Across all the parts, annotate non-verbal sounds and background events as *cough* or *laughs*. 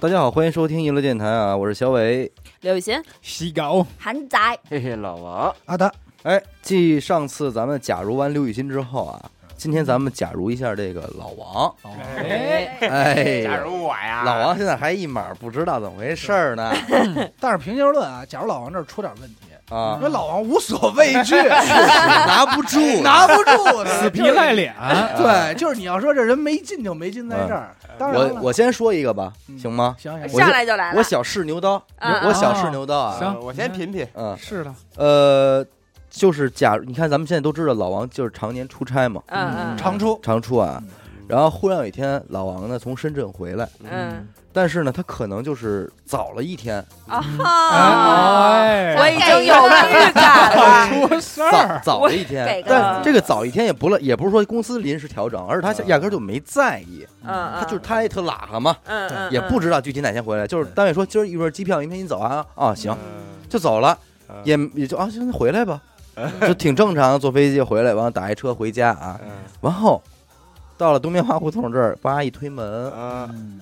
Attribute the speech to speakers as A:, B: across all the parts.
A: 大家好，欢迎收听娱乐电台啊，我是小伟。
B: 刘雨欣、
C: 洗稿，
B: 韩仔，
D: 嘿嘿，老王，
C: 阿达，
A: 哎，继上次咱们假如完刘雨欣之后啊，今天咱们假如一下这个老王。
B: 哎，
A: 哎，
D: 假如我呀，
A: 老王现在还一码不知道怎么回事儿呢
C: 但是平心而论啊，假如老王这儿出点问题，
A: 啊
C: 因，为老王无所畏惧，
A: 拿不住，啊
C: 拿不住的，
E: 死皮赖脸，
C: 对，就是你要说这人没劲就没劲在这儿。当然
A: 我
C: 了，
A: 我先说一个吧，
C: 嗯
A: 行吗？
C: 想想
A: 我
B: 上来就来了。
A: 我小试牛刀，
D: 嗯
B: 啊
A: 我小试牛刀啊。
E: 行
D: 呃我先品品，
A: 嗯
E: 是的，
A: 呃，就是假如你看咱们现在都知道老王就是常年出差嘛，
B: 嗯嗯，
C: 常出
A: 常出啊。然后忽然有一天，老王呢从深圳回来，
B: 嗯
A: 但是呢，他可能就是早了一天，
B: 啊哈，
E: 哎，
B: 哦我已经有
A: 哎
B: 预
A: *laughs*
B: 感了。
E: 出事
A: 早
E: 儿，
A: 早了一天
B: 给。个
A: 但这个早一天也不赖，也不是说公司临时调整，而是他
D: 嗯
A: 压根儿就没在意，
B: 嗯，
A: 他就是他也特拉哈嘛，
B: 嗯嗯，
A: 也不知道具体哪天回来，就是单位说今儿一会儿机票，明天你走啊啊行
D: 嗯
A: 就走了，
D: 嗯
A: 也也就啊行那回来吧， *laughs* 就挺正常，坐飞机回来，完了打一车回家啊，
D: 嗯
A: 然后到了东棉花胡同这儿，叭一推门，
D: 嗯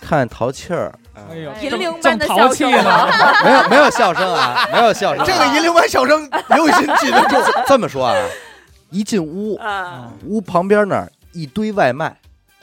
A: 看淘气儿，
E: 哎呦，
B: 银铃般
E: 正
B: 的
E: 淘
B: 笑
E: 气
B: 声，
E: 呢，
A: *laughs* 没有没有笑声啊，没有笑声啊，
C: 这个银铃般笑声，刘雨欣记
A: *laughs*
C: 得住。
A: 这么说啊，一进屋，
B: 嗯，
A: 屋旁边那儿一堆外卖，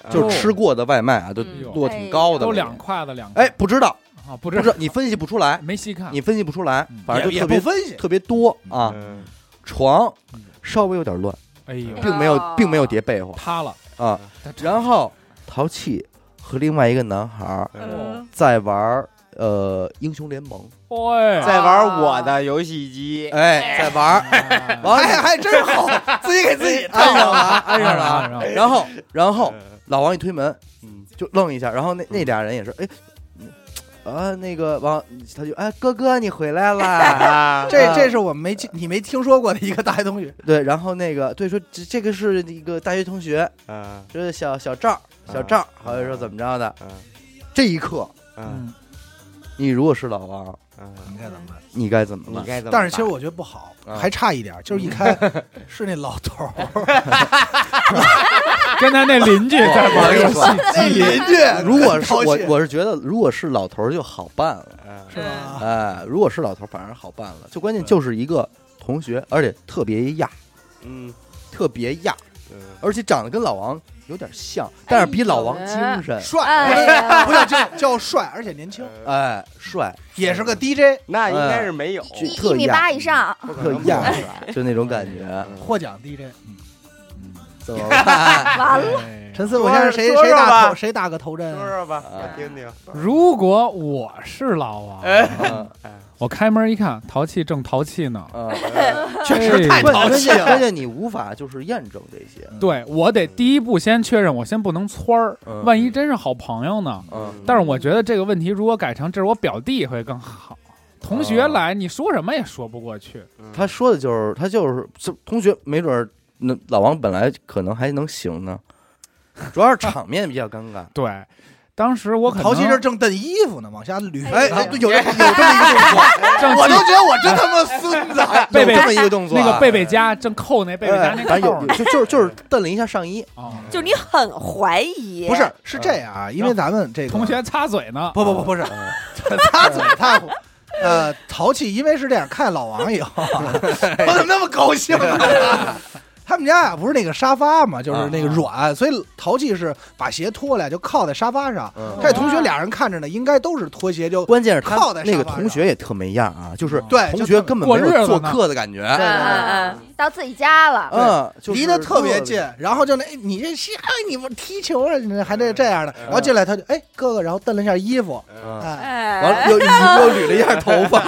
D: 呃哦
A: 就是吃过的外卖啊，都
B: 嗯
A: 摞挺高的，
E: *laughs* 都两。筷子两，
A: 哎，，不知道，
E: 啊，不
A: 不
E: 知
A: 知道，你分析不出来，
E: 没细看，
A: 你分析不出来
E: 嗯，
A: 反正就
C: 也
A: 特
C: 不
A: 别
C: 分析，
A: 特别多啊。
D: 嗯
A: 床
E: 嗯
A: 稍微有点乱，
E: 哎呦，
B: 嗯
A: 并没有
B: 哦
A: 并没有叠被窝
E: 塌了，
A: 啊。然后淘气和另外一个男孩儿
D: 嗯
A: 在玩儿呃英雄联盟，
E: 哎，
D: 在玩我的游戏机，
A: 哎，在玩儿， *laughs* 完了
C: 哎还还真好，自己给自己
A: *laughs* 安上了
C: 套了。
A: 啊，安上了啊。
E: 然
A: 然
E: 后
A: 后然后老王一推门，
D: 呃嗯
A: 就愣一下，然后那那俩人也是，哎，嗯啊，那个王，他就哎，哥哥你回来
C: *laughs*
A: 啦，
D: 啊
C: 这这是我们没听你没听说过的一个大学同学，
A: 对，然后那个对说这这个是一个大学同学，
D: 嗯
A: 这是小小赵，
C: 嗯
A: 小赵，好像说怎么着的，这一刻，
D: 嗯
A: 你如果是老王，
D: 嗯，
C: 你该怎么办？
A: 你该怎么
D: 你
A: 办？
D: 该怎么办？
C: 但是其实我觉得不好，
A: 啊
C: 还差一点，就是一开是那老头儿，
E: 跟他那邻居在玩游戏 *laughs* 机，
C: 居
A: 如果是
C: 淘气
A: 我，我是觉得，如果是老头儿就好办了，
D: 嗯
C: 是吧？
A: 哎，如果是老头儿反而好办了，就关键就是一个同学，而且特别亚，
D: 嗯
A: 特别亚，
D: 嗯
A: 而且长得跟老王有点像，但是比老王精神，
B: 哎
C: 帅，
B: 呀
C: 不，叫叫叫帅，而且年轻，
D: 呃
A: 哎，帅，
C: 也是个 DJ，
D: 那应
A: 呃
D: 该是没有，
A: 就
B: 一
A: 特
B: 一米
A: 亚
B: 八以上，
A: 特亚帅，就那种感 *laughs* 觉，
C: 获奖 DJ。
A: 怎么办？
B: 完了，
C: 陈思，我先是谁
D: 说
C: 谁
D: 说
C: 打
D: 吧
C: 头谁打个头阵
D: 说
C: 啊？
D: 说吧，
A: 啊
D: 我听听。
E: 如果我是老王，
A: 嗯
E: 我开门一看，淘气正淘气呢，哎
A: 嗯，
D: 呃
A: 哎
E: 确实太
A: 关关键关键你无法就是验证这些，
E: 对我得第一步先确认，我先不能蹿儿，
A: 嗯
E: 万一真是好朋友呢？
A: 嗯
E: 但是我觉得这个问题如果改成这是我表弟会更好。同学来，你说什么也说不过去。
D: 嗯
A: 他说的就是他就是这同学，没准儿那老王本来可能还能行呢，主要是场面比较尴 *laughs* 尬。
E: 对，当时我可
C: 淘气这
E: 能
C: 正蹬衣服呢，往下捋。
B: 哎
C: 哎，
B: 对
C: 有有这么一个动作，哎
E: 正
C: 我都觉得我真他妈孙子。
E: 贝贝
A: 有这么一个动作啊，
E: 那个贝贝家正扣那贝贝家
A: 哎，
E: 那
A: 反正
E: 扣
A: 有
E: 呢
A: 就就是就是蹬了一下上
C: *laughs*
A: 衣，
E: 啊，
B: 就你很怀疑，
C: 不是，是这样啊，因为咱们这个
E: 同学擦嘴呢。
C: 不不不
E: *laughs*
C: 不是，擦嘴他。呃，淘气，因为是这样，看老王以后啊，我怎么那么高兴啊？ *laughs* 他们家呀不是那个沙发嘛，就是
E: 啊
C: 那个软，所以淘气是把鞋脱了就靠在沙发上。
A: 嗯
C: 这同学俩人看着呢，应该都是脱鞋就
A: 关键是他
C: 靠在沙
A: 那个
C: 发上嗯
A: 同学也特没样啊，就是
C: 对，
A: 同
C: 就
A: 学
C: 特别
A: 根本没
E: 过日
A: 有
E: 子
A: 做
E: 呢
A: 客的感觉，
B: 嗯嗯嗯，到自己家了，
A: 嗯，就是
C: 离得特别近，然后就那哎你这是哎你不踢球啊，你这还
A: 哎
C: 得这样的，然后进来他就哎哥哥，然后蹬了一下衣服，
D: 呃
A: 嗯
C: 哎
A: 完了
B: 哎，
A: 又又又捋了一下头发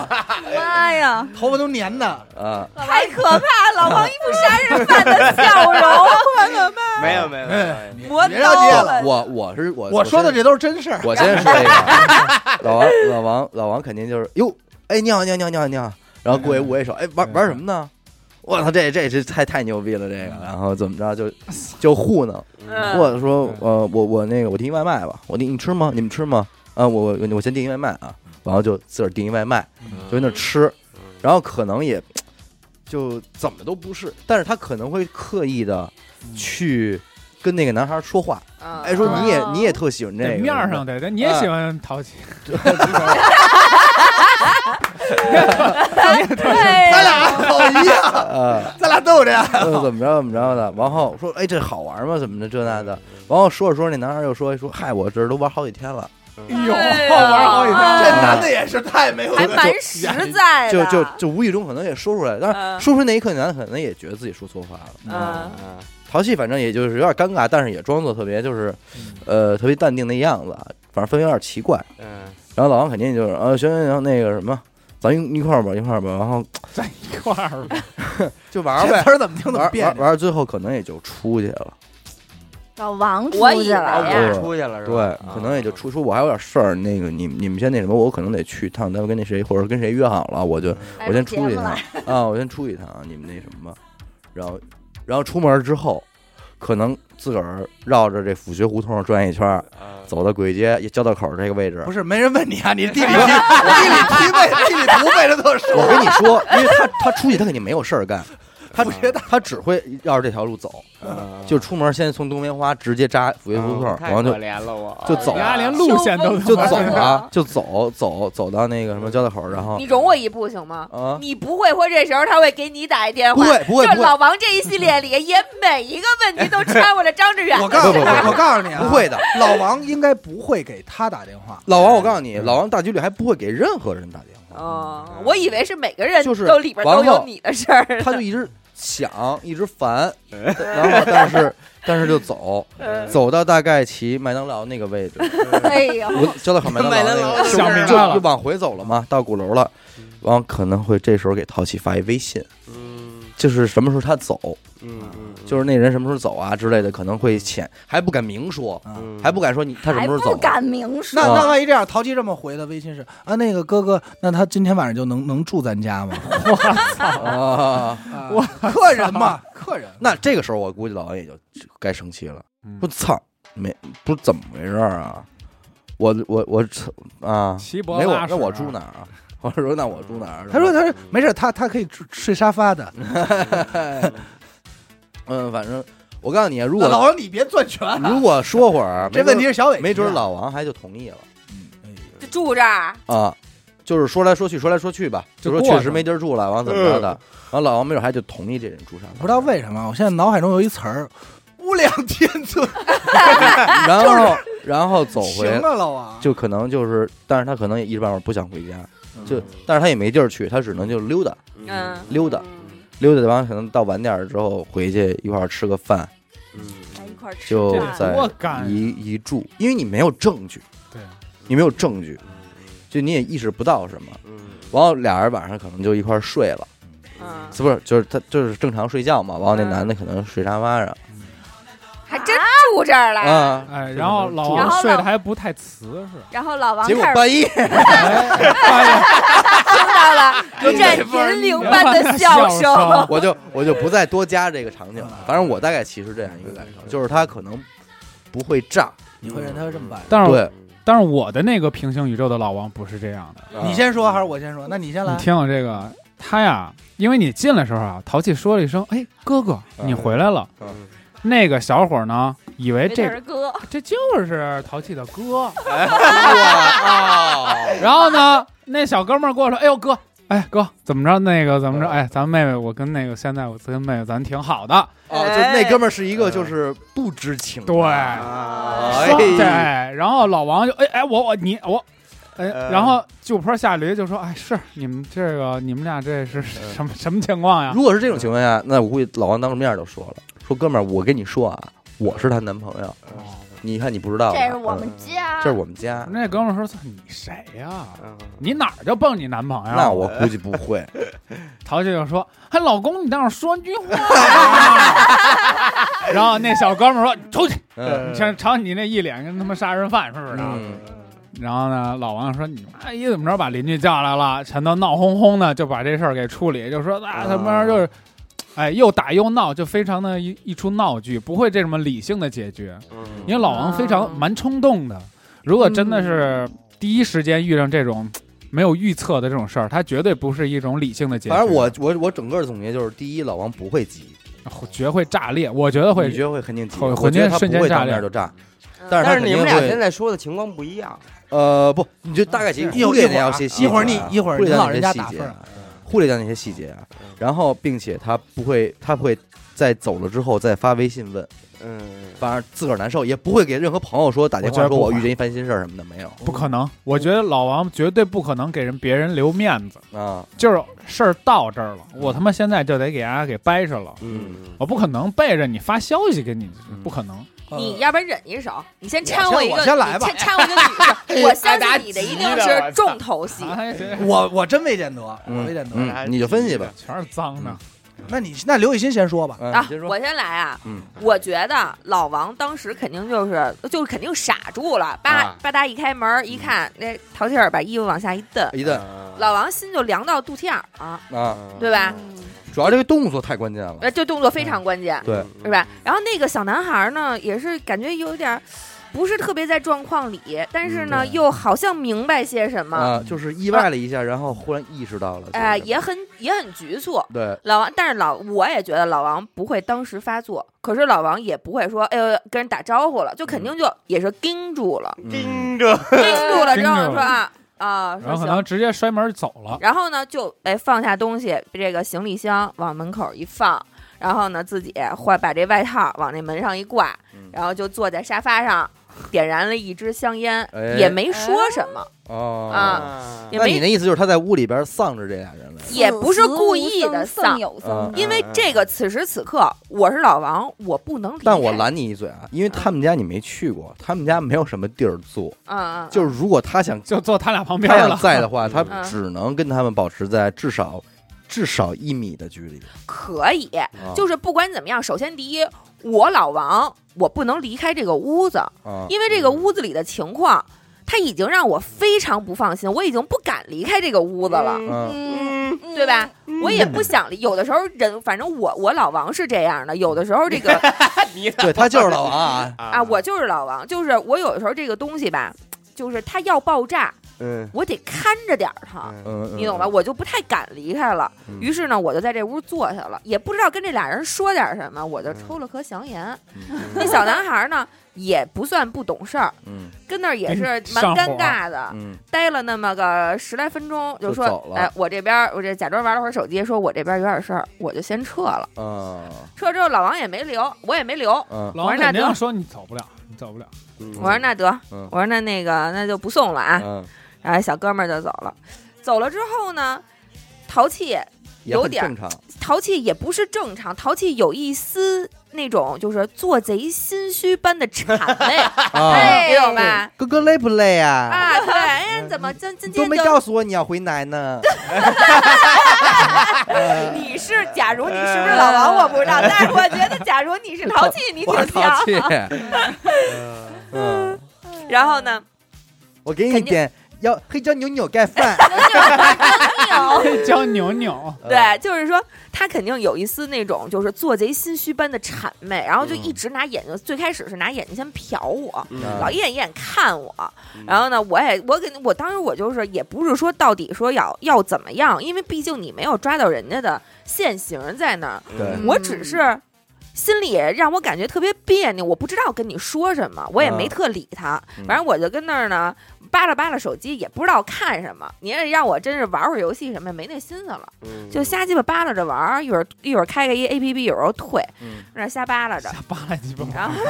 B: 妈呀！
C: 头发都粘的，
A: 啊，
B: 太可怕！了，老王一副杀人犯的笑
A: *laughs*
B: 容，
D: 没有没有，没
A: 哎
D: 嗯有
B: 磨
C: 别着急
B: 刀
C: *laughs*
B: 了。
C: 了
A: 哦我我是我
C: 我说的这都是真事儿
A: 先，我先说一个，
C: *laughs*
A: 老王老王老王肯定就是哟，哎你好你好你好你好你好，然后过一握一手，哎
C: 嗯
A: 玩玩什么呢？我操，这这这太太牛逼了，这个，然后怎么着
C: *laughs*
A: 就就糊弄，
B: 嗯
A: 或者说呃我我那个我订一外卖吧，我订你吃吗？你们吃吗？啊我我我先订一外卖啊，
B: 嗯
A: 然后就自个儿订一外卖，就在那儿吃，然后可能也就怎么都不是，但是他可能会刻意的去跟那个男孩说话，
B: 嗯
A: 哎，说你也
B: 哦
A: 你也特喜欢这
E: 得
A: 个，哎
E: 面儿上得，但你也喜欢淘气， *laughs*
B: 对，
C: 咱俩好一样，
A: 啊，
C: 咱俩都有这样。
A: 呃怎么着怎么着的，然后说哎这好玩吗？怎么的这那
B: 嗯
A: 的，然后说着说着那男孩又说说嗨，我这都玩好几天了，
D: 嗯
E: 哎呦， *laughs*
B: 对
E: 好玩好
F: 嗯
E: 几
B: 啊
A: 嗯
E: 天，
C: 这男的也是太没有
B: 还
C: 人
B: 蛮实在
A: 就
B: 的，
A: 就就无意中可能也说出来，但
B: 哎嗯
A: 是说出那一刻，那男的可能也觉得自己说错话了。
B: 嗯
A: 淘气反正也就是有点尴尬，但是也装作特别就是，呃，特别淡定的样子，啊反正氛围有点奇怪。
D: 嗯
A: 然后老王肯定就是，啊，行行行，那个什么，咱一一块儿吧，一块儿吧，然后
E: 在一块儿吧，
A: 就玩儿
C: 这
A: 呗，
C: 词儿怎么听
A: 玩
C: 怎么
A: 儿
C: 别
A: 玩儿
C: 扭。
A: 玩儿，最后可能也就出去了。
B: 老王出
F: 我以
B: 去
F: 为
B: 了
A: 啊
B: 呀，
D: 嗯，出去了是
A: 对啊
D: 吧？，嗯
A: 可能也就出出，我还有点事儿，那个你你们先那什么，我可能得去一趟，咱们跟那谁或者跟谁约好了，我就
D: 嗯
B: 来
A: 我先
B: 录
A: 出去
B: 节
A: 一
B: 目
A: 趟
B: 了
A: 啊，我先出去一趟啊，你们那什么吧。然后，然后出门之后，可能自个儿绕着这府学胡同转一圈儿，
D: 啊，
A: 走到簋街交道口这个位置
C: 不。是没人问你啊，
A: *laughs*
C: 你地理题、地理题背、地理图背的特熟
A: 我。跟你说，因为他他出去他肯定没有事儿
D: *laughs*
A: 干，他
D: 不是
A: 他只会绕着这条路走，
D: 嗯
A: 就出门先从东棉花直接扎府学胡同，
D: 嗯太
A: 然后就
D: 可怜了我，
A: 就走啊
E: 人家连路线都
A: 就
E: 他
F: 啊
E: 妈
A: 走啊了
B: 了，
A: 就走走走到那个什么交道口，然后
F: 你容我一步行吗？
A: 啊，
F: 你不会会这时候他会给你打一电
A: 不
F: 话？
A: 会不会
F: 就
A: 不会
F: 老王这一系列里，也每一个问题都穿过了
A: *laughs*
F: 张志远
C: 我
F: 的
C: 告诉你，
A: 不不不
C: 我告诉你啊，
A: 不会的，
C: 老王应该不会给他打电话。
A: 老王，我告诉
D: 嗯
A: 你，老王大几率还不会给任何人打电话，
F: 哦，我以为是每个人
A: 就是
F: 都里边
A: 王
F: 都
A: 后
F: 有你的事儿。
A: 他就一直想，一直烦，
D: 嗯
A: 然后但是但是就走，走到大概骑麦当劳那个位置， *laughs*
F: 哎呦，
A: 我交道口麦当劳那
D: 麦当劳
A: 个，
D: 的
A: 就
E: 想明
A: 就
F: 啊
E: 白了
A: 就往回走了嘛，到鼓楼了，然后可能会这时候给淘气发一微信，
D: 嗯
A: 就是什么时候他走，
D: 嗯嗯，
A: 就是那人什么时候走啊之类的，可能会潜还不敢明说，
D: 嗯
A: 还不敢说你他什么
B: 还
A: 时候
B: 不
A: 走，啊
B: 敢明说
C: 那，那万一这样，淘气这么回的微信是啊，那个哥哥，那他今天晚上就能能住咱家吗？
A: 啊。
C: 我客人嘛，客人。
A: *laughs* 那这个时候我估计老王也就该生气了
E: 嗯，
A: 我操，没不是怎么回事儿啊？我我我啊，
E: 齐脖
A: 没我
E: 拉屎
A: 那
E: 啊
A: 我住哪儿啊？ *laughs* 我说那我住哪儿？啊
C: 他说他说没事，他他可以睡睡沙发的。
D: 嗯
A: 嗯，反正我告诉你，如
C: 那老
A: 果
C: 王你别攥拳啊，
A: 如果说会儿，
C: 这
A: 没准
C: 问题是小伟提的
A: 没准老王还就同意了
F: 就住这儿，
A: 啊。就是说来说去，说来说去吧，就嗯
E: 就
A: 说
E: 过去了
A: 确实没地儿住了，然后怎么着的，然后老王没准还就同意这人住上，
C: 不知道为什么，我现在脑海中有一词儿“无量天尊
F: 啊
A: 然
F: *laughs*
A: 后然后”，走
C: 行
A: 回
C: 啊，老王，
A: 就可能就是，但是他可能也一时半会儿不想回家，*laughs*
D: 嗯
A: 就但是他也没地儿去，他只能就溜达
F: 嗯，
A: 溜达溜达完，可能到晚点儿之后回去一块儿吃个饭，
B: 来
D: 嗯
B: 一块儿吃
A: 就
B: 饭
A: 在
E: 多干
A: 一一住，因为你没有证据，
E: 对，
A: 你没有证据，就你也意识不到什么。
D: 嗯
A: 然后俩人晚上可能就一块儿睡了，
F: 嗯，
A: 是不是？就是他就是正常睡觉嘛。然后那
F: 嗯
A: 男的可能睡沙发上
F: 还真住这儿了。
A: 啊，
E: 哎，
A: 是
E: 然后老
F: 然后
E: 王
F: 老
E: 睡得还不太瓷实，
F: 然后老王
A: 结果
F: 开始
A: 半夜
F: 听
A: *laughs*
F: 到了一阵银铃般
E: *laughs*
F: 的笑声，
A: 我就我就不再多加这个场景
E: 嗯
A: 了。反正我大概其实这样一个感受，就是他可能不会炸，嗯
C: 你会让他这么办？
E: 但是
A: 对，
E: 但是我的那个平行宇宙的老王不是这样的。
A: 啊
C: 你先说还是我先说？那你先来
E: 你。听我这个，他呀，因为你进来的时候啊，淘气说了一声：“哎，哥哥，
A: 嗯
E: 你回来了。
A: 嗯
E: 那个小伙呢，以
A: 哎
E: 为
B: 没
E: 这
B: 儿哥，
E: 这就是淘气
A: *laughs*
E: 的哥，
A: 哇哦
E: 然后呢，那小哥们儿跟我说：“哎呦哥，哎哥，怎么着？那个怎么着？
A: 嗯
E: 哎，咱妹妹，我跟那个现在我跟妹妹咱挺好的，
B: 哎
A: 哦，就那哥们儿是一个就是不知情的，
E: 对，
A: 哎
E: 说对。”然后老王就哎哎我我你我。
A: *laughs*
E: 哎，
A: 嗯
E: 然后就坡下驴就说：“哎，是你们这个，你们俩这是
A: 嗯
E: 什么什么情况呀？
A: 如果是这种情况下，那我估计老王当着面就说了，说哥们儿，我跟你说啊，我是她男朋友，
D: 嗯
A: 你看你不知道吧，
B: 这是我
A: 嗯
B: 们家，
A: 这是我们家，
E: 啊那哥们儿说：“操，你谁呀、
D: 嗯
E: 你哪儿就蹦你男朋友？”
A: 那我估计不
E: *laughs*
A: 会，
E: 淘气就说：“哎，老公，你倒是说句
A: *laughs*
E: 话、呀。然后那小哥们儿说：“你出去！
A: 嗯
E: 你瞧瞧你那一脸跟他妈杀人犯似的。
A: 嗯
E: 然后呢，老王说：“你妈一怎么着把邻居叫来了，全都闹哄哄的，就把这事儿给处理，就说啊
D: 啊
E: 他妈就是，哎，又打又闹，就非常的一一出闹剧，不会这什么理性的解决。
D: 嗯
E: 因为老王非常
F: 啊
E: 蛮冲动的，如果真的是第一时间遇上这种没有预测的这种事儿，他绝对不是一种理性的解决。
A: 反正我我我整个总结就是，第一，老王不会急，
E: 绝会炸裂，我觉得会
A: 你觉得会肯定急，
E: 会
A: 我
E: 会
A: 觉得
E: 瞬
A: 他不
E: 间
A: 会
E: 炸
A: 当面
E: 裂
A: 就炸，
B: 嗯
A: 但是他肯
D: 但是你
A: 定
D: 们俩现
A: 会
D: 在说的情况不一样，
A: 呃不，你就大概其实
C: 一
A: 忽
C: 会儿
A: 略
C: 一
A: 那
C: 会儿
A: 要
C: 啊
A: 些细
C: 一会儿
A: 节
C: 你
A: 啊
C: 一会儿
A: 忽
C: 你
A: 略掉
C: 老
A: 那些
C: 人家
A: 细
C: 打
A: 节
C: 分儿
A: 啊，，忽略掉那些细节啊，然后并且他不会，他会在走了之后再发微信问，
D: 嗯，
A: 反而自个儿难受，也不会给任何朋友说打电
E: 我觉
A: 话
E: 得
A: 说
E: 不
A: 我
E: 会
A: 遇见一烦心事儿什么的没有
E: 不可能。我觉得老王绝对不可能给人别人留面子，
C: 嗯
A: 啊，
E: 就是事儿到这儿了，
A: 嗯
E: 我他妈现在就得给大家给掰扯了，
D: 嗯，
E: 我不可能背着你发消息给你
A: 嗯，
E: 不可能。
C: 呃
B: 你要不然忍一手，你先掺
C: 我
B: 和
C: 先
B: 一个，
C: 我先来吧
B: 你掺掺和一个
A: *laughs*
B: 女的，我相信你的一定是重头戏。
A: 啊
E: 哎谁
C: 我我真没见得，我
A: 嗯
C: 没见得。
A: 嗯，你就分析吧，
E: 全是脏的，
C: 那你那刘雨欣先说吧，
A: 嗯，
B: 啊
A: 你先，说，
B: 我先来啊！
A: 嗯
B: 我觉得老王当时肯定就是就是肯定傻住了，吧
D: 啊
B: 吧嗒一开门
A: 嗯
B: 一看，那淘气儿把衣服往下一蹬，
A: 一顿
D: 的
B: 老王心就凉到肚脐眼儿了，
A: 啊，
B: 对吧？
A: 主要这个动作太关键了，
B: 呃，这动作
A: 嗯
B: 非常关键，
A: 对，
B: 是吧？然后那个小男孩呢，也是感觉有点儿不是特别在状况里，但是呢，又好像明白些什么，
A: 啊，就是意外了一下，然后忽然意识到了，
B: 哎，
A: 就是
B: 也很也很局促。
A: 对，
B: 老王，但是老我也觉得老王不会当时发作，可是老王也不会说，哎呦，跟人打招呼了，就肯定就也是盯住
D: *laughs*
B: 了，
A: 嗯
D: 盯着，
B: 盯住了之后
E: 盯住
B: 说
E: 了
B: 啊啊，
E: 然
B: 说
E: 后可
B: 行，
E: 能直接摔门走了。
B: 然后呢，就哎放下东西，这个行李箱往门口一放，然后呢自己换把这外套往那门上一挂
A: 嗯，
B: 然后就坐在沙发上，点燃了一支香烟，
A: 哎
B: 也没说什么，
A: 哦
B: 啊也
D: 嗯
A: 那
B: 没
A: 你那意思就是他在屋里边丧着这俩人来，
B: 也不是故意的
F: 丧
B: 丧，
F: 有
A: 丧
F: 丧
A: 嗯
B: 因为这个此时此刻我是老王，我不能离开，
A: 但我拦你一嘴啊，因为他们家你没去过，他们家没有什么地儿坐，
B: 嗯，嗯嗯，
A: 就是如果他想
E: 就坐他俩旁边
A: 他要
E: 了，
A: 在的话，他
B: 嗯
A: 只能跟他们保持在至少至少一米的距离。
B: 可以，
A: 啊
B: 就是不管怎么样，首先第一，我老王我不能离开这个屋子，
A: 啊，
B: 因为这个屋子里的情况，他已经让我非常不放心，我已经不敢离开这个屋子了，
A: 嗯
F: 嗯，
B: 对吧？我也不想离，有的时候人，反正我我老王是这样的，有的时候这个
A: 对他就是
B: *laughs*
A: 老王啊，
B: 啊，我就是老王，就是我有的时候这个东西吧，就是它要爆炸，
D: 嗯，
B: 我得看着点儿它。
D: 嗯
A: 嗯，嗯
B: 你懂吧？？我就不太敢离开了，
A: 嗯
B: 于是呢，我就在这屋坐下了，也不知道跟这俩人说点什么，我就抽了颗香烟。那小男孩呢，也不算不懂事儿，
A: 嗯
B: 跟那儿也是
E: 给你
B: 蛮
E: 上火
B: 尴尬的，
A: 嗯
B: 待了那么个十来分钟，就说
A: 就走：“了
B: 哎，我这边儿我这假装玩了会儿手机，说我这边有点事儿，我就先撤了。
A: 嗯啊
B: 撤了之后，老王也没留，我也没留。
A: 嗯
E: 老王肯定说你走不了，你走不了。 *laughs*
B: 我说那得，
A: 嗯
B: 我说那那个那就不送了啊。
A: 嗯，
B: 然后小哥们儿就走了。走了之后呢，淘气
A: 也很
B: 有点儿
A: 正常。
B: 淘气也不是正常，淘气有一丝那种就是做贼心虚般的谄媚，
A: *laughs* 啊，
F: 哎
B: 你懂吧？
A: 哥哥累不累啊？
B: 啊，对，哎，怎么今今
A: 都
B: 天
A: 没
B: 就
A: 告诉我你要回南呢。
B: 哎你是？假如你是不是老王，我不知道，但是我觉得，假如 *laughs* 你是淘气，你挺
A: *laughs* 我淘
B: 像。 *laughs*
A: 气，嗯，
B: 然后呢，
A: 我给你
B: 肯定
A: 点要黑椒牛扭盖饭。
B: 哎
E: 叫牛牛，
B: *laughs* 对，就是说他肯定有一丝那种就是做贼心虚般的谄媚，然后就一直拿眼睛，最开始是拿眼睛先瞟我，
D: 嗯
A: 嗯
B: 老一眼一眼看我，然后呢，我也我给我当时我就是也不是说到底说要要怎么样，因为毕竟你没有抓到人家的现行在那
D: 嗯
B: 儿，
A: 对
B: 我只是
A: 嗯
B: 心里让我感觉特别别扭，我不知道跟你说什么，我也没
A: 嗯
B: 特理他，
A: 嗯
B: 反正我就跟那儿呢扒拉扒拉手机，也不知道看什么。你也让我真是玩会儿游戏什么也没那心思了，
D: 嗯
A: 嗯
B: 就瞎鸡巴扒拉着玩儿，一会儿一会儿开个一 A P P，有时候退，
A: 嗯
B: 那儿瞎扒拉着
E: 瞎。扒拉鸡巴，
B: 然后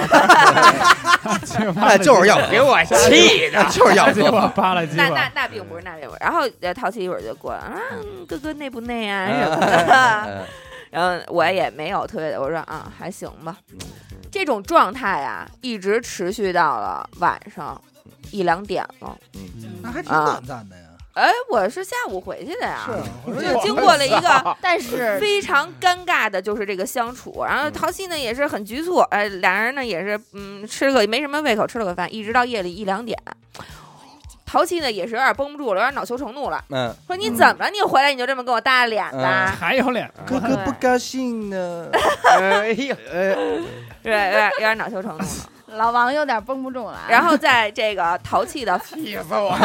A: 哎，就是要
D: 给我气的，
A: 就是要
E: 鸡巴哎
A: 喝。
E: 扒拉鸡
B: 那
E: 巴
B: 那。那并不
A: 嗯
B: 是，那并不是。然后呃淘气一会儿就过来啊，嗯哥哥内不内啊
A: 嗯
B: 什么的。
A: 嗯
B: 然后我也没有特别的，我说啊还行吧。这种状态啊，一直持续到了晚上一两点了。
E: 嗯
C: 那还挺短暂的呀。
B: 哎，我是下午回去的呀
C: 是，啊，我说
B: 就
C: 这
B: 经过了一个
F: 但是
B: 非常尴尬的，就是这个相处。然后
A: 嗯
B: 淘气呢也是很局促，哎，俩人呢也是嗯吃个没什么胃口，吃了个饭，一直到夜里一两点。淘气呢也是有点绷不住了，有点恼羞成怒了。
A: 嗯，
B: 说你怎么了？你回来你就这么跟我搭脸的？
A: 嗯
E: 还有脸，
A: 哥哥不高兴呢。
D: 哎呀，
B: 对，有点有点恼羞成怒了。
F: 老王有点绷不住了啊。
B: 然后在这个淘气
C: *laughs*
B: 的
D: 气死我！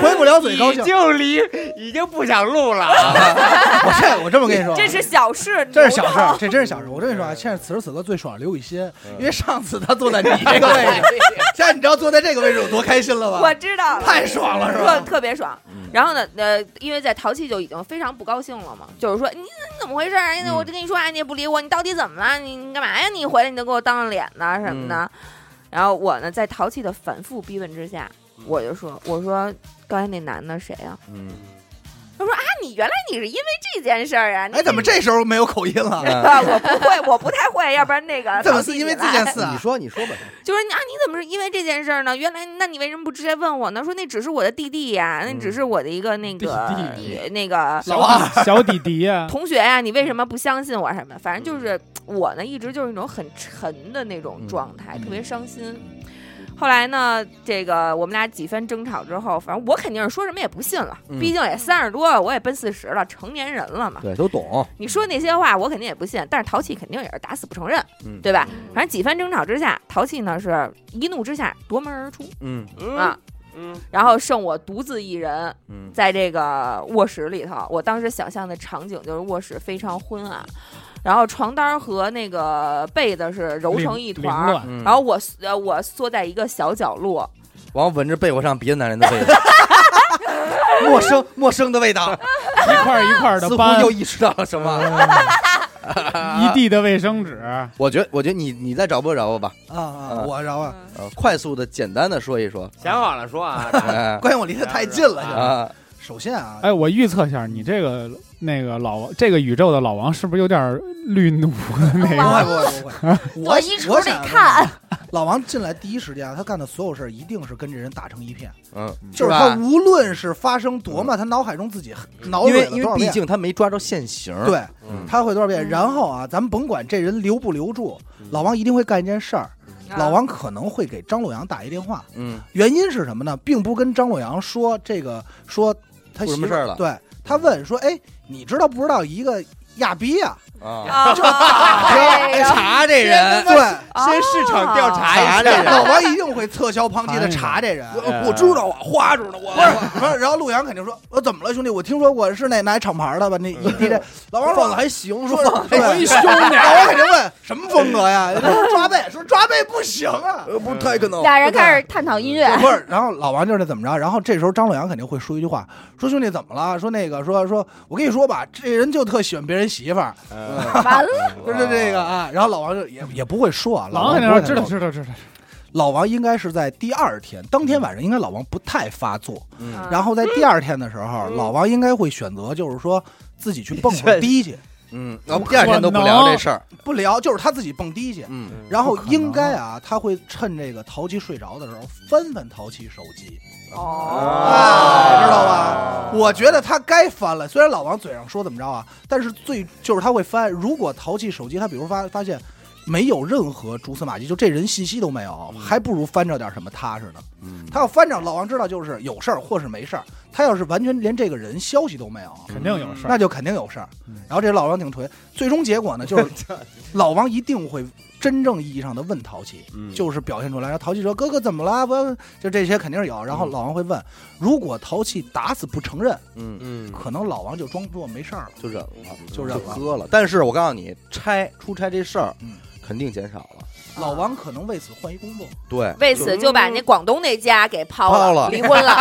C: 回不了嘴 *laughs* 高
D: 已
A: *laughs*
C: 兴。
D: 经离，已经不想录了啊。
C: 我这我这么跟你说，啊
B: 这是小事，
C: 这是小事儿，这真是小事儿。我跟你说啊，现在此时此刻最爽的刘雨欣，
A: 嗯
C: 因为上次她坐在你这个位置，现在你知道坐在这个位置有多开心了
B: 我
C: 吧？
B: 知道了，
C: 太爽了，是
B: 特
C: 吧？
B: 特别爽
A: 嗯。
B: 然后呢，呃，因为在淘气就已经非常不高兴了嘛，就是说你你怎么回事儿？
A: 嗯
B: 我就跟你说，哎，你也不理我，你到底怎么了？你你干嘛呀？你回来你就给我当着脸呢什么
C: 嗯
B: 的。然后我呢，在淘气的反复逼问之下，
C: 嗯
B: 我就说，我说刚才那男的谁呀、
A: 嗯，
B: 啊，你原来你是因为这件事儿啊？你
C: 哎，怎么这时候没有口音了？
A: 嗯
B: 啊，我不会，我不太会，要不然那个
C: 怎么
B: 淘气
C: 是因为
B: 起
C: 这
B: 来
C: 件事啊
A: 你？说你说吧，
B: 就是你啊，你怎么是因为这件事儿呢？原来，那你为什么不直接问我呢？说那只是我的弟弟呀、那只是我的一个那个
E: 弟弟
B: 呃那个
C: 老王，
E: 小弟弟啊呀，
B: 同学呀、你为什么不相信我什么的？反正就是我呢，一直就是一种很沉的那种状态，
C: 嗯
B: 特别伤心。后来呢，这个我们俩几番争吵之后，反正我肯定是说什么也不信了，
A: 嗯
B: 毕竟也三十多了，我也奔四十了，成年人了嘛。
A: 对，都懂，
B: 你说那些话，我肯定也不信，但是淘气肯定也是打死不承认，
A: 嗯
B: 对吧？反正几番争吵之下，淘气呢是一怒之下夺门而出
A: 嗯
B: 啊，
D: 嗯，
B: 然后剩我独自一人
A: 嗯
B: 在这个卧室里头。我当时想象的场景就是卧室非常昏暗，然后床单和那个被子是 *laughs* 揉成一团
E: 凌
B: 儿。
E: 乱
A: 嗯，
B: 然后我呃我缩在一个小角落，
A: 王闻着被窝上别的男人的味道，陌生陌生的味道，
E: 一块儿一块儿的
A: *laughs* 似乎
E: 搬
A: 又，意识到了什么。
C: 嗯
E: 一地的卫生纸，
A: 我觉得，我觉得你你再找不着吧，
C: 啊啊！我然后
A: 呃，快速的、简单的说一说，
D: 想好了说啊，
A: *laughs* 哎
C: 关键我离他太近了。
D: 啊
C: 就是
A: 啊，
C: 首先啊，
E: 哎，我预测一下，你这个那个老王，这个宇宙的老王是不是有点绿奴的那
C: 不会
E: 个？
C: 不会不会，我
F: 躲衣橱
C: 我
F: 里
C: 想
F: 看。
C: 老王进来第一时间啊，他干的所有事儿一定是跟这人打成一片，
A: 嗯，
C: 就是他
A: 吧？
C: 无论是发生多么，他脑海中自己脑
A: 嗯因
C: 补
A: 为
C: 了
A: 因
C: 多少
A: 为毕
C: 遍，
A: 竟他没抓着现行，，
C: 对，
A: 嗯
C: 他会多少遍。
B: 嗯
C: 然后啊，咱们甭管这人留不留住，老王一定会干一件事儿，
B: 啊
C: 老王可能会给张洛阳打一电话，
A: 嗯
C: 原因是什么呢？并不跟张洛阳说这个，说他
A: 出
C: 媳
A: 什
C: 妇
A: 么事儿了
C: 对他问说：“哎，你知道不知道一个亚
A: *laughs*
C: 逼啊
A: 啊，
B: 啊，哎呀
A: 查这人？”，
C: 对，哎
D: 先市场调查
A: 查
D: 一
A: 这
D: 下。
A: 人，
C: 老王一定会侧销旁击的查这人。
E: 呀
A: 我知道啊，花着呢，我
C: 不是，然后然后陆阳肯定说：“我怎么了，兄弟？我听说我是哪哪厂牌的吧？那你
A: *laughs*
C: 你这老王
A: 放的
C: 说。”
A: 还行，
C: 说
A: 说放
C: 对
A: 的还
E: 一
A: 行，
E: 兄
C: 老
E: 弟，
C: 王肯定问什么风格呀？
A: *laughs*
C: 抓背说抓背不行啊，
A: 呃不太可能，
F: 俩人开始探讨音乐，
A: *laughs*
C: 不是，然后老王就是怎么着，然后这时候张洛阳肯定会说一句话，说兄弟怎么了？说那个说说，我跟你说吧，这人就特喜欢别人媳妇儿，
D: 嗯
C: *laughs*
F: 完了，
C: 就是这个啊。然后老王就也也不会说啊，
E: 老
C: 王
E: 王肯定
C: 不
E: 说
C: 会
E: 知道
C: 说
E: 知道知道，
C: 老王应该是在第二天，当天晚上应该老王不太发作，
B: 啊
A: 嗯
C: 然后在第二天的时候，老王应该会选择就是说自己去蹦会儿迪去，
A: 嗯，然后第二天都不聊这事儿，
C: 不聊，就是他自己蹦迪去。
A: 嗯
C: 然后
E: 不可能
C: 应该啊，他会趁这个淘气睡着的时候翻翻淘气手机，
B: 哦，
C: 哎知道吧？我觉得他该翻了，虽然老王嘴上说怎么着啊，但是最就是他会翻。如果淘气手机，他比如发发现没有任何蛛丝马迹，就这人信息都没有，还不如翻着点什么踏实呢。
A: 嗯，
C: 他要翻着，老王知道就是有事儿或是没事儿。他要是完全连这个人消息都没有，
E: 肯定有事儿。
C: 那就肯定有事儿
E: 嗯。
C: 然后这老王挺锤，最终结果呢，就是老王一定会真正意义上的问淘气，
A: 嗯
D: 嗯
C: 就是表现出来。然后淘气说：“哥哥怎么了？”不要，就这些肯定是有。然后老王会问，如果淘气打死不承认，
A: 嗯，
D: 嗯
C: 可能老王就装作没事儿了。
A: 就忍了，
C: 嗯就忍
A: 就
C: 了
A: 割了。但是我告诉你，拆出差这事儿
C: 嗯，
A: 肯定减少了。
C: 老王可能为此换一工作，
A: 对，
B: 为此就把那广东那家给抛
A: 抛了
B: 离婚了。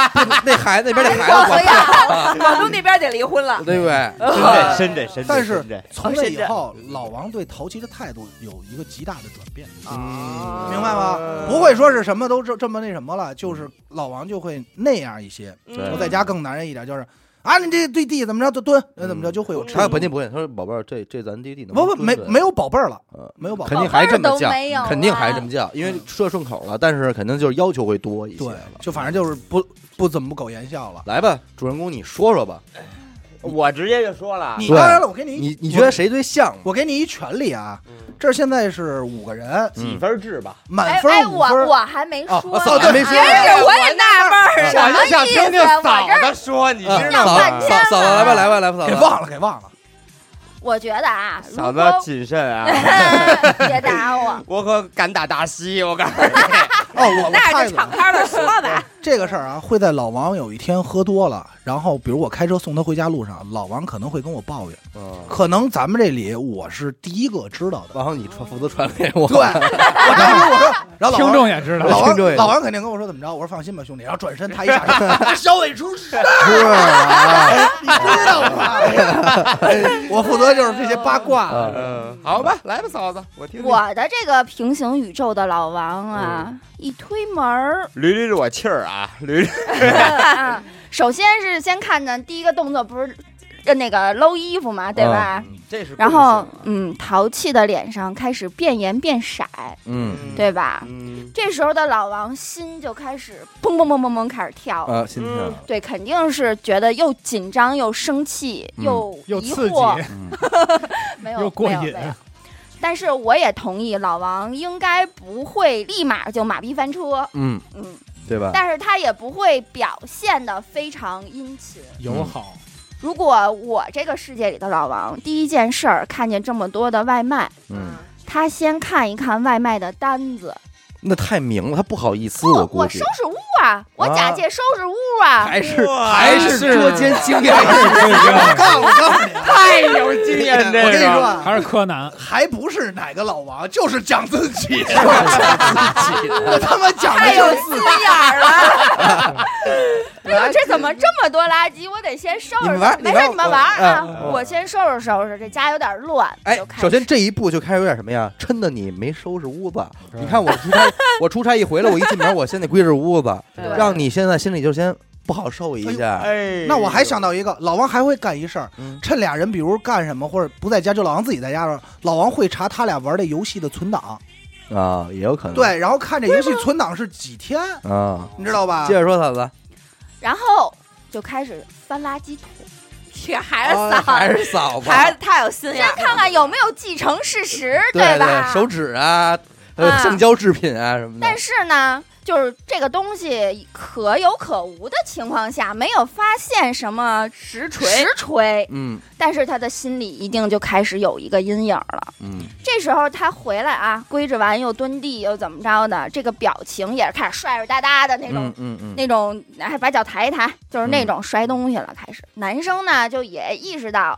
A: 那孩子那边那
B: 我
A: 孩
B: 回
A: 子
B: 呀， *laughs* 广东那边得离婚了
A: 管，。对不 *laughs* 对？
D: 深圳，深圳，深圳，
C: 但是
D: 深圳
C: 从那以
A: 啊
C: 后，老王对淘气的态度有一个极大的转变，
A: 嗯
C: 明白吗？不会说是什么都这这么那什么了，就是老王就会那样一些。
B: 嗯
A: 对
C: 我在家更男人一点，就是啊，你这对弟怎么着就蹲，
A: 嗯
C: 呃怎么着就会有
A: 他
C: 差
A: 要
C: 别。
A: 不定不会，他说宝贝儿，这这咱弟弟能
C: 不不
A: 蹲
C: 没
A: 着
C: 没有宝贝儿了，
A: 呃
C: 没有宝贝
A: 肯
C: 儿。
A: 定还这么
F: 宝贝儿
A: 叫
F: 都没有啊，
A: 肯定还这么叫，因为说顺口了，但是肯定就是要求会多一些
C: 对
A: 了，。
C: 就反正就是不不怎么不苟言笑了。
A: 来吧，主人公，你说说吧，
D: 我直接就说了，
C: 你
A: 对
C: 当然了，我给你
A: 你
C: 一
A: 你觉得谁最像？
C: 我给你一权利啊
D: 嗯！
C: 这现在是五个人，
A: 嗯
D: 几分制吧？
C: 满
F: 哎
C: 分
F: 哎，
C: 儿五分
F: 我
C: 儿。
F: 我还没
A: 啊
F: 说
A: 我
F: 呢，
A: 嫂
D: *laughs*
A: 子没说
B: 哎呀，我也纳闷
C: 嗯
B: 儿
D: 我
F: 么
D: 就想听听
F: 意思我
D: 嫂
F: 这
D: 子说，你
A: 嗯
D: 知
F: 想
D: 道
A: 嫂
F: 半
D: 吗？
A: 嫂
F: 天
A: 嫂子来
F: 了
A: 吧来吧来吧，嫂
C: 给
A: 子
C: 忘了，给忘了。
F: 我觉
A: *laughs*
F: 得啊，如
D: 嫂
F: 果
D: 子谨慎
F: *laughs*
D: 啊，
F: 别打我，
D: 我可敢打大西，我告
C: *laughs*
D: 诉你，
C: 哦，
F: *laughs*
C: 我我
B: 那
C: 插
B: 就
C: 一嘴
B: 敞，开了说吧。
C: 这个事儿啊，会在老王有一天喝多了，然后比如我开车送他回家路上，老王可能会跟我抱怨，
A: 嗯，
C: 可能咱们这里我是第一个知道的。
A: 然后你传负责传给我，
C: 对， *laughs* 我当时我说，然后老
E: 听
C: 王
E: 众也知道，
C: 老
A: 听众也是
C: 王老王肯定跟我说怎么着，我说放心吧，兄弟。然后转身他一下
A: *laughs*
C: 车，小伟出事儿，
A: 是啊，
C: 你知道吗？我负责就是这些八卦。
A: 啊
D: 嗯，好吧，来吧，嫂子，我听听，
F: 我的这个平行宇宙的老王
A: 嗯
F: 啊，一推门儿
D: 捋捋我气儿啊，捋捋，
F: 啊首先是先看见第一个动作不是呃那个搂衣服
A: 嗯
F: 嘛，对吧？
D: 这是
F: 然后，嗯，淘气的脸上开始变颜变色，
A: 嗯，
F: 对吧？
D: 嗯，
F: 这时候的老王心就开始砰砰砰砰砰开始跳，
A: 啊，心
D: 嗯
A: 跳，
F: 对，肯定是觉得又紧张又生气、
A: 嗯
F: 又
E: 又
F: 疑
E: 刺激，
F: 惑，没有
E: 又过
F: 没
E: 瘾
F: 有没有但是我也同意，老王应该不会立马就马屁翻车，
A: 嗯，
F: 嗯，
A: 对吧？
F: 但是他也不会表现的非常殷勤。
E: 友好，
F: 如果我这个世界里的老王，第一件事儿看见这么多的外卖，
A: 嗯，
F: 他先看一看外卖的单子，
A: 那太明了，他不好意思，
F: 我
A: 估
F: 我
A: 计
F: 收拾屋啊，我假借收拾屋啊，
A: 还是
D: 哇
A: 还是捉奸经
E: 哎
A: 验，
C: 我告诉我告诉你啊，
D: 太有经验这
C: 我跟你说
D: 个，
C: 啊，
E: 还是柯南，
C: 还不是哪个老王，就是讲自 *laughs* 己，我他妈讲的
F: 太
C: 就
F: 有
C: 是
F: 字哎眼儿了。哎呦，这怎么这么多垃圾？我得先收
A: 你
F: 拾
A: 们玩
F: 收拾。
A: 你
F: 没事，
A: 玩
F: 你们玩儿
A: 嗯
F: 啊，我先收拾收拾，这家有点乱。
A: 哎
F: 就，开
A: 首先
F: 始
A: 这一步就开始有点什么呀？抻的你没收拾屋子。你看我
B: *laughs*
A: 出差，我出差一回来，我一进门，我先得归置屋子，
F: 对
A: 让你现在心里就先不好受一下。
D: 哎，
C: 那我还想到一个，老王还会干一事儿
A: 嗯，
C: 趁俩人比如干什么或者不在家，就老王自己在家的时候，老王会查他俩玩的游戏的存档，
A: 啊，也有可能。
C: 对，然后看这游戏存档是几天，
A: 啊，
C: 你知道吧
A: 接？着说，嫂子，
F: 然后就开始翻垃圾桶，
B: 这还是
A: 啊
D: 哦
B: 嫂
A: 还
B: 子，
A: 是嫂子，
B: 还是太有心眼
F: 先
B: 儿。
F: 看看有没有继承事实，
A: 对
F: 吧？
A: 手指啊，呃，
B: 嗯
F: 啊
A: 橡胶制品啊什么的
F: 但。是呢，就是这个东西可有可无的情况下，没有发现什么实锤，实锤，
A: 嗯
F: 但是他的心里一定就开始有一个阴影了。
A: 嗯，
F: 这时候他回来啊，归置完又蹲地又怎么着的，这个表情也是开始帅帅哒哒的那种，
A: 嗯嗯嗯，
F: 那种还把脚抬一抬，就是那种摔东西了。开始，男生呢就也意识到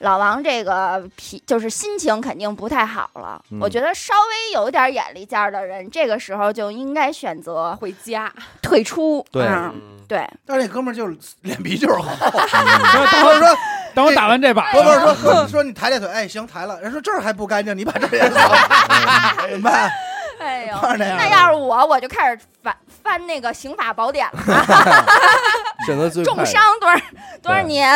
F: 老王这个脾就是心情肯定不太好了。
A: 嗯
F: 我觉得稍微有点眼力见儿的人，这个时候就应该选择
B: 回家，
F: 退出。
A: 对
F: 嗯、对，
C: 但是那哥们儿就是脸皮就是 *laughs* 厚，
E: 说等
C: 他
E: 我
C: 说
E: 等我打完这把，
C: 哥们儿说说说你抬抬腿，哎，行抬了，人说这儿还不干净，你把这儿 *laughs* 也扫了， *laughs* 怎么办？
F: *laughs* 哎呦，
C: 是那样的
F: 那要是我，我就开始翻翻那个刑法宝典
A: *laughs*
F: 了，
A: 选择最
F: 重
A: 快
F: 伤多少多少
A: 对
F: 年。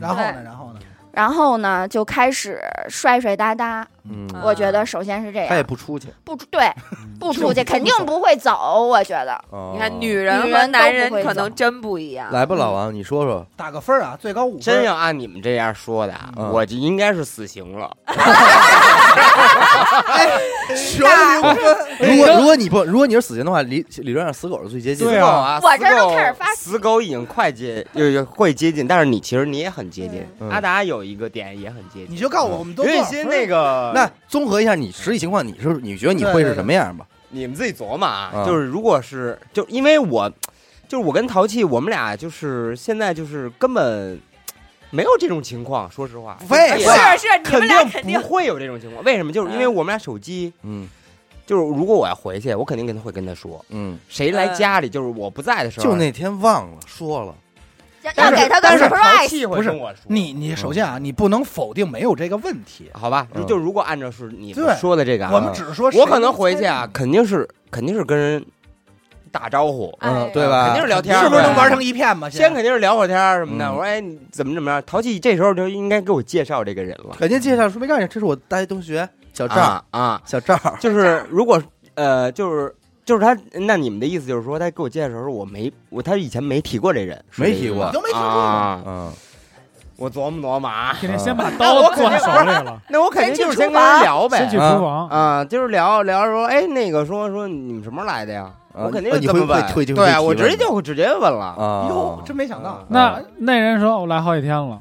C: 然后呢，然后呢？
F: 然后呢，就开始帅帅哒哒。
A: 嗯，
B: 啊
F: 我觉得首先是这
A: 他也
F: 样，
A: 不出去。
F: 不出
A: *laughs*
F: 对，不出去肯定不会走。我觉得
A: 哦
B: 你看女人
F: 女
B: 和
F: 人
B: 男
F: 都
B: 人
F: 不会
B: 可能
F: 走
B: 真不一样。
A: 来吧，老王，你说说，
C: 打个分儿啊，最高五分
D: 真
C: 儿。
D: 要按你们这样说的啊，
A: 嗯
D: 我就应该是死刑了。
C: 学了
B: *laughs*
A: 如
C: 零分，
A: 果如果你不如果你是死刑的话，理理论上死狗是最接近的。
E: 对
D: 狗
E: 啊
D: 啊，
F: 我这
D: 死
F: 儿都
D: 狗
F: 开始发起
D: 死狗已经快接，又又会接近，但是你其实你也很接近。
A: 嗯
D: 阿达有一个点也很接
C: 你
D: 近，嗯
C: 就告诉我我们都
D: 刘
C: 多
D: 雨
C: 少
D: 欣
C: 分
D: 那个，
A: 那综合一下你实际情况，你是你觉得你会是什么样吧？
D: 你们自己琢磨啊。
A: 嗯
D: 就是如果是就因为我，就是我跟淘气，我们俩就是现在就是根本没有这种情况，说实话，
C: 废
D: 也
C: 话
B: 哎是啊
D: *laughs*
B: 是，你
D: 肯
B: 们俩肯
D: 定不会有这种情况。为什么？就是因为
B: 嗯
D: 我们俩手机，
A: 嗯
D: 就是如果我要回去，我肯定跟他会跟他说，
A: 嗯，
D: 谁来家里，就是我不在的时候，
A: 就那天忘了说了，
F: 要
D: 但
F: 要
D: 是
F: 给他个
D: 但是淘
F: surprise。
D: 气会
C: 不是
D: 跟我说
C: 你你首先啊，你不能否定没有这个问题。
D: 好吧
A: 嗯？
D: 就如果按照是你
C: 对
D: 们说的这个啊，
C: 我们只是说，
D: 我可能回去啊，，肯定是肯定是跟人打招呼，
A: 嗯，
F: 哎
A: 对吧？
D: 肯定是聊天儿，
C: 是不是能玩
D: 对
C: 成一片
D: *laughs*
C: 吗？
D: 先肯定是聊会儿天儿什么的。
A: 嗯
D: 我说哎，你怎么怎么样？淘气这时候就应该给我介绍这个人了。
A: 肯定介绍说没告诉你，这是我大学同学小赵，
D: 啊啊，
A: 小赵，
D: 就是如果呃，就是就是他，那你们的意思就是说，他给我介绍的时候，我没我他以前没提过这人，是
A: 没
D: 这
A: 提
D: 意思
A: 过
D: 吗
C: 你都没听说过
D: 啊。
A: 嗯，
D: 我琢磨琢磨啊，
E: 天天先把刀攥手里了，
D: 那我肯定就是先
F: 先去
D: 跟
F: 厨
D: 人
F: 房
D: 聊呗
E: 先去厨房，
D: 啊，就是聊聊说，哎，那个说说你们什么时候来的呀？
A: 啊
D: 我肯定
A: 啊
D: 是
A: 你
D: 这
A: 会
D: 么
A: 会
D: 问，
A: 会就会
D: 对
A: 提
D: 啊，我
A: 问
D: 直接
A: 的
D: 就直接问了。
A: 啊，
C: 哟，真没想到
D: 嗯，
E: 那那人说我来好几天了，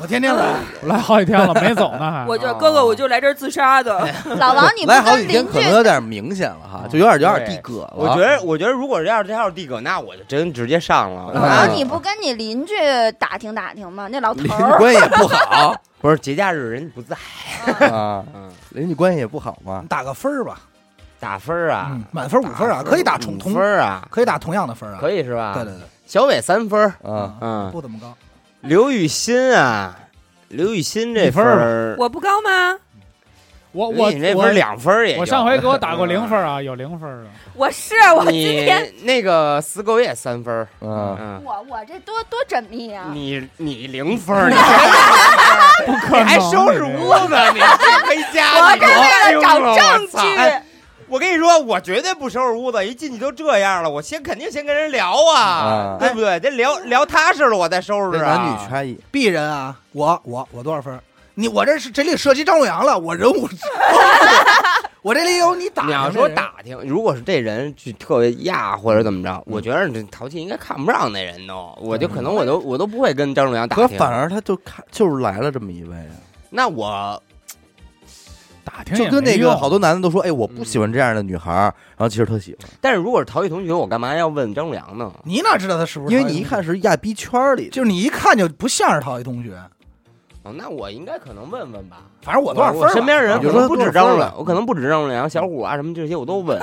C: 我天天来，
E: *laughs* 我来好几天了，没走呢
D: 啊
B: *laughs*
E: 还。
B: 我就哥哥，我就来这儿自杀的。
D: 哎
F: 老王，你不
A: 来好
F: 跟
A: 几天
F: 邻
A: 可
F: 居
A: 能有点明显了哈，就有点有点
D: 对
A: 地葛了。
D: 我觉得，我觉得如果要是这要是地哥，那我就真直接上
F: 老
D: 了。
A: 啊
F: 王，你不跟你邻居打听打听吗？那老
A: 邻
F: 头
A: 居
F: 儿，
A: 关系也不好
D: 不是节假日人不在，
A: 啊，
D: 嗯，
A: 邻居关系也不好嘛。
C: 打个分儿吧，
D: 打分儿啊
C: 嗯，，满分五分儿啊，可以打重
D: 五
C: 同
D: 分，儿啊，
C: 可以打同样的分儿啊，
D: 可以是吧？
C: 对对对，
D: 小伟三分儿，
A: 啊，
D: 嗯，
C: 不怎么高，
D: 刘雨欣啊，刘雨欣这
E: 一分
D: 儿，
B: *laughs* 我不高吗？
E: 我
D: 刘
E: 我
D: 雨欣这分儿
E: 我
D: 两分儿也就，
E: 我上回给我打过零
D: *laughs*
E: 分啊，有零分的。
B: 我是我今
D: 你
B: 天啊
D: 那个死狗也三分儿，
A: 嗯，
D: 嗯，
F: 我我这多多缜密啊！
D: 你你零分儿，你
E: *laughs*
D: 不可你哎还收拾屋子，你还回家，
B: 我
D: 你
B: 这为了
D: 听着
B: 找
D: 哎我
B: 证
D: 操哎
B: 据。
D: 我跟你说，我绝对不收拾屋子，一进去都这样了，我先肯定先跟人聊啊，
A: 啊
D: 对不对？这聊聊踏实了，我再收拾
A: 这
D: 啊。
A: 男女差异，
C: 鄙人啊，我我我多少分儿？你我这是这里涉及张洛阳了，我人
D: *laughs*
C: 物，我这里有你打。
D: 你要说，打听，如果是这人就特别亚或者怎么着，我觉得这淘气应该看不上那人都，我就可能我都我都不会跟张仲阳打
A: 可
D: 听。
A: 反而他就看就是来了这么一位啊，
D: 那我
E: 打听
A: 就
E: 也
A: 跟
E: 没
A: 那个
E: 用
A: 好多男的都说，哎，我不喜欢这样的女孩儿，然后其实他喜欢，
D: 但是如果是淘气同学，我干嘛要问张仲阳呢？
C: 你哪知道他是不是？
A: 因为你一，看是亚逼圈儿里的，
C: 就是你一看就不像是陶艺同学。
D: 哦，那我应该可能问问吧。
C: 反正我多少分儿
D: 我
C: 吧
D: 身边人
A: 你就
D: 可
A: 说
D: 能不止
A: 多少分
D: 张
A: 儿
D: 仲
A: 吧
D: 阳，我可能不止张仲阳、小虎啊什么这些我都问。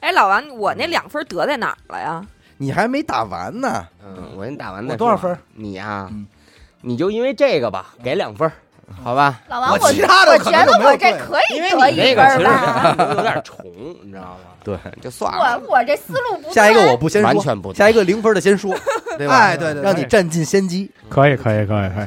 B: 哎，老王，我那两分得在哪儿了呀？
A: 你还没打完呢，
D: 嗯，我先打完再
C: 我多少
D: 说
C: 分儿？
D: 你啊
C: 嗯，
D: 你就因为这个吧，给两分儿，好
F: *laughs*
D: 吧？
F: 老王，
C: 我
F: 我
C: 其他的
F: 我
C: 可
F: 觉
C: 能就
F: 得
C: 没有
F: 我这
C: 对了
F: 可以
D: 因为
F: 得
D: 你
F: 一
D: 这
F: 分
D: 个
F: 儿
D: 其
F: 吧？
D: 实有点重，你知道吗？
A: 对，
D: 就算了
F: 我，我这思路不对。
A: 下一个我不先
D: 完
A: 说，
D: 全不
A: 下一个零分的先说，对吧？
C: 哎对对对
A: 让你占尽先机，
E: 可以可以可以可以，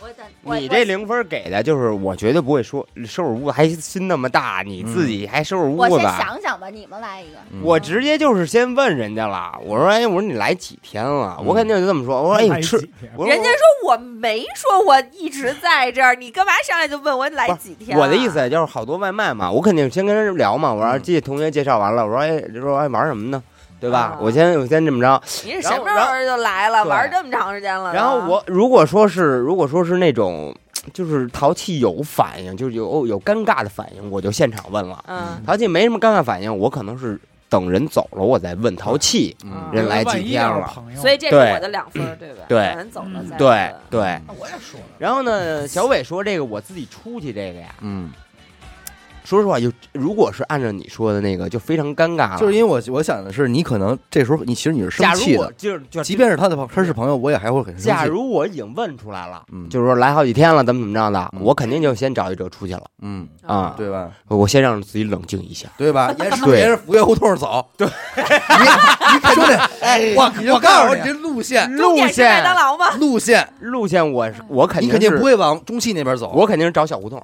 F: 我等我
D: 你这零分给的就是，我绝对不会说收拾屋子还心那么大，你自己还收拾屋
F: 我
D: 子
F: 先，想想吧，你们来一个。
A: 嗯
D: 我直接就是先问人家了。我说，哎，我说你来几天了？
A: 嗯
D: 我肯定就这么说。我说，哎，吃，我说
B: 人家说我没说我一直在这儿，你干嘛上来就问我来几天啊？
D: 我的意思就是好多外卖嘛，我肯定先跟人聊嘛。我说，这同学介绍完了，我说，哎，就说哎玩什么呢？对吧
B: 啊？
D: 我先我先这么着，
B: 您是什么时候就来了？
D: 对
B: 玩这么长时间了呢？
D: 然后
F: 啊
D: 我如果说是如果说是那种就是淘气有反应，就是有有尴尬的反应，我就现场问了。
B: 嗯
D: 淘气没什么尴尬反应，我可能是等人走了，我再问淘气。
B: 嗯
D: 人来几天了
E: 朋友，
B: 所以这是
D: 对
B: 我的两分儿，对吧？
D: 对
B: 让人走了再
D: 对
B: 问
D: 对，
C: 我也说了，
D: 然后呢，小伟说这个我自己出去这个呀，
A: 嗯，
D: 说实话，就如果是按照你说的那个，就非常尴尬了。
A: 就是因为我我想的是，你可能这时候你其实你是生
D: 啊假
A: 气
D: 如我
A: 的，
D: 就是就
A: 即便是他的朋他是朋友，我也还会很生
D: 假
A: 气。
D: 如我已经问出来了，
A: 嗯
D: 就是说来好几天了，怎么怎么着的，
A: 嗯
D: 我肯定就先找一折出去了，
A: 嗯，
D: 啊
A: 对吧？
D: 我先让自己冷静一下。
A: 对吧？沿着
D: 对
A: 沿着福月胡同走，对，你你肯定，哎，
C: 我
A: 我
C: 我告
A: 告
C: 诉
A: 诉你
C: 你，
A: 这路线
B: 终
D: 路
B: 点是麦
D: 线
B: 当嗯劳吗？
A: 路线，
D: 路线，我是我肯
A: 你
D: 定
A: 肯定
D: 是
A: 不会往中戏那边走。
D: 我肯定是找小胡同，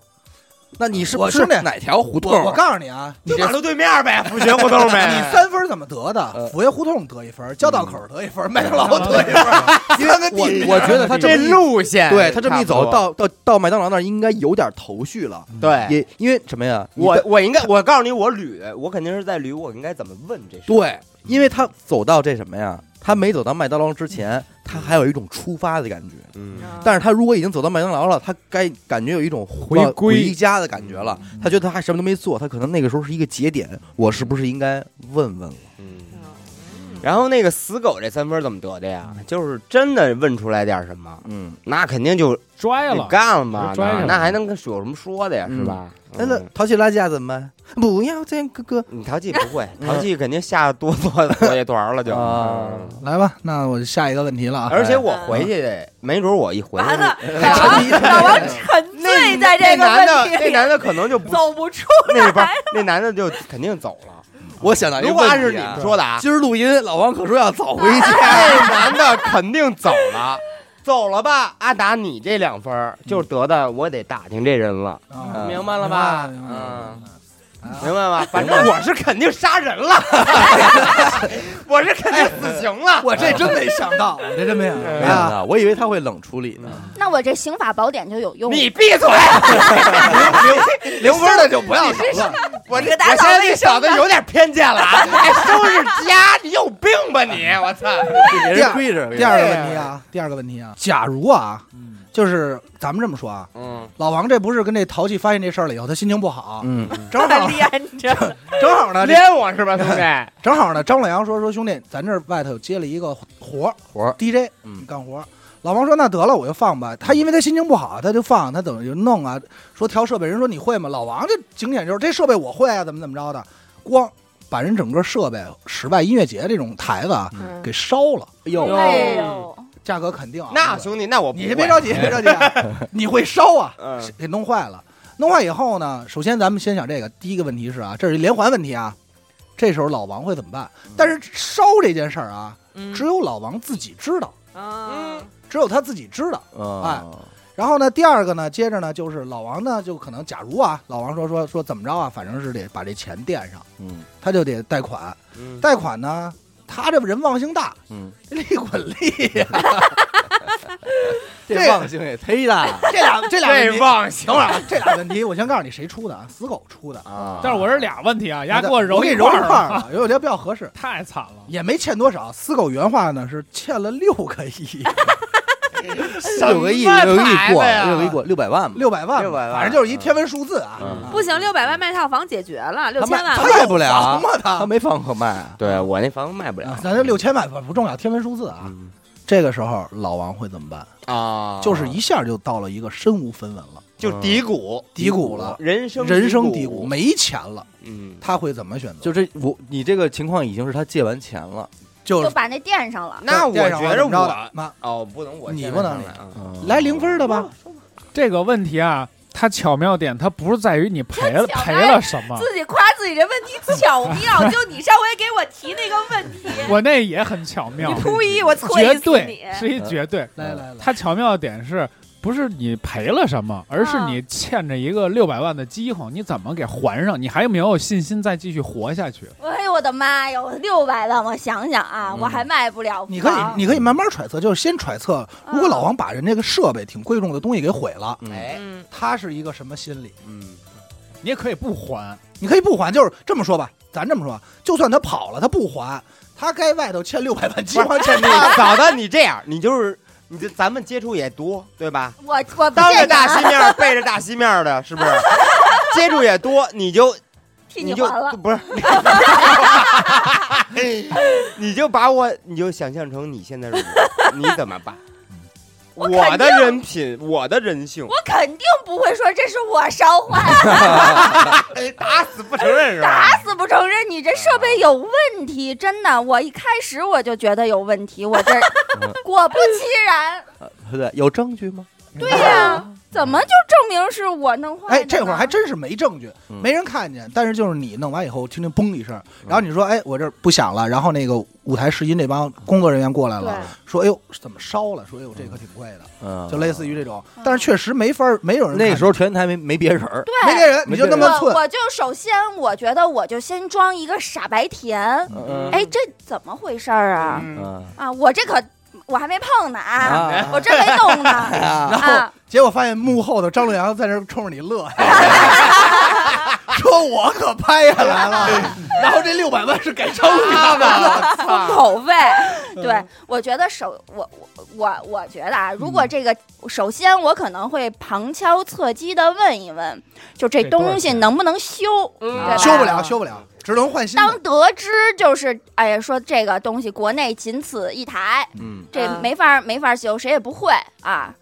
A: 那你是
C: 我
A: 不是
C: 兄弟
A: 哪条胡同
C: 我
A: 啊？
C: 我告诉你啊，
D: 就马路对面呗，呃不学胡同
C: 你三分怎么得的？府爷胡同得一分，交道口得一
D: 嗯
C: 分，麦当劳得一分，西三跟
A: 我
C: 地。
A: 我觉得他这
D: 这
A: 么一
D: 路线，
A: 对他这么一走，
D: 差嗯
A: 到到到麦当劳那儿应该有点头绪了。
D: 不多对。
A: 也因为什么呀？你
D: 我
A: 的
D: 我应该，我告诉你，我捋，我肯定是在捋，我应该怎么问这事。，
A: 对，因为他走到这什么呀？他没走到麦当劳之前，他还有一种出发的感觉。
D: 嗯，
A: 但是他如果已经走到麦当劳了，他该感觉有一种回嗯
E: 回归
A: 回家的感觉了。他觉得他还什么都没做，他可能那个时候是一个节点，我是不是应该问问了？
D: 嗯。然后那个死狗这三分怎么得的呀？
B: 嗯
D: 就是真的问出来点什么，
A: 嗯，
D: 那肯定就
E: 拽
D: 你
E: 了，
D: 干了嘛，
E: 就拽
D: 那
E: 上
D: 那
E: 了
D: 还能跟有什么说的呀？是吧？
A: 那那淘气拉架怎么办？不要这样，哥哥。
D: 嗯你淘气不会，
A: 嗯
D: 淘气肯定下多做作业团了就。
A: 啊
D: 嗯
C: 来吧，那我下一个问题了啊。
D: 而且我回去，没准我一回
B: 嗯
D: 去
B: 完了，
A: 哎
B: 老王老王沉
D: 那
B: 醉在这个
D: 那男
B: 问
D: 的，
B: 题
D: 那
B: 里，
D: 男的可能就不
B: 走不出。
D: 那边那男的就肯定走了。
A: 我想到一个
D: 如果
A: 问
D: 按是
A: 题
D: 你
A: 啊
D: 们说的啊，
A: 今儿录音，老王可说要早回家。 *laughs*
D: 那男的肯定走 *laughs* 了，走了吧？阿达，你这两分儿就得的，我得打听这人了，
C: 啊
D: 嗯明白了吧？
C: 明白
D: 嗯
C: 了。
D: 明白吧？反正我是肯定杀人 *laughs* 了，我是肯定死刑了。
C: 我这真没想到，我哎这真没想
A: 没想。到，我以为他会冷处理呢。 *laughs*
F: 那我这刑法宝典就有用。
D: 你闭嘴！ *laughs*
C: 零分的就不要谈了。
D: 我
B: 你
D: 这
B: 个打
D: 我现
B: 扫
D: 在
B: 卫生
D: 对小子
B: 吧
D: 有点偏见 *laughs* 了啊！还收拾家，你有病吧你！我操！
A: 给
C: 第
A: 人
C: 二
A: 规着。
C: 第二个问题啊，第二个问题啊，假如啊，就是咱们这么说啊，
D: 嗯，
C: 老王这不是跟这淘气发现这事儿了以后，他心情不好，
A: 嗯，
C: 正好
B: 连着，
C: 正好呢，这
D: 连我是吧，兄 *laughs* 弟？
C: 正好呢，张老杨说说兄弟，咱这儿外头接了一个活儿
A: 活儿
C: DJ，
A: 嗯
C: 干活儿。老王说那得了，我就放吧。他因为他心情不好，他就放，他等于就弄啊，说调设备，人说你会吗？老王就经典就是这设备我会啊，怎么怎么着的，光把人整个设备室外音乐节这种台子啊
B: 嗯
C: 给烧了，
A: 哟
F: 哎呦，
C: 价格肯定啊。
D: 那兄弟，那我
C: 你别着
D: 急，
C: 急，别着急啊， *laughs* 你会烧啊，
D: 嗯
C: 给弄坏了。弄坏以后呢，首先咱们先想这个，第一个问题是啊，这是连环问题啊。这时候老王会怎么办？但是烧这件事儿啊，
B: 嗯
C: 只有老王自己知道，
B: 啊，
C: 只有他自己知道。
A: 啊，
C: 然后呢，第二个呢，接着呢，就是老王呢，就可能假如啊，老王说说说怎么着啊，反正是得把这钱垫上，
A: 嗯
C: 他就得贷款。
D: 嗯
C: 贷款呢，他这人忘性大，
A: 嗯，
C: *laughs* 利滚利呀、
A: 这
C: 这
A: 忘性也忒大
C: *laughs*
A: 了
C: 这俩这俩问
D: 这
C: 题，
D: 忘性
C: 等会儿啊，这俩问题我先告诉你谁出的啊，死狗出的啊，
A: 啊！
E: 但是我是俩问题啊，丫给我揉
C: 我给你
E: 一
C: 揉
E: 块
C: 一
E: 儿
C: 块
E: 了，
C: 儿啊了，因为我觉得比较合适。
E: 太惨了。
C: 也没欠多少，死狗原话呢是欠了六个
D: *laughs*
C: 亿，
A: 六个亿，六个亿过，六个亿过，六百万嘛，
C: 六百万吧，
A: 六百万
C: 反正就是一天文数字
D: 啊
C: 啊。
D: 嗯
C: 啊
B: 不行，六百万卖套房解决了，六
A: 他
B: 千
A: 卖
B: 万
A: 他
C: 他
A: 卖
C: 有
A: 不了
C: 房吗
A: 啊，
C: 他
A: 他没房可卖啊。
D: 对我那房子卖不了
C: 啊咱这六千万不不重要，天文数字啊。
D: 嗯
C: 这个时候老王会怎么办？
D: 啊，
C: 就是一下就到了一个身无分文了，
D: 就低谷，
C: 低谷了，
D: 人生
C: 人生低谷，，没钱了，
D: 嗯，
C: 他会怎么选择？
A: 就这，我你这个情况已经是他借完钱了，
C: 就
F: 就把那垫上了。
D: 那我
C: 电商
D: 觉
C: 怎
D: 着
C: 么着的
D: 我
C: 妈
D: 哦，不能我
C: 你
D: 先
C: 不能
D: 上
C: 嗯
D: 来啊
C: 来零分的吧，
D: 嗯
E: 这个问题啊，它巧妙点，它不是在于你赔了
B: 这巧
E: 赔
B: 妙
E: 了什么，
B: 自己夸自己这问题巧妙，就你上回给我提那个问题，
E: 我那也很巧妙
B: 你，扑一 *laughs* 我
E: 绝
B: 啐死你
E: 对，是一绝对。
C: 来来来，
E: 它巧妙的点是不是你赔了什
B: 啊
E: 么，而是你欠着一个六百万的饥荒，你怎么给还上？你还有没有信心再继续活下去？
F: 哎呦我的妈呀，我六百万，我想想啊，我
D: 嗯
F: 还卖不了房。
C: 你可以你可以慢慢揣测，就是先揣测，
F: 嗯
C: 如果老王把人这个设备挺贵重的东西给毁了，
A: 嗯，
D: 哎，
B: 嗯，
C: 他是一个什么心理？
A: 嗯，
E: 你也可以不还，
C: 你可以不还，就是这么说吧，咱这么说，就算他跑了，他不还，他该外头欠六百万，饥荒欠
D: 你 *laughs*
C: 他。
D: 嫂子，你这样，你就是你这咱们接触也多，对吧？
F: 我我不
D: 当着
F: 见
D: 大
F: 你
D: 西
C: *laughs*
D: 面儿背着大西面儿的，是不是？接触也多，你就
F: 替
D: 你
F: 你
D: 就
F: 还了。
D: 不是， *laughs* 你就把我，你就想象成你现在是我，你怎么办？
F: 我
D: 我
F: 肯
D: 的
F: 定
D: 人品，我的人性，
F: 我肯定不会说这是我烧坏，
D: 哎打死不承认是吧？
F: 哎打
C: 嗯
F: 死不承认你这设备有问题，真的。我一开始我就觉得有问题，我这
C: 嗯
F: 果不其然，
A: 对，有证据吗？
F: 对呀、怎么就证明是我弄坏的呢？
C: 哎，这会儿还真是没证据，
A: 嗯
C: 没人看见。但是就是你弄完以后，听听嘣一声，
F: 嗯
C: 然后你说，哎，我这儿不响了。然后那个舞台试音这帮工作人员过来了，
F: 对，
C: 说，哎呦，怎么烧了？说，哎呦，这可挺贵的，
A: 嗯，
C: 就类似于这种
F: 嗯。
C: 但是确实没法儿，没有人看见。
A: 那时候全台没没别人儿，
C: 没
F: 对
C: 这人，你就那么
F: 我
C: 寸，
F: 我就首先我觉得我就先装一个傻白甜，
A: 嗯
F: 哎，这怎么回事儿啊？
A: 嗯
F: 啊，我这可我还没碰呢啊，
A: 啊，
F: 我真没动
C: *laughs*
F: 呢。
A: 啊
C: 哎然后
F: 啊
C: 结果发现幕后的张洛阳在这儿冲着你乐，
F: *laughs*
C: 说我可拍下来
F: *laughs*
C: 了，然后这六百万是给张洛阳的，
F: 封口费。
C: 嗯
F: 对，我觉得首我我我我觉得啊，
C: 嗯
F: 如果这个、首先我可能会旁敲侧击的问一问，就这
E: 这多少
F: 东
C: 啊
F: 西
E: 钱
F: 能不能修？对
B: 嗯
F: 吧
C: 修不了，修不了，只能换新的。
F: 当得知就是哎呀，说这个东西国内仅此一台，
A: 嗯
F: 这
B: 嗯
F: 没法没法修，谁也不会啊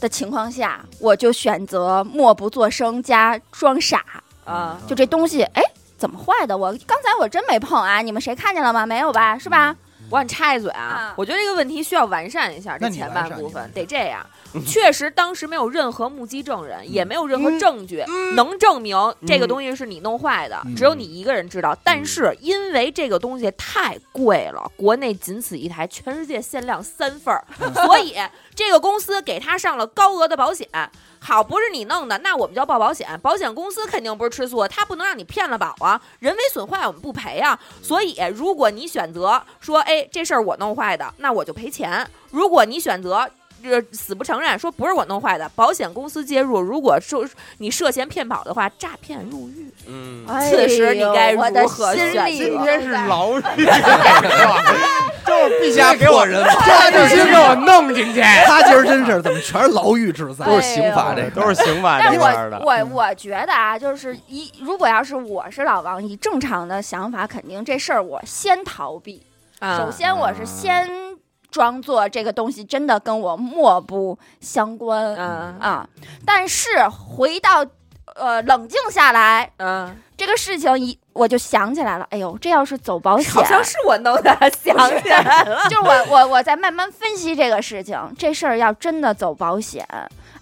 F: 的情况下，我就选择默不作声加装傻。
B: 啊，
F: 就这东西，哎，怎么坏的？我刚才我真没碰啊，你们谁看见了吗？没有吧？是吧？
B: 我想插一嘴啊
F: 啊，
B: 我觉得这个问题需要完善一下，这
C: 那你
B: 前
C: 完
B: 半
C: 善
B: 部
C: 你嗯完
B: 分
C: 善
B: 得这样。确实，当时没有任何目击证人，
C: 嗯
B: 也没有任何证据能证明这个东西是你弄坏的，
C: 嗯
B: 只有你一个人知道。但是因为这个东西太贵了，国内仅此一台，全世界限量三份儿，所以这个公司给他上了高额的保险。好，不是你弄的，那我们就要报保险。保险公司肯定不是吃素，他不能让你骗了保啊，人为损坏我们不赔啊。所以，如果你选择说，哎，这事儿我弄坏的，那我就赔钱；如果你选择。这死不承认，说不是我弄坏的，保险公司介入。如果说你涉嫌骗保的话，诈骗入狱。
D: 嗯，
B: 此时你该如何
F: 哎哎呦我的
B: 选
F: 心里
D: 今天是
F: 哇塞
D: 牢狱，是吧？这必须得给我人，这必须给我弄进去，
C: 他今儿真是怎么全是牢狱之灾？
A: 都是刑法这
D: *laughs* 都是刑法
F: 但
D: 这
F: 是
D: 块儿
F: 我
D: 的。
F: 我我觉得啊，就是一如果要是我是老王，以正常的想法，肯定这事儿我先逃避。首
B: 啊，
F: 先，我是先装作这个东西真的跟我漠不相关
B: 嗯
F: 啊。但是回到呃冷静下来，
B: 嗯，
F: 这个事情一我就想起来了，哎呦，这要是走保险，
B: 哦好像是我弄的，想起来了，
F: 就是我我我在慢慢分析这个事情，这事儿要真的走保险，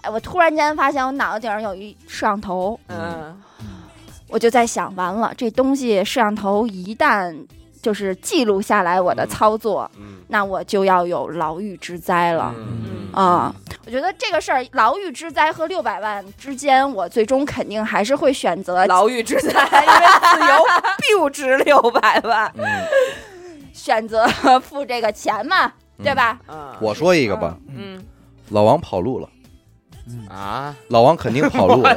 F: 哎，我突然间发现我脑子顶上有一摄像头，
B: *laughs* 嗯
F: 我就在想，完了，这东西摄像头一旦就是记录下来我的
D: 嗯
F: 操作，
D: 嗯
F: 那我就要有牢狱之灾了。
D: 嗯
F: 啊、我觉得这个事儿，牢狱之灾和六百万之间，我最终肯定还是会选择
B: 牢狱之灾，因为自由 biu 值六百万，
A: 嗯，
F: 选择 *laughs* 付这个钱嘛，
B: *laughs*
F: 对吧？
B: 嗯，
A: 我说一个吧，
B: 嗯，
A: 老王跑路了，
D: 啊，
A: 老王肯定跑路了，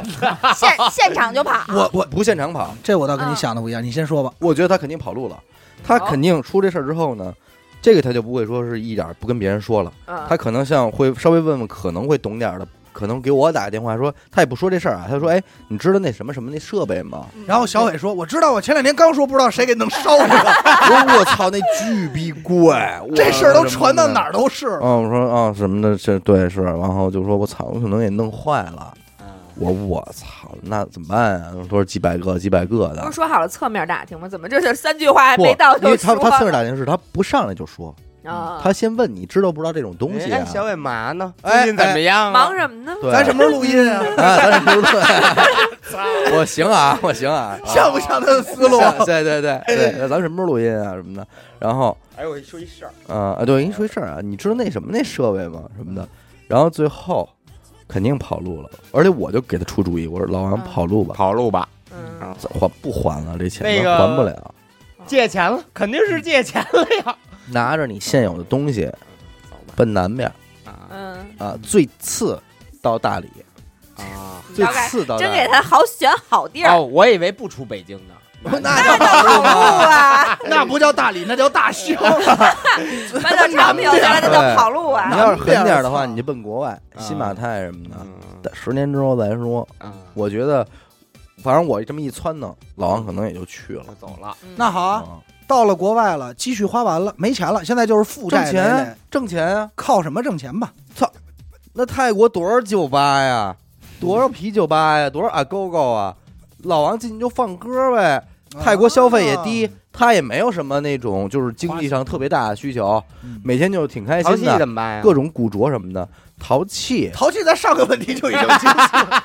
F: 现现场就跑，
C: 我嗯我
A: 不现场跑，
C: 这我倒跟
F: 啊！
C: 你想的不一样，你先说吧。
A: 我觉得他肯定跑路了，他肯定出这事儿之后呢，这个他就不会说是一点儿不跟别人说了，他
B: 他
A: 可能像会稍微问问，可能会懂点儿的，可能给我打个电话说，他也不说这事儿啊，他说，哎，你知道那什么什么那设备吗？
B: 嗯
C: 然后小伟说：“我知道，我前两天刚说不知道谁给弄烧 *laughs* 了，
A: 我说我操，那巨逼贵，
C: 这事儿都传到哪儿都是。
A: 嗯，我说啊什么的，这对是，然后就说我操，我可能也弄坏了，我我操，那怎么办啊？都是几百个几百个
B: 不
A: 的
B: 是，说好了侧面打听吗？怎么这就三句话还
A: 不，
B: 没到
A: 因
B: 就
A: 为他
B: 说
A: 他侧面打听是他不上来就说，
B: 啊，
A: 他先问你知道不知道这种东西
D: 哎
A: 啊？
D: 小伟嘛呢？
C: 哎
D: 最近怎么样啊
B: 忙？什么呢？
A: 对，
C: 咱什么时候录音啊？
A: *laughs* 啊？咱什么时候录？ *laughs* 我行啊，我行啊，
C: 像不像他的思路？
A: 像 *laughs* 对对对对，咱什么时候录音啊什么的，然后。
D: 哎，我说一事儿，
A: 啊啊，对，我跟你说一事儿啊，你知道那什么那设备吗？什么的，然后最后肯定跑路了，而且我就给他出主意，我说老王
B: 嗯
A: 跑路吧，
D: 跑路吧，
B: 嗯
D: 啊
A: 咱还不还了这钱，
D: 那个
A: 咱还不了，
D: 借钱了，肯定是借钱了呀。
A: 拿着你现有的东西
D: 走吧
A: 奔南边
D: 啊
B: 嗯，
A: 啊，最次到大理，
D: 啊！
A: 最
B: 大概
A: 次到大
B: 真
A: 理
B: 给他好选好地儿
D: 哦，我以为不出北京 *laughs* 呢。
C: 那叫
B: 跑路啊，
C: 那不叫大理，那叫大兴。
A: *laughs*
B: 搬到昌平去了，那叫跑路
A: 你
B: 啊。
A: 要是狠点的
C: 南边儿
A: 话，
C: 操
A: 你就奔国外，
D: 啊
A: 新马泰什么的。
D: 嗯
A: 但十年之后再说，
D: *laughs* 啊，
A: 我觉得，反正我这么一撺掇，老王可能也就去了
D: 我走了。
C: *laughs* 那好啊，
A: 啊，
C: 到了国外了，积蓄花完了，没钱了，现在就是负
A: 挣
C: 债累累
A: 钱，挣钱啊。
C: 靠什么挣钱吧？
A: 那泰国多少酒吧呀，多少啤酒吧呀，多少啊勾勾啊，老王进去就放歌呗。
C: 嗯
A: 泰国消费也
C: 啊
A: 低，他也没有什么那种就是经济上特别大的需求，
C: 嗯，
A: 每天就挺开
D: 淘
A: 心
D: 气
A: 的，
D: 怎么办呀？
A: 各种古着什么的。淘气
C: 淘气在上个问题就已经接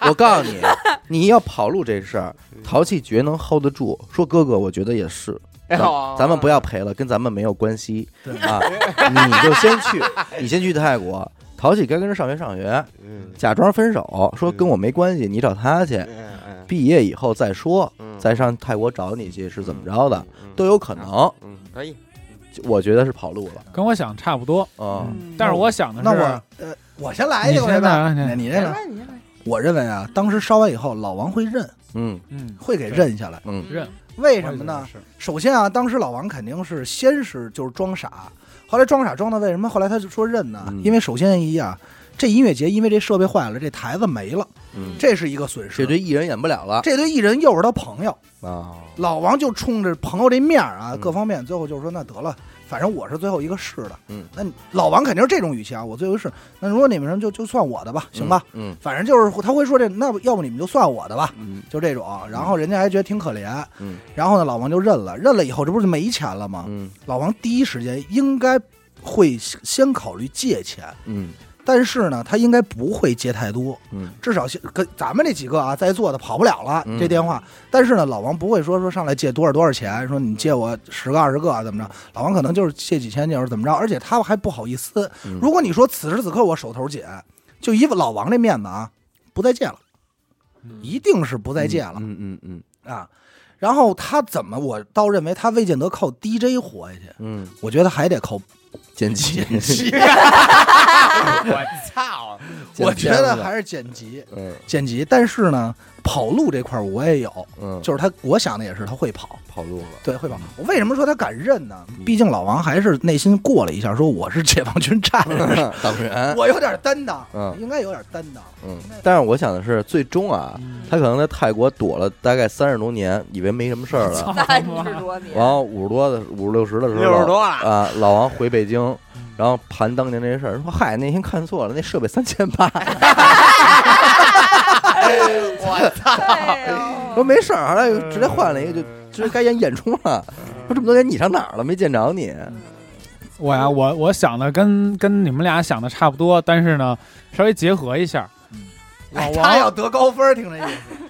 A: 我告诉你，你要跑路这事儿，淘气绝能 hold 得住。说哥哥，我觉得也是，
D: 哎呦
A: 咱们不要赔了，跟咱们没有关系
C: 对
A: 啊。你就先 *laughs* 去，你先去泰国，淘气该跟人上学上学，
D: 嗯
A: 假装分手，说跟我没关系，你找他去。
D: 嗯
A: 毕业以后再说，
D: 嗯
A: 再上泰国找你去是怎么着的，，
D: 嗯
A: 都有可能。
D: 嗯，可以。
A: 我觉得是跑路了，
E: 跟我想差不多，
A: 嗯，
E: 但是我想的是，
C: 那我呃，我先来一
E: 你
C: 个吧，
E: 先来
C: 这
E: 你
C: 边
E: 先来
C: 你这个，我认为啊，当时烧完以后，老王会认，
A: 嗯
E: 嗯，
C: 会给认下来。
A: 嗯
E: 认
C: 为
E: 为
C: 什么呢？？首先啊，当时老王肯定是先是就是装傻，后来装傻装的为什么？后来他就说认呢？
A: 嗯
C: 因为首先一啊，这音乐节因为这设备坏了，这台子没了，
A: 嗯，
C: 这是一个损失。
A: 这对艺人演不了了
C: 这堆艺人又是他朋友，
A: 啊，
C: 老王就冲着朋友这面儿啊，
A: 嗯
C: 各方面，最后就是说那得了，反正我是最后一个试的。
A: 嗯，
C: 那你老王肯定是这种语气啊，我最后一试，那如果你们人就就算我的吧，行吧？
A: 嗯？
C: 反正就是他会说这，那不要不你们就算我的吧，
A: 嗯
C: 就这种。然后人家还觉得挺可怜，
A: 嗯
C: 然后呢，老王就认了，认了以后这不是没钱了吗？
A: 嗯
C: 老王第一时间应该会先考虑借钱，
A: 嗯
C: 但是呢，他应该不会借太多，
A: 嗯
C: 至少先跟咱们这几个啊在座的跑不了了、
A: 嗯
C: 这电话。但是呢，老王不会说说上来借多少多少钱，说你借我十个二十个啊怎么着？老王可能就是借几千，就是怎么着，而且他还不好意思。
A: 嗯
C: 如果你说此时此刻我手头紧，就以老王这面子啊，不再借了，一定是不再借了。
A: 嗯嗯嗯
C: 啊。然后他怎么？我倒认为他未见得靠 DJ 活下去，
A: 嗯，
C: 我觉得还得靠。
A: 剪辑，
D: 我操！
A: 剪
C: 我觉得
A: 片子
C: 还是剪辑，
A: 嗯
C: 剪辑。但是呢，跑路这块儿我也有，
A: 嗯，
C: 就是他，我想的也是他会跑，
A: 跑路了，
C: 对，会跑。我为什么说他敢认呢？毕竟老王还是内心过了一下，说我是解放军战士，
A: *laughs* 党员，
C: 我有点担当，
A: 嗯
C: 应该有点担当。
A: 嗯。但是我想的是，最终啊，
E: 嗯
A: 他可能在泰国躲了大概三十多年，以为没什么事
E: *laughs* 哎
A: 儿了。
B: 三十多年
A: 然，后五十多的五十六十的时候，
D: 六十多了，
A: 啊，老王回北京，然后盘当年那事儿，说嗨，那天看错了，那设备三千八，
E: 嗯
A: *laughs*
B: 对呀
A: 说没事儿，后来又直接换了一个，就
E: 嗯
A: 直接该演演出了。说这么多年你上哪儿了？没见着你。
E: 我呀，我我想的跟跟你们俩想的差不多，但是呢，稍微结合一下。老
C: 哎，他要
E: 王
C: 得高分儿，听这意思。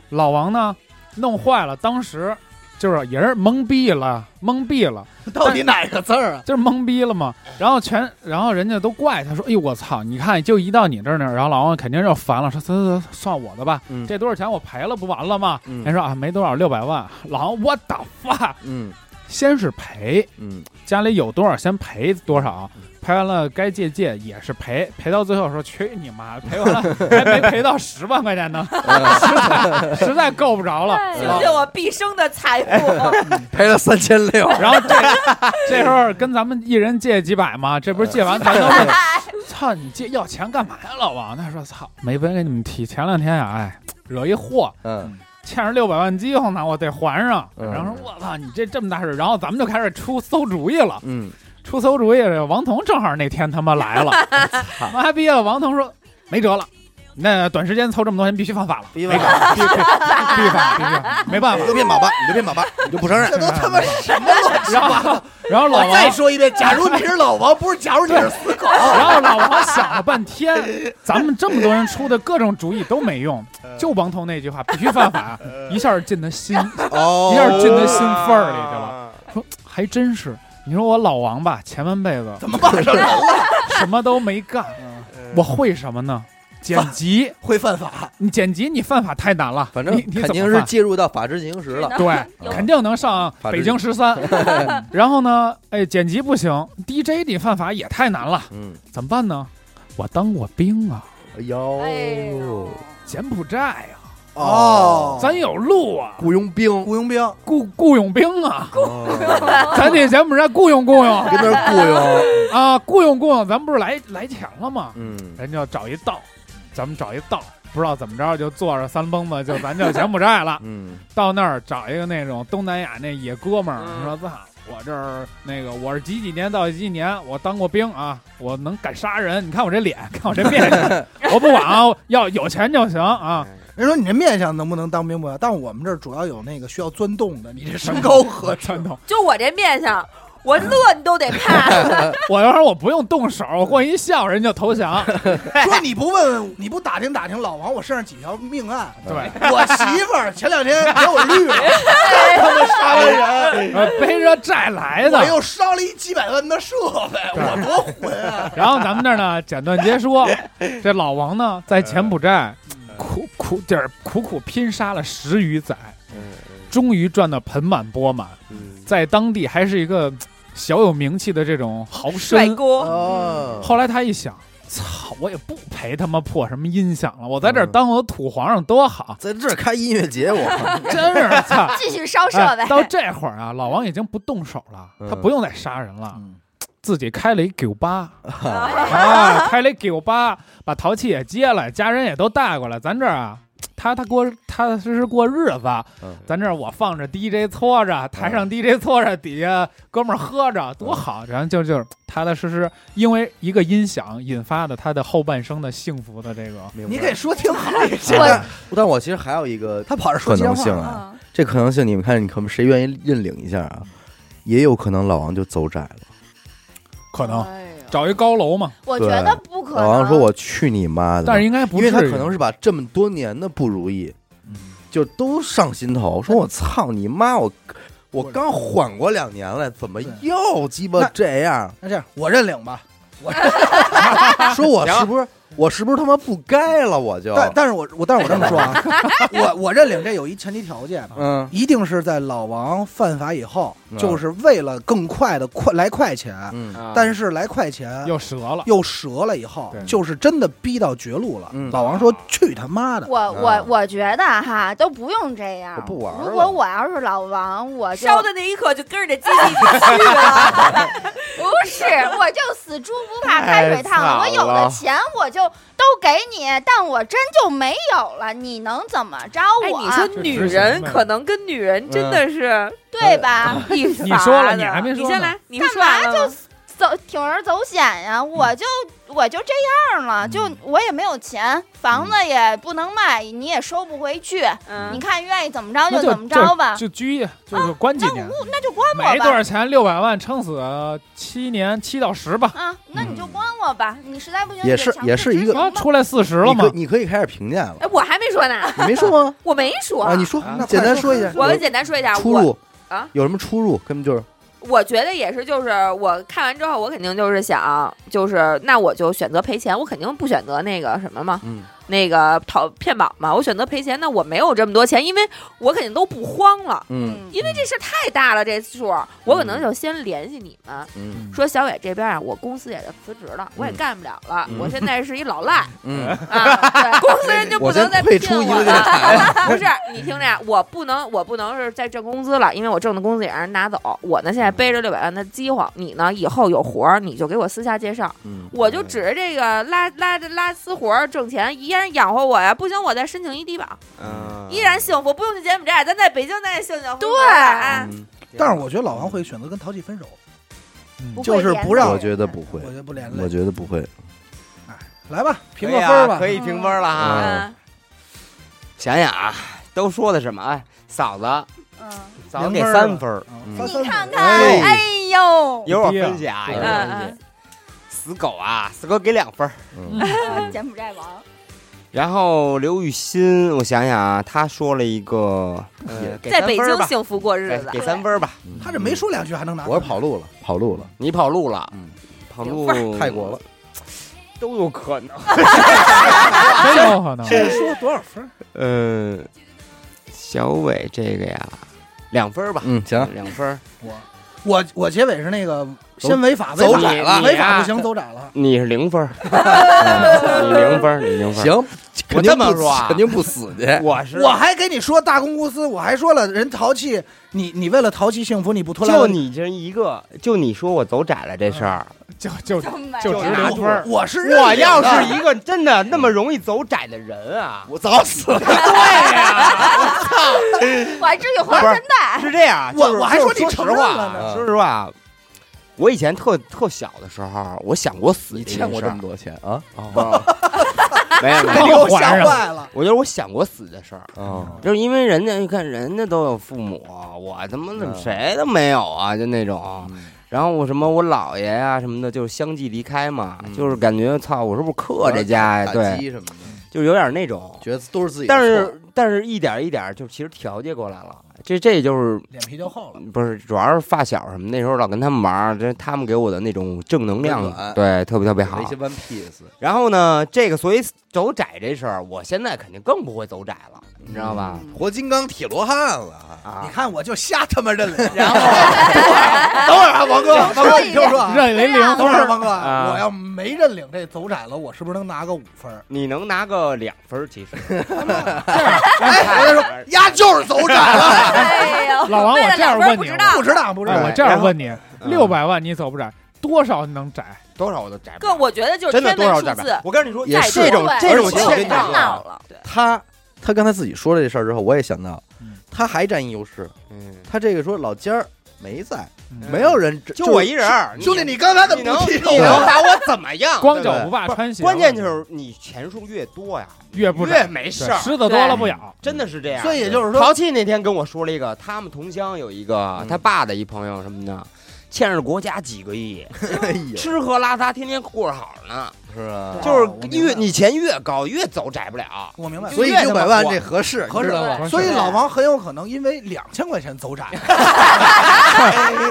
E: 老王呢，弄坏了，当时就是也是懵逼了，懵逼了。
C: 到底哪个字儿啊？
E: 就是懵逼了嘛。
A: 哎
E: 然后全，然后人家都怪他说：“哎呦我操，你看就一到你这儿呢。”然后老王肯定就烦了，说：“算算算，算我的吧，
A: 嗯
E: 这多少钱我赔了不完了吗？”
A: 嗯
E: 人说：“啊，没多少，六百万。”老王，我的发，
A: 嗯
E: 先是赔，
A: 嗯
E: 家里有多少先赔多少。赔完了该借借也是赔，赔到最后说去你妈，
A: *laughs*
E: 赔完了还没赔到十万块钱呢，实在够不着了。
B: 用尽我毕生的财
A: *laughs* 哎
B: 富，
A: 赔了三千六。
E: *laughs* 然后这这时候跟咱们一人借几百嘛，这不是借完咱都
A: 哎
E: 问， *laughs* 操你借要钱干嘛呀，老王？他说操，没跟你们提，前两天呀、哎，惹一祸，
A: 嗯
E: 欠着六百万饥荒呢，我得还上。
A: 嗯
E: 然后说我操，你这这么大事儿，然后咱们就开始出馊主意了，
A: 嗯，
E: 出馊主意了。王彤正好那天他妈
A: *laughs*
E: 来了，妈逼了，王彤说没辙了。那短时间凑这么多钱，必须犯法了，
A: 必须
E: 没
A: 犯
E: 法，必须必须犯，必须犯，没办法
A: *laughs* 你。就变粑粑，你就变粑
C: *laughs*
A: 粑，你就不承认
C: 这。都他妈什么乱七
E: 然
C: 八糟！
E: 后，然后老王
C: 再说一遍，假如你是老王，不是假如你是死狗，
E: 然后老王想了半天，咱们这么多人出的各种主意都没用，
C: 嗯
E: 就王彤那句话必须犯法，一下进他心，
A: *laughs* 哦
E: 一下进
C: 啊
E: 他心缝儿里去了。说还真是，你说我老王吧，前半辈子
C: 怎么办上人了？
E: *laughs* 什么都没干，我会什么呢？剪辑，
C: 会犯法，
E: 你剪辑你犯法太难了，
A: 反正
E: 你你
A: 肯
E: 怎
A: 定
E: 么
A: 是
E: 犯
A: 介入到法制进行时了。
E: 对，肯定能上
A: 法制
E: 北京十三。
A: *laughs*
E: 然后呢，哎，剪辑不行，DJ 你犯法也太难了，
A: 嗯，
E: 怎么办呢？我当过兵啊，
A: 哎呦，
B: 哎
A: 嗯
B: 呦，
E: 柬埔寨啊。
C: 哦
E: 咱有路啊，
A: 雇佣兵，
C: 雇佣兵，
E: 雇雇佣兵啊，
A: 哦
E: 咱得咱不是雇佣雇佣
A: 跟那儿雇佣。
E: *laughs* 啊，雇佣雇佣，咱不是来来钱了吗？
A: 嗯。
E: 咱就找一道，咱们找一道，不知道怎么着就坐着三蹦子，就咱就柬埔寨了
A: 嗯
E: 到那儿找一个那种东南亚那野哥们儿，
D: 嗯
E: 说操，我这儿那个我是几几年到几几年，我当过兵啊，我能敢杀人，你看我这脸，看我这面相，我不管啊，要有钱就行啊。
C: 人说你这面相能不能当兵不？但我们这儿主要有那个需要钻洞的，你这身高 *laughs* 和
E: 传统，
B: 就我这面相，我乐你都得怕。
E: 我要是我不用动手，我光一笑人就投降。
C: 说你不问问，你不打听打听老王我身上几条命 *laughs* 案？
E: 对，
C: 我媳妇儿前两天给 *laughs* 我绿了，刚他妈杀完人，
E: 呃，背着债来
C: 我
E: 的。
C: 又烧了一几百万的设备，我多混
B: *laughs*
C: 啊！
E: 然后咱们这儿呢，简短截说，这老王呢在柬埔寨
B: 嗯
E: 苦苦点儿苦苦拼杀了十余载，
B: 嗯
E: 终于赚得盆满钵满，在当地还是一个嘖小有名气的这种豪
B: 帅
E: 绅。
B: 哥，
A: 哦
E: 后来他一想，操，我也不陪他妈破什么音响了，我在这
B: 嗯
E: 儿当我土皇上多
B: *laughs*
E: 好，
A: 在这儿开音乐节，我
E: 真是操
F: 继续烧设备
E: 哎，到这会儿啊，老王已经不动手了，他
A: 嗯
E: 不用再杀人了，
C: *laughs* 嗯
E: 自己开了一酒吧。
B: 哎
E: 啊，开了一酒吧，把淘气也接了，家人也都带过来。咱这儿啊，他他过踏踏实实过日子。
A: 嗯
E: 咱这儿我放着 DJ 搓着，台上 DJ 搓着，底下哥们儿喝
A: 嗯
E: 着，多好。然后就就是踏踏实实，因为一个音响引发的他的后半生的幸福的这个。
A: 明白
C: 你给说挺好， *laughs*
A: 但但我其实还有一个
C: 他跑这
A: 可
C: 说
A: 能
C: 闲
A: 性
C: 话，
A: 啊，
F: 嗯
A: 这可能性你们看，你可谁愿意认领一下啊？也有可能老王就走窄了。
E: 可能
F: 哎呦
E: 找一高楼嘛，
F: 我觉得不可能。
A: 老王说：“我去你妈的！”
E: 但是应该不
A: 因
E: 至于，
A: 为他可能是把这么多年的不如意，就都上心头，说我操你妈！我我刚缓过两年来，怎么
C: 对
A: 又鸡巴
C: 那
A: 这样？
C: 那这样我认领吧，我说我是不是？
A: 我是不是他妈不该了？我就
C: 但但是我我但是我这么说 *laughs* 啊，我我认领这有一前提条件，啊
A: 嗯
C: 一定是在老王犯法以后，
A: 嗯
C: 就是为了更快的快来快钱，
A: 嗯
C: 但是来快钱
E: 又折了，
C: 又折了以后
E: 对，
C: 就是真的逼到绝路了。
A: 嗯
C: 老王说：“去他妈的！”
F: 我我我觉得哈都不用这样
A: 我，不玩
F: 如
A: 了
F: 果我要是老王，
E: 啊
F: 我就
B: 烧的那一刻就跟着这机器一起去了。
F: 不是，我就死猪不怕开水
D: 太惨
F: 烫。我有
D: 了
F: 的钱我就都给你，但我真就没有了，你能怎么着
B: 哎，
F: 我？
E: 啊
B: 你说女人可能跟女人真的是
F: 对吧？
B: 一法的
E: 你说了你还没说呢
B: 你先来，你
F: 干
B: 说完
F: 嘛
B: 了
F: 就
B: 吗
F: 走铤而走险呀、我就我就这样了，就我也没有钱，房子也不能卖，你也收不回去。
B: 嗯，
F: 你看愿意怎么着
E: 那
F: 就
E: 就
F: 怎么着吧，
E: 就拘役，就是关几
F: 啊那
E: 年，
F: 我那就关
E: 没
F: 我
E: 多
F: 吧
E: 少。钱，六百万撑死呃七年七到十吧，
F: 啊，那你就关我吧，你实在不行
A: 也
F: 你
A: 是
F: 就强
A: 也
F: 制
A: 是一
F: 执
A: 个
F: 行
E: 啊，
F: 吧
E: 出来四十了
A: 你可
E: 吗？
A: 你可以开始评价了，
B: 哎，我还没说呢，
A: 你没说吗？
B: 我没说
A: 啊，你说
D: 啊，
A: 那简单说一下，
B: 我简单说一下，
A: 出
B: 我
A: 入
B: 啊
A: 有什么出入？根本就是
B: 我觉得也是，就是我看完之后，我肯定就是想，就是那我就选择赔钱，我肯定不选择那个什么嘛，
A: 嗯
B: 那个讨骗保嘛，我选择赔钱。那我没有这么多钱，因为我肯定都不慌了，
A: 嗯
F: 嗯
B: 因为这事儿太大了，这数儿我可能就先联系你们，
A: 嗯
B: 说小伟这边啊，我公司也就辞职了，我也
A: 嗯
B: 干不了了，
A: 嗯
B: 我现在是一老赖。
A: 嗯，
B: 啊，对，公司人就不
A: 我先
B: 能再
A: 退
B: 骗
A: 出一
B: 我
A: 个电
B: 了。 *laughs* 不是，你听着呀，我不能，我不能是再挣工资了，因为我挣的工资也让人拿走。我呢现在背着六百万的饥荒，你呢以后有活儿你就给我私下介绍，
A: 嗯
B: 我就指着这个拉拉着拉私活儿挣钱，依然养活我呀。不行，我再申请一低保，
D: 嗯
B: 依然幸福，不用去柬埔寨，咱在北京咱也幸幸福福。
F: 对
B: 哎
A: 嗯
C: 但是我觉得老王会选择跟淘气分手，
E: 嗯
F: 不
C: 就
F: 会
C: 是
F: 连
C: 不
F: 累
C: 让
A: 我觉得不会嗯
C: 我，觉得不连
A: 我
C: 累。
A: 觉得不会。
C: 来吧，评
D: 评
C: 个
D: 个分儿
C: 分儿吧
D: 吧，可。以评分了啊！
B: 嗯，
D: 想想啊，都说的什么？哎，嫂子，
F: 嗯，
D: 嫂子给
C: 零分儿
D: 三分儿，
C: 啊
A: 嗯
C: 三
F: *laughs* 你看看，
D: 哎
F: 哎呦，
D: 一会儿分析啊，一
A: 对
D: 会
B: 嗯
D: 儿分
B: 嗯
D: 析。死狗啊，死狗给两分儿。
A: 嗯
F: 柬埔寨王，
D: 然后刘雨欣，我想想啊，他说了一个，呃给
B: 在
D: 三
B: 北
D: 分儿
B: 京
D: 吧哎
B: 幸福过日子
D: 给，给三分儿吧。
A: 嗯
C: 他这没说两句还能拿分
A: 我是跑路了，跑路了，
D: 你跑路了，
A: 嗯
D: 跑
B: 给
D: 路
A: 泰国了，
D: 都有可能。嗯
E: 真有可能。
C: 这哎说多少分儿？
D: 呃，小伟这个呀，两分儿吧，
A: 嗯，行，
D: 两分儿。
C: 我我我结尾是那个先违法，
A: 走
C: 违法
A: 窄了
C: 违法不
D: 你
C: 行，走窄了。
D: 你是零 *laughs* 分儿，
A: 嗯
D: 你零分儿，你零分儿。
A: 行，肯定
D: 这么
A: 不
D: 说啊
A: 肯定不死去，
D: 我是
C: 我还跟你说大公公司，我还说了人淘气，你你为了淘气幸福，你不拖拉
D: 就你这一个，就你说我走窄了这事儿，
E: 就就
F: 这么
E: 就
D: 就
E: 值
D: 拿
E: 零分儿，
C: 我是认
D: 我
C: 领的
D: 要是一个真的那么容易走窄的人啊，
A: 我早死了。
F: 我还至于还真啊带。
D: 是这样，
C: 我
D: 就是
C: 我还
D: 就
C: 说
D: 是
C: 你
D: 说
C: 承
D: 实
C: 认
D: 话
C: 了
A: 呢
D: 啊，说实话，我以前特特小的时候，我想过死
A: 你
D: 这件事
A: 欠
D: 儿，
A: 我这么多钱啊？
D: *laughs* 哦，没有没
C: 给
D: *laughs* 有，
C: 我吓坏了。
D: 我觉得我想过死的事儿，
A: 啊，
D: 就是因为人家你看人家都有父母，我他妈怎么
A: 嗯
D: 谁都没有啊，就那种。
A: 嗯
D: 然后我什么我姥爷呀、什么的，就是相继离开嘛，
A: 嗯
D: 就是感觉操，我是不是克这家呀？
A: 打
D: 对，
A: 击什么的，
D: 就有点那种。
A: 觉得都是自己的
D: 但
A: 错，
D: 是但是一点一点，就其实调节过来了。这这就是
C: 脸皮就厚了，
D: 不是，主要是发小什么，那时候老跟他们玩儿，这他们给我的那种正能量
A: 温暖，
D: 对，特别特别
A: 有
D: 好
A: 一。些 One Piece，
D: 然后呢，这个所以走窄这事儿，我现在肯定更不会走窄了，你知道吧？
A: 活金刚铁罗汉了。
C: 你
D: 啊，
C: 看我就瞎他妈认了。
D: 然后
C: 等会儿啊，王哥，王哥，你听我说啊，
E: 认为零
F: *laughs*
C: 等
E: 分
C: 会儿啊，
E: 儿，
C: 王哥啊，
D: 啊
C: 我要没认领这走窄了，我是不是能拿个五分儿？
D: 你能拿个两分儿，其实
C: 哎，我跟你说，丫就是走
B: *laughs*
C: 窄了，
B: *laughs* 哎呦，
E: 老王，
B: 为
E: 我
B: 了
E: 这样
B: 两分
E: 问
B: 不
E: 你，
B: 知
E: 我
B: 道
C: 不知道，不知
E: 哎
C: 道
D: 对。
E: 我这样
D: 然后
E: 问你，六百万你走不窄，多少能窄？
D: 多少我都窄不了，
B: 更我觉得就是
D: 真的
B: 天
D: 多少
B: 文
D: 窄
B: 数
D: 不
B: 字
D: 了。我跟你说，
A: 也是
D: 这种
F: 对
D: 这种
A: 而且我跟
D: 欠
A: 你
D: 打
A: 说
B: 闹了，对。
A: 他他刚才自己说了这事儿之后，我也想到
E: 嗯，
A: 他还占一优势。
D: 嗯，
A: 他这个说老尖儿没在，
E: 嗯
A: 没有人就
D: 就我一人儿，
C: 兄弟，你刚才怎
D: 你
C: 么
D: 能
C: 不啊踢
D: 你能
C: 我？
D: 把我怎么样？
E: 光
D: 对
E: 脚
D: 吧
E: 不怕
D: 不是
E: 穿鞋，
D: 关键就是你钱数越多呀，
E: 越不
D: 越
E: 窄，
D: 没
E: 对
D: 事儿。
E: 虱子多了不咬。
D: 真的是这样。
C: 所以也就是说，
D: 淘气那天跟我说了一个，他们同乡有一个
A: 嗯
D: 他爸的一朋友什么的，欠着国家几个 *laughs* 亿，
A: 哎呦，
D: 吃喝拉撒天天过着好呢。
A: 是吧？
C: 对
D: 就
C: 我
D: 是
C: 明白
D: 越
C: 了
D: 你钱越高，越走窄不了。
C: 我明白了。
A: 所以
D: 越他
A: 六
D: 妈
A: 百万
D: 火
A: 这合适，
C: 合适
A: 你知道吗？
E: 光
C: 所以
E: 脚
C: 老王很有可能因为两千块钱走窄，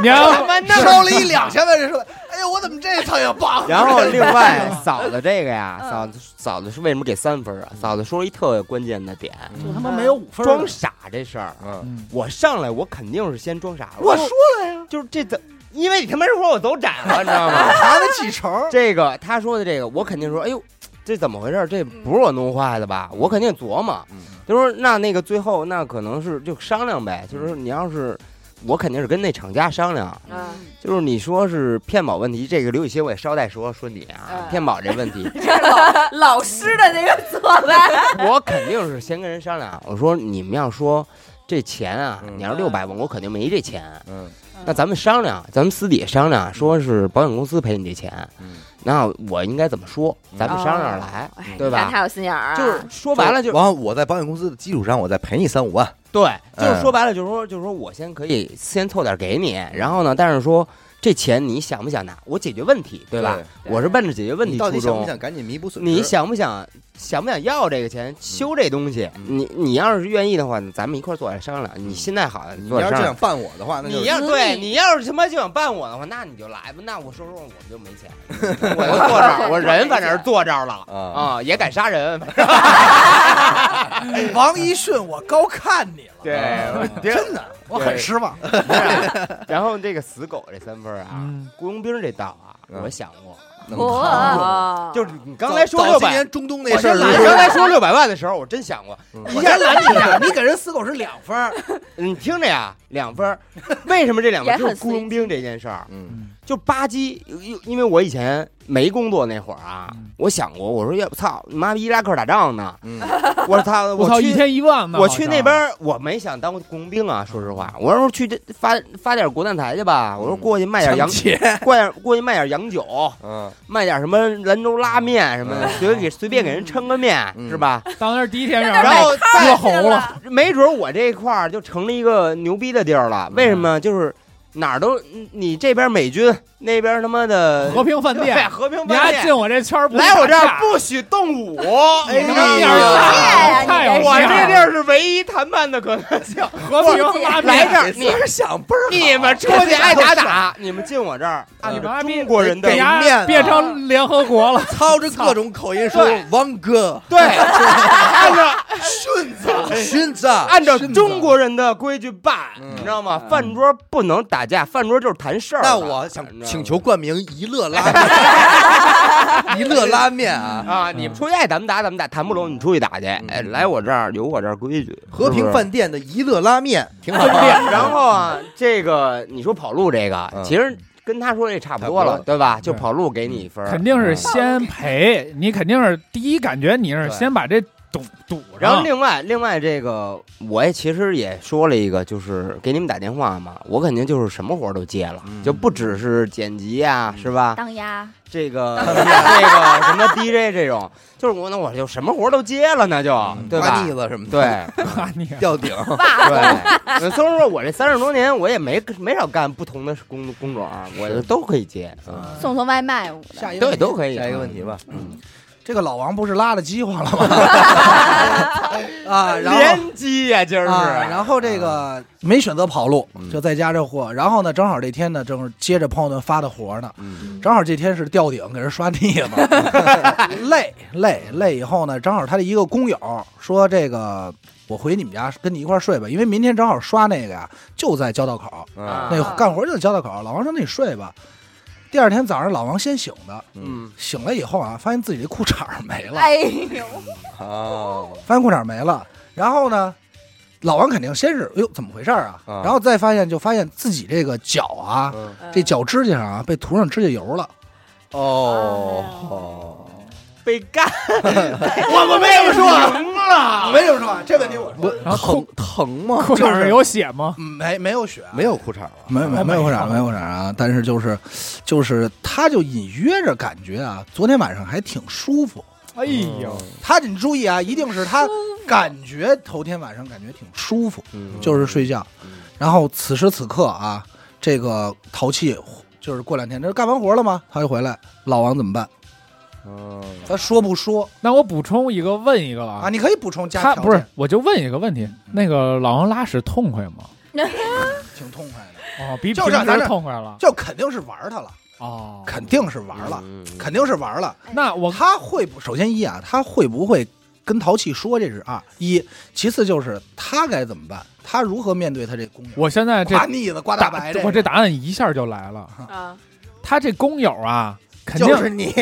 E: 你要
D: 他妈那
E: 是
A: *laughs*
C: 烧了一两千万人说，哎呦，我怎怎么这苍蝇棒？
D: 然 *laughs* 后另外嫂子这个呀，
B: 嗯
D: 嫂子嫂子是为什么给三分啊？嫂子说了一特关键的点，
C: *laughs* 就他妈没有五分儿
D: 装傻这事儿。啊
A: 嗯，
E: 嗯，
D: 我上来我肯定是先装傻，我说了呀，就是这怎，因为你他妈说我走窄 *laughs* 了，你知道吗？
C: 拿得起仇儿，
D: 这个他说的这个，我肯定说，哎呦，这怎么回事儿？这不是我弄坏的吧？我肯定琢磨。他说那那个最后那可能是就商量呗，就是你要是。我肯定是跟那厂家商量，
B: 嗯，
D: 就是你说是骗保问题，这个刘雨欣我也捎带说说你啊
B: 嗯，
D: 骗保这问题，
B: 这是 *laughs* 老老师的那个做派，
D: *laughs* 我肯定是先跟人商量，我说你们要说这钱啊，
A: 嗯
D: 你要是六百万，我肯定没这钱。
A: 嗯
D: 那咱们商量，咱们私底下商量，说是保险公司赔你这钱，
A: 嗯，
D: 那我应该怎么说？咱们商量着来，对
B: 看
D: 吧？
B: 他有心眼儿啊，
D: 就是说白了就
A: 完，我在保险公司的基础上，我再赔你三五万。
D: 对，就是
A: 嗯
D: 说白了就是说就是说我先可以先凑点给你，然后呢，但是说这钱你想不想拿？我解决问题，对吧？
B: 对
D: 我是奔着解决问
A: 你
D: 题
A: 到底
D: 初
A: 想不
D: 衷。
A: 想赶紧弥补损失？
D: 你想不想想不想要这个钱修这东西？
A: 嗯
D: 你你要是愿意的话，咱们一块儿坐下商量。你心态好，
A: 你
D: 坐
A: 要
D: 下
A: 是这
D: 商
A: 样
D: 量。
A: 办我的话，那就
D: 你
A: 是
D: 要对，你要是他妈就想办我的话，那你就来吧。那我说实话，我们就没
A: *laughs*
D: 钱，我就坐这儿，我人反正是坐这儿了
A: 啊，
D: 啊，也敢
A: *laughs*
D: 杀人。
C: 王一迅，我高看你了，
D: 对，
C: 真的，我很失望。
D: 啊 *laughs* 然后这个死狗这三分啊
E: 嗯，
D: 雇佣兵这道啊，
A: 嗯
D: 我想过，
A: 能扛住
B: 哦，
D: 就是你刚才说
A: 早
D: 六
A: 今
D: 百
A: 年，中东那
D: 我
A: 事儿
D: 先
A: 的
D: 拦
A: 时
D: 你
A: 候，
D: 刚才说六百万的时候，我真想过，
C: 一下拦你俩，你给人死狗是两分儿，
D: 你听着呀，两分儿， *laughs* 为什么这两分儿？
B: 也
D: 就
B: 很
D: 是雇佣兵这件事儿，
A: 嗯
D: 就吧唧，因因为我以前没工作那会儿啊
E: 嗯，
D: 我想过，我说要不操，你妈逼伊拉克打
E: *laughs*
D: 仗呢，
A: 嗯，
D: 我操，
E: 我操，
D: 去
E: 一天一万呢！
D: 我
E: 好
D: 去
E: 像
D: 那边儿，我没想当雇佣兵啊，说实话，我说去这发发点国难财去
E: 嗯
D: 吧，我说过去卖点
C: *laughs*
D: 洋，过点过去卖点洋酒，
A: 嗯
D: 卖点什么兰州拉面什么
E: 嗯
D: 的，随便给随便给人撑个面
A: 嗯
D: 是吧？
E: 当时第一天让
D: 然后
E: 割喉了，
D: 没准儿我这块儿就成了一个牛逼的地儿了。为什么？就是哪儿都你这边美军，那边他妈的
E: 和平饭
D: 对
E: 店，
D: *laughs* 和平
E: 你
D: 饭
E: 还
D: 店
E: 进。我这圈儿不
D: 来我这
E: 打
D: 儿
E: 架
D: 不许动武！哎
E: 你他妈面
D: 呀
E: 儿
B: 呀
E: 大，
B: 你
E: 太有
D: 我
E: 面
D: 这
E: 儿
D: 地
E: 了
D: 儿是唯一谈判的可能
E: *laughs*
D: 性。
E: 和平拉面
D: 来这儿，你
A: 是想倍儿
D: 你们出去爱打打，你们进我这儿，按照中国人的
E: 啊
D: 啊
E: 给
A: 呀面
E: 伢
A: 子
E: 变成联合国了，
A: 操着各种口音说
D: 对
A: 王哥
E: *laughs*
D: 对，按照
A: 勋子，
D: 按照中国人的规矩办，
E: 嗯
D: 你知道吗？饭桌不能打架，饭桌就是谈事儿
A: *laughs*
D: 的。
A: 那我想
D: 你知道吗
A: 请求冠名一乐拉面，一乐拉面啊，
D: 啊，你们出去爱咱们打咱们打，谈不拢你出去打去。哎，来我这儿有我这儿规矩，
A: 嗯和平
D: *laughs* 饭。
A: 饭店的一乐拉面 *laughs* 挺好
D: 分辨。然后啊，这个你说跑路这个，
A: 嗯
D: 其实跟他说这差不
A: 差
D: 多
A: 不
D: 了，
A: 多嗯
D: 对吧？就
E: 对
D: 跑路给你一分儿，
E: 肯定是先赔，你肯定是第一感觉你是
D: 对
E: 先把这堵堵上，
D: 然后另外另外这个，我也其实也说了一个，就是给你们打电话嘛，我肯定就是什么活儿都接了，
A: 嗯
D: 就不只是剪辑啊，
A: 嗯
D: 是吧？
F: 当鸭，
D: 这个 *laughs* 这个什么 DJ 这种，就是我那我就什么活儿都接了，那就对
A: 刮
D: 吧
A: 腻？子什 *laughs* 么的，
D: 对
E: 啊 *laughs* 你
A: 吊顶，
D: 对，所以说我这三十多年我也没没少干不同的工工种啊，我就都可以接，嗯
F: 送送外卖我的。
C: 下一个
D: 对
C: 问题
D: 都可以。啊嗯
A: 下一个问题吧，
C: 这个老王不是拉了饥荒
D: *laughs*
C: 了吗？啊，然后。
D: 连击呀，今儿
C: 啊，
D: 是。
C: 然后这个没选择跑路
A: 嗯，
C: 就在家这货。然后呢，正好这天呢，正是接着朋友们发的活呢，
A: 嗯
C: 正好这天是吊顶，给人刷腻了，
A: *laughs*
C: 累累累。以后呢，正好他的一个工友说：“这个我回你们家跟你一块儿睡吧，因为明天正好刷那个呀，就在交道口。”
A: 啊
C: 那
B: 啊
C: 干活就在交道口。老王说：“那你睡吧。”第二天早上，老王先醒的，
D: 嗯，
C: 醒了以后啊，发现自己这裤衩儿没了，
B: 哎呦，
A: 哦，
C: 发现裤衩儿没了。然后呢，老王肯定先是哎呦怎么回事儿啊？
A: 啊
C: 然后再发现就发现自己这个脚啊，
A: 嗯
C: 这脚指甲上啊被涂上指甲油了。
A: 哦，
D: 被干，我我没这么说，赢了。
C: 没这么说，这问题我说
E: 然后
A: 疼疼吗？
E: *laughs* 裤裤衩
C: 就是
E: 上有血吗？
C: 没没有血，
A: 没有裤衩了，
C: 没有没有没有裤衩，没有裤衩啊！但是就是，就是他就隐约着感觉啊，昨天晚上还挺舒服。
E: 哎呦，
C: 他你注意啊，一定是他感觉头天晚上感觉挺舒服，
A: 嗯
C: 就是睡觉。然后此时此刻啊，这个淘气就是过两天，这干完活了吗？他就回来，老王怎么办？
A: 嗯
C: 他说不说
E: 那我补充一个，问一个
C: 啊？
E: 啊，
C: 你可以补充加
E: 他
C: 条件，
E: 不是，我就问一个问题，那个老王拉屎痛快吗？
C: 挺痛快的，
E: 哦，比
C: 就
E: 平 *laughs*
C: 让咱
E: 时
C: 这
E: 痛快了。
C: 就肯定是玩他了。
E: 哦，
C: 肯定是玩了，
D: 嗯，
C: 肯定是玩了。
E: 那我
C: 他会不？首先一啊，他会不会跟淘气说这是二一？其次就是他该怎么办？他如何面对他这工友？
E: 我现在这
C: 刮腻子、刮大白个，
E: 我这答案一下就来了。
B: 啊，
E: 他这工友啊，肯定
A: *laughs* 就是你，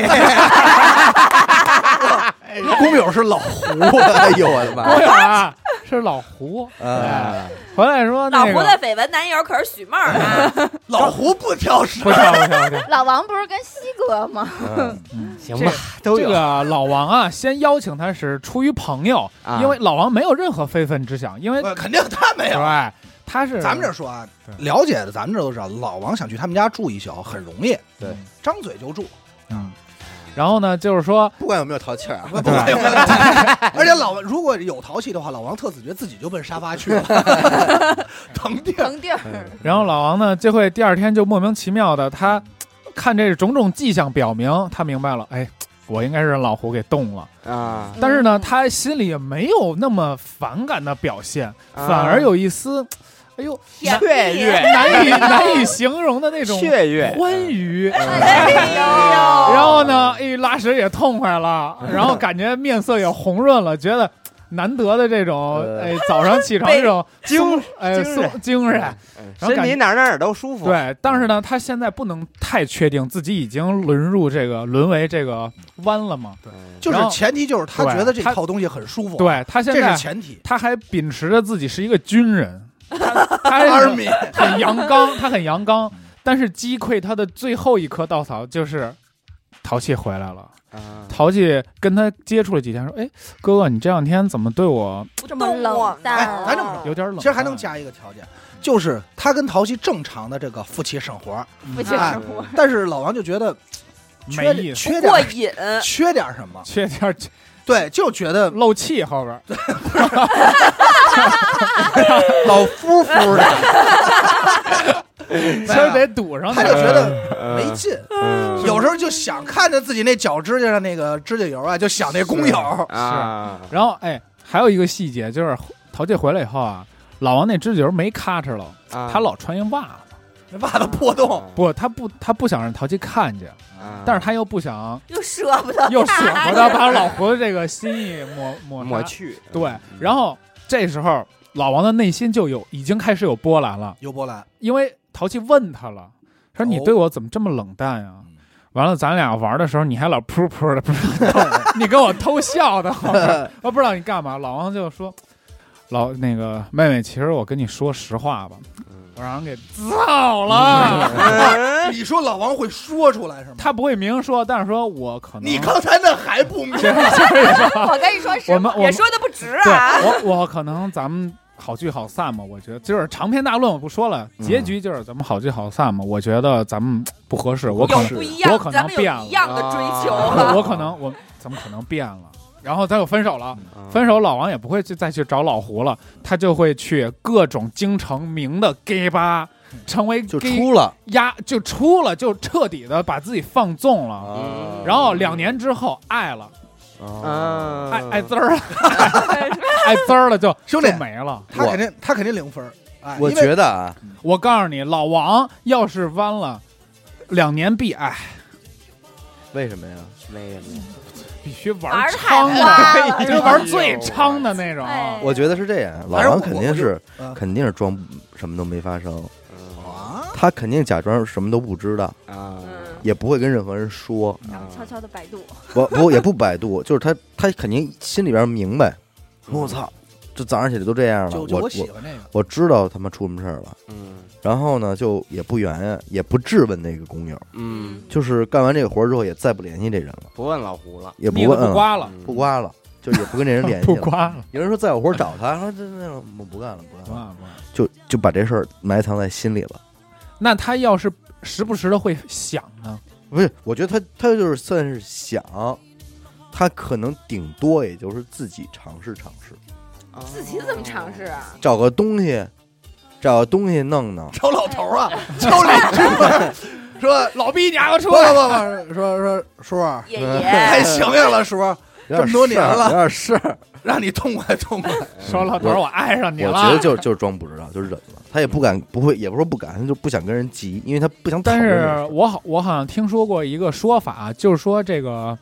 C: 工友是老胡，
A: 哎呦 *laughs* 我的妈
E: 工！友
C: *laughs*
E: 啊是老胡。哎
A: 啊，
E: 回来说
B: 老
E: 那
B: 胡
E: 个
B: 的绯闻男友可是许梦儿啊，
C: 老胡不挑食
E: 不。跳不跳不
C: *laughs*
E: 跳，
F: 老王不是跟西哥吗？
D: 行吧，都
E: 这
D: 有
E: 个老王啊，先邀请他是出于朋友，
D: 啊
E: 因为老王没有任何非分之想，因为
C: 呃肯定他没有。
E: 对，他是
C: 咱们这儿说啊
E: 对，
C: 了解的咱们这都知道，老王想去他们家住一宿很容易，
A: 对，
C: 张嘴就住，
E: 嗯，然后呢，就是说
A: 不管有没有淘气儿啊，
C: 不会有问题。
E: *laughs*
C: 而且老如果有淘气的话，老王特自觉地自己就奔沙发去
E: *laughs*
C: 了，腾地儿。
F: 腾地儿，
E: 然后老王呢，就会第二天就莫名其妙的，他看这种种迹象表明，他明白了，哎，我应该是让老胡给动了。
D: 啊，
E: 但是呢，
F: 嗯
E: 他心里也没有那么反感的表现，
D: 啊
E: 反而有一丝，哎呦，
B: 甜蜜
D: 雀跃
E: 难以难以形容的那种
D: 雀跃，嗯
E: 欢愉。
B: 哎呦，
E: 然后呢，哎，拉屎也痛快了，然后感觉面色也红润了，觉得。难得的这种，
A: 呃
E: 哎，早上起床这种
D: 嗯精
E: 哎，
D: 精
E: 松精神，
D: 嗯
E: 然后
D: 身
E: 感
D: 体
E: 觉
D: 哪儿哪儿都舒服，
E: 对， *laughs* 但是呢，他现在不能太确定自己已经沦入这个沦为这个弯了嘛？
D: 嗯，
C: 就是
E: 然后
C: 前提就是他觉得这
E: 对他
C: 套东西很舒服，，
E: 对他现
C: 这是
E: 在
C: 前提。
E: 他还秉持着自己是一个军人，他他
C: *laughs*
E: 还
C: 二
E: 是
C: 米，
E: *laughs* 很阳刚，他很阳刚，但是击溃他的最后一颗稻草就是淘气回来了。
D: 啊
E: 淘气跟他接触了几天，说：“哎，哥哥，你这两天怎么对我
F: 这么
B: 动我
F: 冷淡
B: 呢
F: 啊，
C: 咱这么
E: 有点冷？”
C: 其实还能加一个条件，就是他跟淘气正常的这个夫妻生活，
F: 不接
C: 哎
F: 受。
C: 但是老王就觉得
E: 没
C: 缺
E: 意思，
C: 缺
B: 过
C: 点
B: 瘾，
C: 缺点什么，
E: 缺点儿
C: 对，就觉得
E: 漏气后 *laughs* 边儿。
C: 老夫
E: *laughs*
C: 妇的，
E: 其实得堵上
C: 他
E: 点
C: 就
E: 儿
C: 觉得没劲，
D: 嗯
C: 有时候就想看着自己那脚指甲上那个指甲油啊，就想那工友，
D: 啊，
E: 然后哎，还有一个细节就是淘气回来以后啊，老王那指甲油没咔哧了，他
D: 他
E: 老穿一袜子。
C: 那袜子
D: 啊
C: 破洞，
E: 啊不，他不，他不想让淘气看见，但是他又不想
B: 又舍不得，
E: 又舍不得把老胡的这个心意抹抹
D: 抹
E: 杀。
D: 去，
E: 对，然后这时候老王的内心就有已经开始有波澜了，
C: 有波澜，
E: 因为淘气问他了，说你
C: 哦
E: 对我怎么这么冷淡呀、
C: 嗯
E: 完了，咱俩玩的时候，你还老噗噗的，不知道 *laughs* 你跟我偷笑 *laughs* 的，我不知道你干嘛。老王就说：“老那个妹妹，其实我跟你说实话吧，我让人给造 *laughs* 了。
C: 你说老王会说出来是吗？
E: 他不会明说，但是说我可能
C: 你刚才那还不明
E: 其实其实也是
F: 我跟你说实
E: 我们我
B: 也
E: 们
B: 说的不值啊。
E: 对我我可能咱们好聚好散嘛，我觉得就是长篇大论我不说了，结局就是咱们好聚好散嘛。我觉得咱们不合适，我可
B: 有
E: 能
B: 不一
E: 我
B: 样
E: 可，能
B: 咱们有
E: 变了
B: 一样的追求
D: 啊
E: 我可能我怎么可能变了？然后咱又分手了，
D: 嗯
E: 分手老王也不会去再去找老胡了，他就会去各种京城名的 gay 吧，成为
A: *laughs* 就
E: gay
A: 出 *laughs* 了，
E: 压就出了，就彻底的把自己放纵了。
A: 啊
E: 然后哎两年之后爱了，
D: 嗯啊，
E: 爱爱滋儿了，爱滋儿了就
C: 兄弟
E: 就没了。
C: 他
A: 我
C: 肯定他肯定零分儿，哎，
A: 我
C: 因为
A: 觉得啊，
E: 我告诉你，老王要是弯了，两年必爱，
A: 为什么呀？
D: 没什么，
E: 必须玩
B: 玩
E: 猖
B: 太
E: 的，
B: 花了，
E: 就玩最猖的那种。
F: 哎
A: 我觉得是这样，老
C: 反正
A: 王
C: 我
A: 肯定是
C: 我就嗯
A: 肯定是装什么都没发生，
D: 嗯
C: 啊，
A: 他肯定假装什么都不知道，
D: 啊
B: 嗯
A: 也不会跟任何人说，
F: 然后悄悄的百度，
A: 不不 *laughs* 也不百度，就是他他肯定心里边明白，说我操，这早上起来都这样了，
C: 就
A: 我
C: 就
A: 我
C: 我喜欢这个，
A: 我知道他妈出什么事儿了，
D: 嗯
A: 然后呢就也不圆圆，也不质问那个工友，
D: 嗯，
A: 就是干完这个活儿之后也再不联系这人了，
D: 不问老胡了，嗯
A: 也不嗯
E: 腻
A: 问
E: 了不
A: 了
E: 刮了，
A: 不刮了，就也不跟这人联系
E: *laughs*
A: 了。
E: 刮了，
A: 有人说再有活儿找他，说这那种我不干了，不干
E: 不
A: 了，
E: 刮了。
A: 就就把这事儿埋藏在心里了。
E: 那他要是时不时的会想呢？
A: 不是，我觉得他他就是算是想，他可能顶多也就是自己尝试尝试，
B: 自己怎么尝试？啊？
A: 找个东西，找个东西弄弄。
C: 找老头儿啊，找邻居，说
E: 老逼你还要
C: 不
E: 出
C: 不不，说说说叔，
B: 爷
A: 嗯
B: 爷，
C: 太行呀了，叔，
A: 有点
C: 这么多年
A: 事儿
C: 了
A: 有点事
E: *laughs*
A: 儿。
C: 让你痛快痛快。
E: 说老头儿，我爱上你
A: 我
E: 了。
A: 觉得就是就是装不知道，就忍了。他也不敢，不会，也不是说不敢，他就不想跟人急，因为他不想讨
E: 但
A: 论这个事
E: 是
A: 儿。
E: 我好，我好像听说过一个说法，啊就是说这个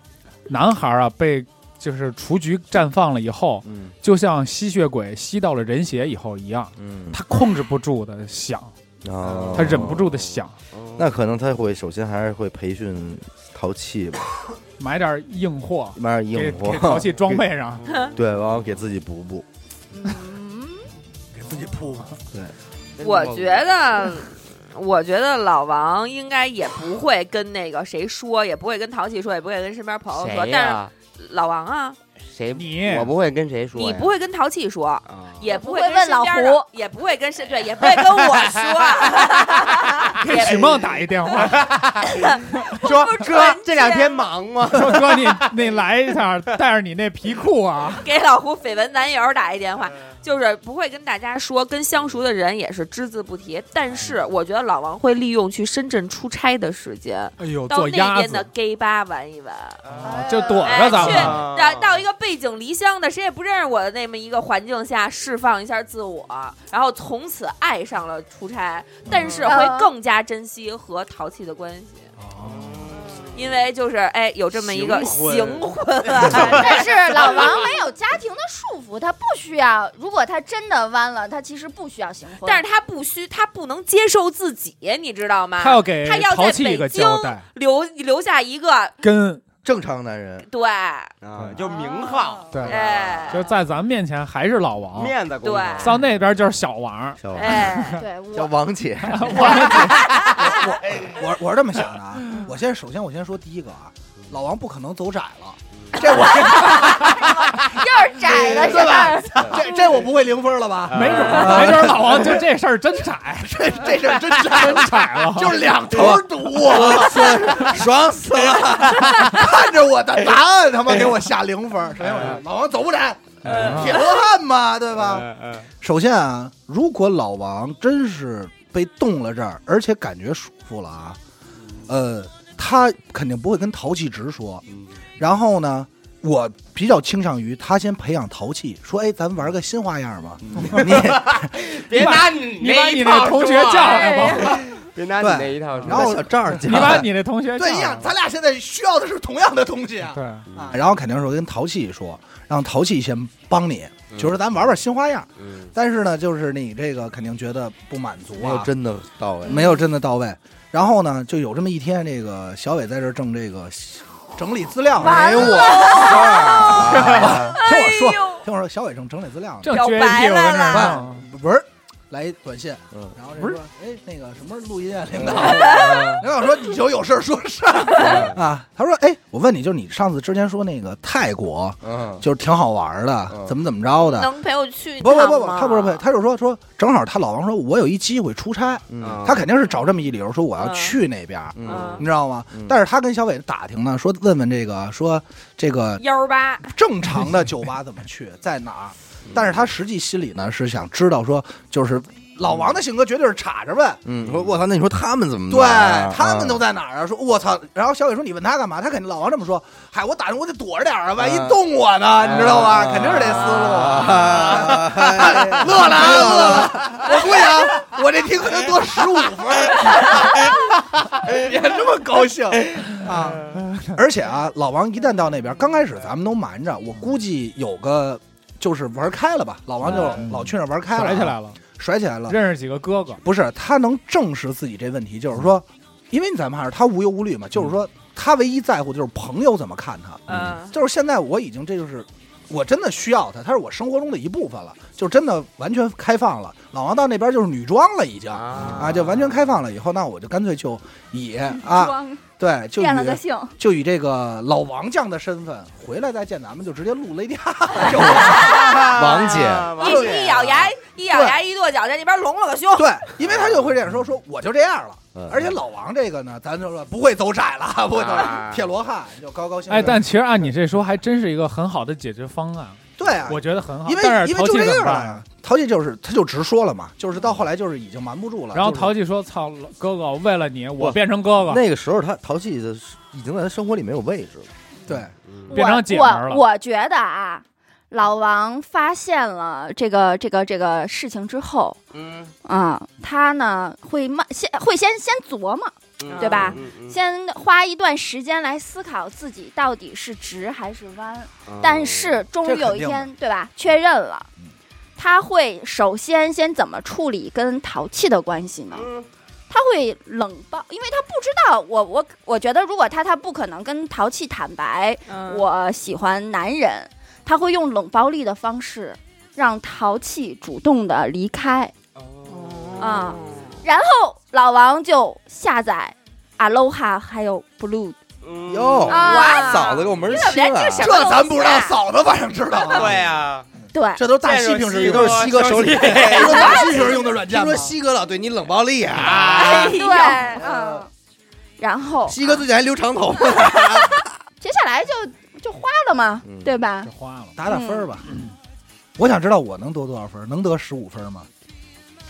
E: 男孩啊被就是雏菊绽放了以后，
A: 嗯
E: 就像吸血鬼吸到了人血以后一样，
A: 嗯，
E: 他控制不住的想，
A: 哦
E: 他忍不住的想，
A: 那可能他会首先还是会培训淘气吧，
E: 买点硬货。
A: 买点
E: 给
A: 硬
E: 给
A: 货，
E: 淘 *laughs* 气装备上，
A: *laughs* 对，然后给自己补补。
C: 给自己铺吧，
D: 嗯
B: 我觉得，我觉得老王应该也不会跟那个谁说，也不会跟淘气说，也不会跟身边朋友说。
D: 谁
B: 但
D: 呀？
B: 是老王啊，
D: 谁？
E: 你
D: 我不会跟谁说呀，
B: 你不会跟淘气说，
D: 啊
B: 也不会
F: 我不会
B: 跟
F: 问
B: 身边的
F: 老胡，
B: 也不会跟身对，也不会跟
D: *laughs*
B: 我说。
E: 给许梦打一电 *laughs* 话，
D: 说
B: 不准
D: 哥
B: 确
D: 这两天忙吗？
E: 说哥你你来一下，带着你那皮裤啊，
B: 给老胡绯闻男友打一电话，
D: 啊
B: 就是不会跟大家说，跟相熟的人也是只字不提。但
D: 嗯
B: 是我觉得老王会利用去深圳出差的时间，
E: 哎呦
B: 到
E: 做
B: 那
E: 鸭
B: 边
E: 子
B: 的 gay 吧玩一玩，
E: 啊就躲着咱
B: 哎
E: 们
B: 去。
C: 啊
B: 到到一个背井离乡的、谁也不认识我的那么一个环境下，释放一下自我，然后从此爱上了出差，但是会更加珍惜和淘气的关系。
C: 哦
B: 因为就是哎，有这么一个行
D: 行
B: 婚了，
F: 但是老王没有家庭的束缚，他不需要。如果他真的弯了，他其实不需要行婚。
B: 但是他不需，他不能接受自己，你知道吗？
E: 他要给
B: 他要
E: 淘
B: 在
E: 气一
B: 北
E: 个
B: 京
E: 交代，
B: 留留下一个
E: 跟
A: 正常男人，
B: 对，
C: *laughs*
D: 啊，就名号，
E: 对
B: 哎，
E: 就在咱们面前还是老王，
D: 面子工作
B: 对
E: 到那边就是小王儿，
A: 小王
B: 哎，
F: 对我
A: 叫王姐，
E: 哎
C: 我我是这么想的啊，我先首先我先说第一个啊，老王不可能走窄了，这我
F: 又是窄的事
C: 对吧
F: 儿，
C: 这这我不会零分了吧？
E: 没准儿没准儿老王就这事儿真 *laughs* 窄，
C: 这这事儿真假
E: 真
C: *laughs*
E: 窄了，
C: 就是两头堵， *laughs* 爽死了！看着我的答案，他妈给我下零分儿。首先我说老王走不窄，
E: 嗯
C: 铁罗汉嘛，对吧？首先啊，如果老王真是被冻了这儿，而且感觉舒服了啊，呃，他肯定不会跟淘气直说。
D: 嗯
C: 然后呢，我比较倾向于他先培养淘气，说：“哎，咱玩个新花样吧。 *laughs* 你
D: 别拿你
E: 你把你
D: 一套
E: 那同学
B: 啊
D: 说
E: 叫
B: 哎
E: 来吧，
D: 别拿你
C: 对
D: 那一套说。
C: 然后
A: 小赵儿姐，
E: 你把你那同学叫
C: 对，你
E: 来
C: 想，
E: 吧，
C: 咱俩现在需要的是同样的东西啊。
E: 对，
C: 啊 *laughs* 然后肯定是我跟淘气说，让淘气先帮你，
A: 嗯
C: 就是咱玩玩新花样。
D: 嗯
C: 但是呢，就是你这个肯定觉得不满足
A: 没有
C: 啊，
A: 真的到位，
C: 没有真的到位。然后呢，就有这么一天，这个小伟在这儿正这个整理资料呢，
F: 完
C: 哎呦
A: 啊
C: 我
A: 嗯
C: 听我说
B: 哎，呦
C: 听我说，小伟正整理资料呢，
E: 正
B: 表
E: 撅
B: 白
E: 一屁股跟
B: 来
E: 这儿
B: 了
E: 弄
C: 不是来一短信，
A: 嗯
C: 然后这
E: 不是
C: 说，哎，那个什么录
A: *laughs*
C: 音啊，领导，领导说你就有事儿说事儿
A: 嗯
C: 啊。他说，哎，我问你，就是你上次之前说那个泰国，
A: 嗯，
C: 就是挺好玩的
A: 嗯，
C: 怎么怎么着的，
B: 能陪我去一
C: 不
B: 趟
C: 不不不，
B: 吗
C: 他不是不是，他就说说，正好他老王说，我有一机会出差，
A: 嗯
D: 啊
C: 他肯定是找这么一理由说我要
B: 嗯
C: 去那边，
B: 嗯
C: 你知道吗
A: 嗯？
C: 但是他跟小伟打听呢，说问问这个，说
A: *laughs*
C: 这个
B: 幺儿八，
C: 正常的酒吧怎么去，在哪儿？
A: 嗯
C: 但是他实际心里呢是想知道说，就是老王的性格绝对是插着问，
A: 嗯，说我操，那你说他们怎么
C: 对
A: 办啊？
C: 他们都
A: 在
C: 在哪儿啊？说我操！然后小伟说你问他干嘛？他肯定老王这么说，嗨，我打算我得躲着点儿啊，万
A: 嗯
C: 一动我呢，你知道吗？肯定是这思
A: 啊
C: 路。 *laughs* 乐了啊，乐了！我估计啊，我这题可能多十五分，
E: *laughs*
C: 别这么高兴
E: 哎
C: 啊！而且啊，老王一旦到那边，刚开始咱们都瞒着，我估计有个就是玩开了吧，老王就老去那玩开了，
E: 嗯
C: 啊
E: 甩起，来了，
C: 甩起来了。
E: 认识几个哥哥，
C: 不是他能正视自己这问题，就是说，因为咱们还是他无忧无虑嘛，就是说他唯一在乎就是朋友怎么看他，
B: 嗯，
C: 就是现在我已经这就是我真的需要他，他是我生活中的一部分了，就真的完全开放了。老王到那边就是女装了，已经啊
D: 啊
C: 就完全开放了以后，那我就干脆就以
D: 嗯
C: 啊，
F: 装
C: 对，就以
F: 变了个性。
C: *laughs* 就以这个老王酱的身份回来再见咱们，就直接录雷迪亚了。就
D: *laughs*
A: 王姐
C: 嗯
B: 一一咬牙，一咬牙，一跺脚，在那边隆了个胸，
C: 对，因为他就会这样说，说我就这样了。
A: 嗯
C: 而且老王这个呢，咱就说不会走窄了，不会走窄
D: 啊，
C: *laughs* 铁罗汉就高高兴兴。
E: 哎，但其实按你这说，还真是一个很好的解决方案，
C: 对啊，
E: 我觉得很好
C: 因为，
E: 但是
C: 因为
E: 淘
C: 就
E: 气
C: 这
E: 怎
C: 样
E: 么
C: 了
E: 办
C: 呀
E: 啊？。
C: 淘气就是他就直说了嘛，就是到后来就是已经瞒不住了。
E: 然后
C: 就是
E: 淘气说：“操，哥哥，为了你，我
A: 不
E: 变成哥哥。
A: 那个时候，他淘气的已经在他生活里没有位置了，
C: 对，
D: 嗯
E: 变成姐
F: 我
E: 们儿
F: 我
E: 了
F: 我觉得啊，老王发现了这个这个这个事情之后
D: 嗯，
F: 啊、他呢会慢先会先先琢磨，
D: 嗯
B: 对吧？
D: 嗯嗯嗯
F: 先花一段时间来思考自己到底是直还是弯。
D: 嗯
F: 但是终于有一
C: 这肯
F: 天，对吧？确认了，他会首先先怎么处理跟淘气的关系呢？
D: 嗯
F: 他会冷暴，因为他不知道我我我觉得，如果他他不可能跟淘气坦白，
B: 嗯
F: 我喜欢男人，他会用冷暴力的方式让淘气主动的离开。啊然后老王就下载 Aloha 还有 Blue，
D: 嗯
A: 哟，
F: 啊
A: 哇嫂子给我门儿清
B: 你怎么连这
A: 了
B: 什。
C: 这咱不知道，嫂子反正知道
A: *laughs*
C: 啊。
D: 对呀，
F: 对，
C: 这都是大西平时用
A: 都
C: 的，
A: 是西哥手
D: *laughs*
A: 里
C: 这都是大西平时用的软
A: *laughs*
C: 件
A: 听
C: 吗
A: 说？西哥老对你冷暴力
D: 啊
B: 哎
A: 啊，
C: 哎
F: 对，嗯，然后
A: 西哥最近还留长头发。
F: 接下来就就花了嘛，
A: 嗯
F: 对吧
E: 就？花了。
C: *laughs* 打打分儿吧。嗯我想知道我能得多少分儿，能得十五分儿吗？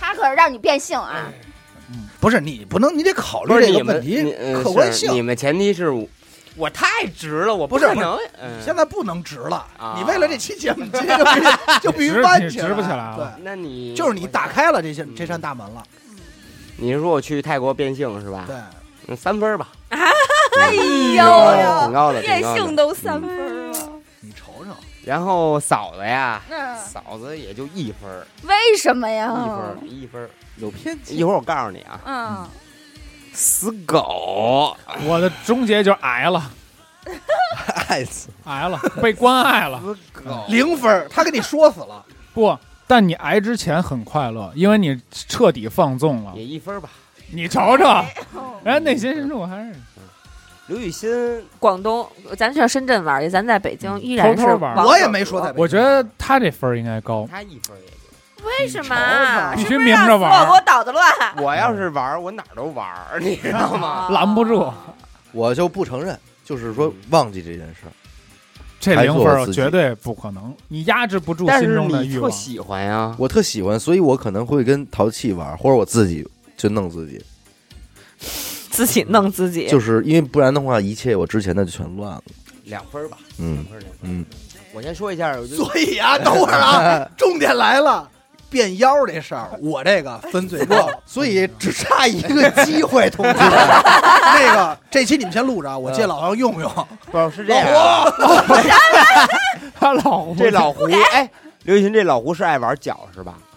F: 他可是让你变性啊！
C: 不是你不能，你得考
D: 不
C: 虑
D: 是
C: 这
D: 你
C: 个
D: 们
C: 问题
D: 你呃
C: 客观
D: 是
C: 性。
D: 你们前提是我我太直了，我
C: 不是
D: 可
C: 不是
D: 能。嗯
C: 现在不能值了
D: 啊，
C: 你为了这期节目，你今天就必须就必须
E: 直
C: 弯
E: 你
C: 起
E: 直
C: 来，
E: 不起来了
C: 对，
D: 那你
C: 就是你打，开了这些
D: 嗯
C: 这扇大门了，
D: 你是说我去泰国变性是吧？
C: 对，
D: 嗯，三分吧，
B: 哎
F: 呦
D: 挺高的，
B: 变
D: 挺高的嗯
B: 性都三分儿了，
C: 你瞅瞅，
D: 然后嫂子呀，
F: 哎那
D: 嫂子也就一分儿，
F: 为什么呀？
D: 一分
B: 哦
D: 儿，一分儿。
A: 有偏见
D: 一会儿我告诉你啊，
F: 嗯，
D: 死狗，
E: 我的终结就是挨了，
A: 爱死，
E: 挨了， *laughs* 被关爱了。
D: 死狗，
C: 零分儿，他给你说死了，
E: 不，但你挨之前很快乐，因为你彻底放纵了
D: 也。一分儿吧。
E: 你瞅瞅，
B: 哎
E: 人家内心深处还是
D: 刘雨欣，
B: 广东，咱去深圳玩去，咱在北京依然是
E: 嗯偷偷玩
B: 王
C: 我也没说在北京，
E: 我觉得他这分儿应该高。
D: 她一分儿也就。
B: 为什么？
E: 必须明着玩
B: 我我捣的乱，
D: 我要是玩儿，我哪儿都玩儿， *laughs* 你知道吗？
E: *laughs* 拦不住
A: 我就不承认，就是说忘记这件事儿。
E: 这零分
A: 还是
E: 儿
A: 我自己
E: 绝对不可能，你压制不住
D: 但
E: 心
D: 是
E: 中的
D: 你
E: 欲
D: 特
E: 望。
D: 喜欢呀，
A: 我特喜欢，所以我可能会跟淘气玩，或者我自己就弄自己，
B: 自己弄自己。
A: 就是因为不然的话，一切我之前的就全乱了。
D: 两分儿吧，两
A: 嗯
D: 分儿两分儿。
A: 嗯，
D: 我先说一下，我就
C: 所以啊，等会儿啊，重点来了。变腰这事儿，我这个分最高，
A: 所以只
C: 差一个机会，同志们。那个，这期你们先录着啊，我借老王用用。
D: 不是是这样啊， *laughs*
E: 他老胡
D: 这老胡，哎，刘雨欣这老胡是爱玩脚是
E: *laughs*
D: 吧？ *laughs*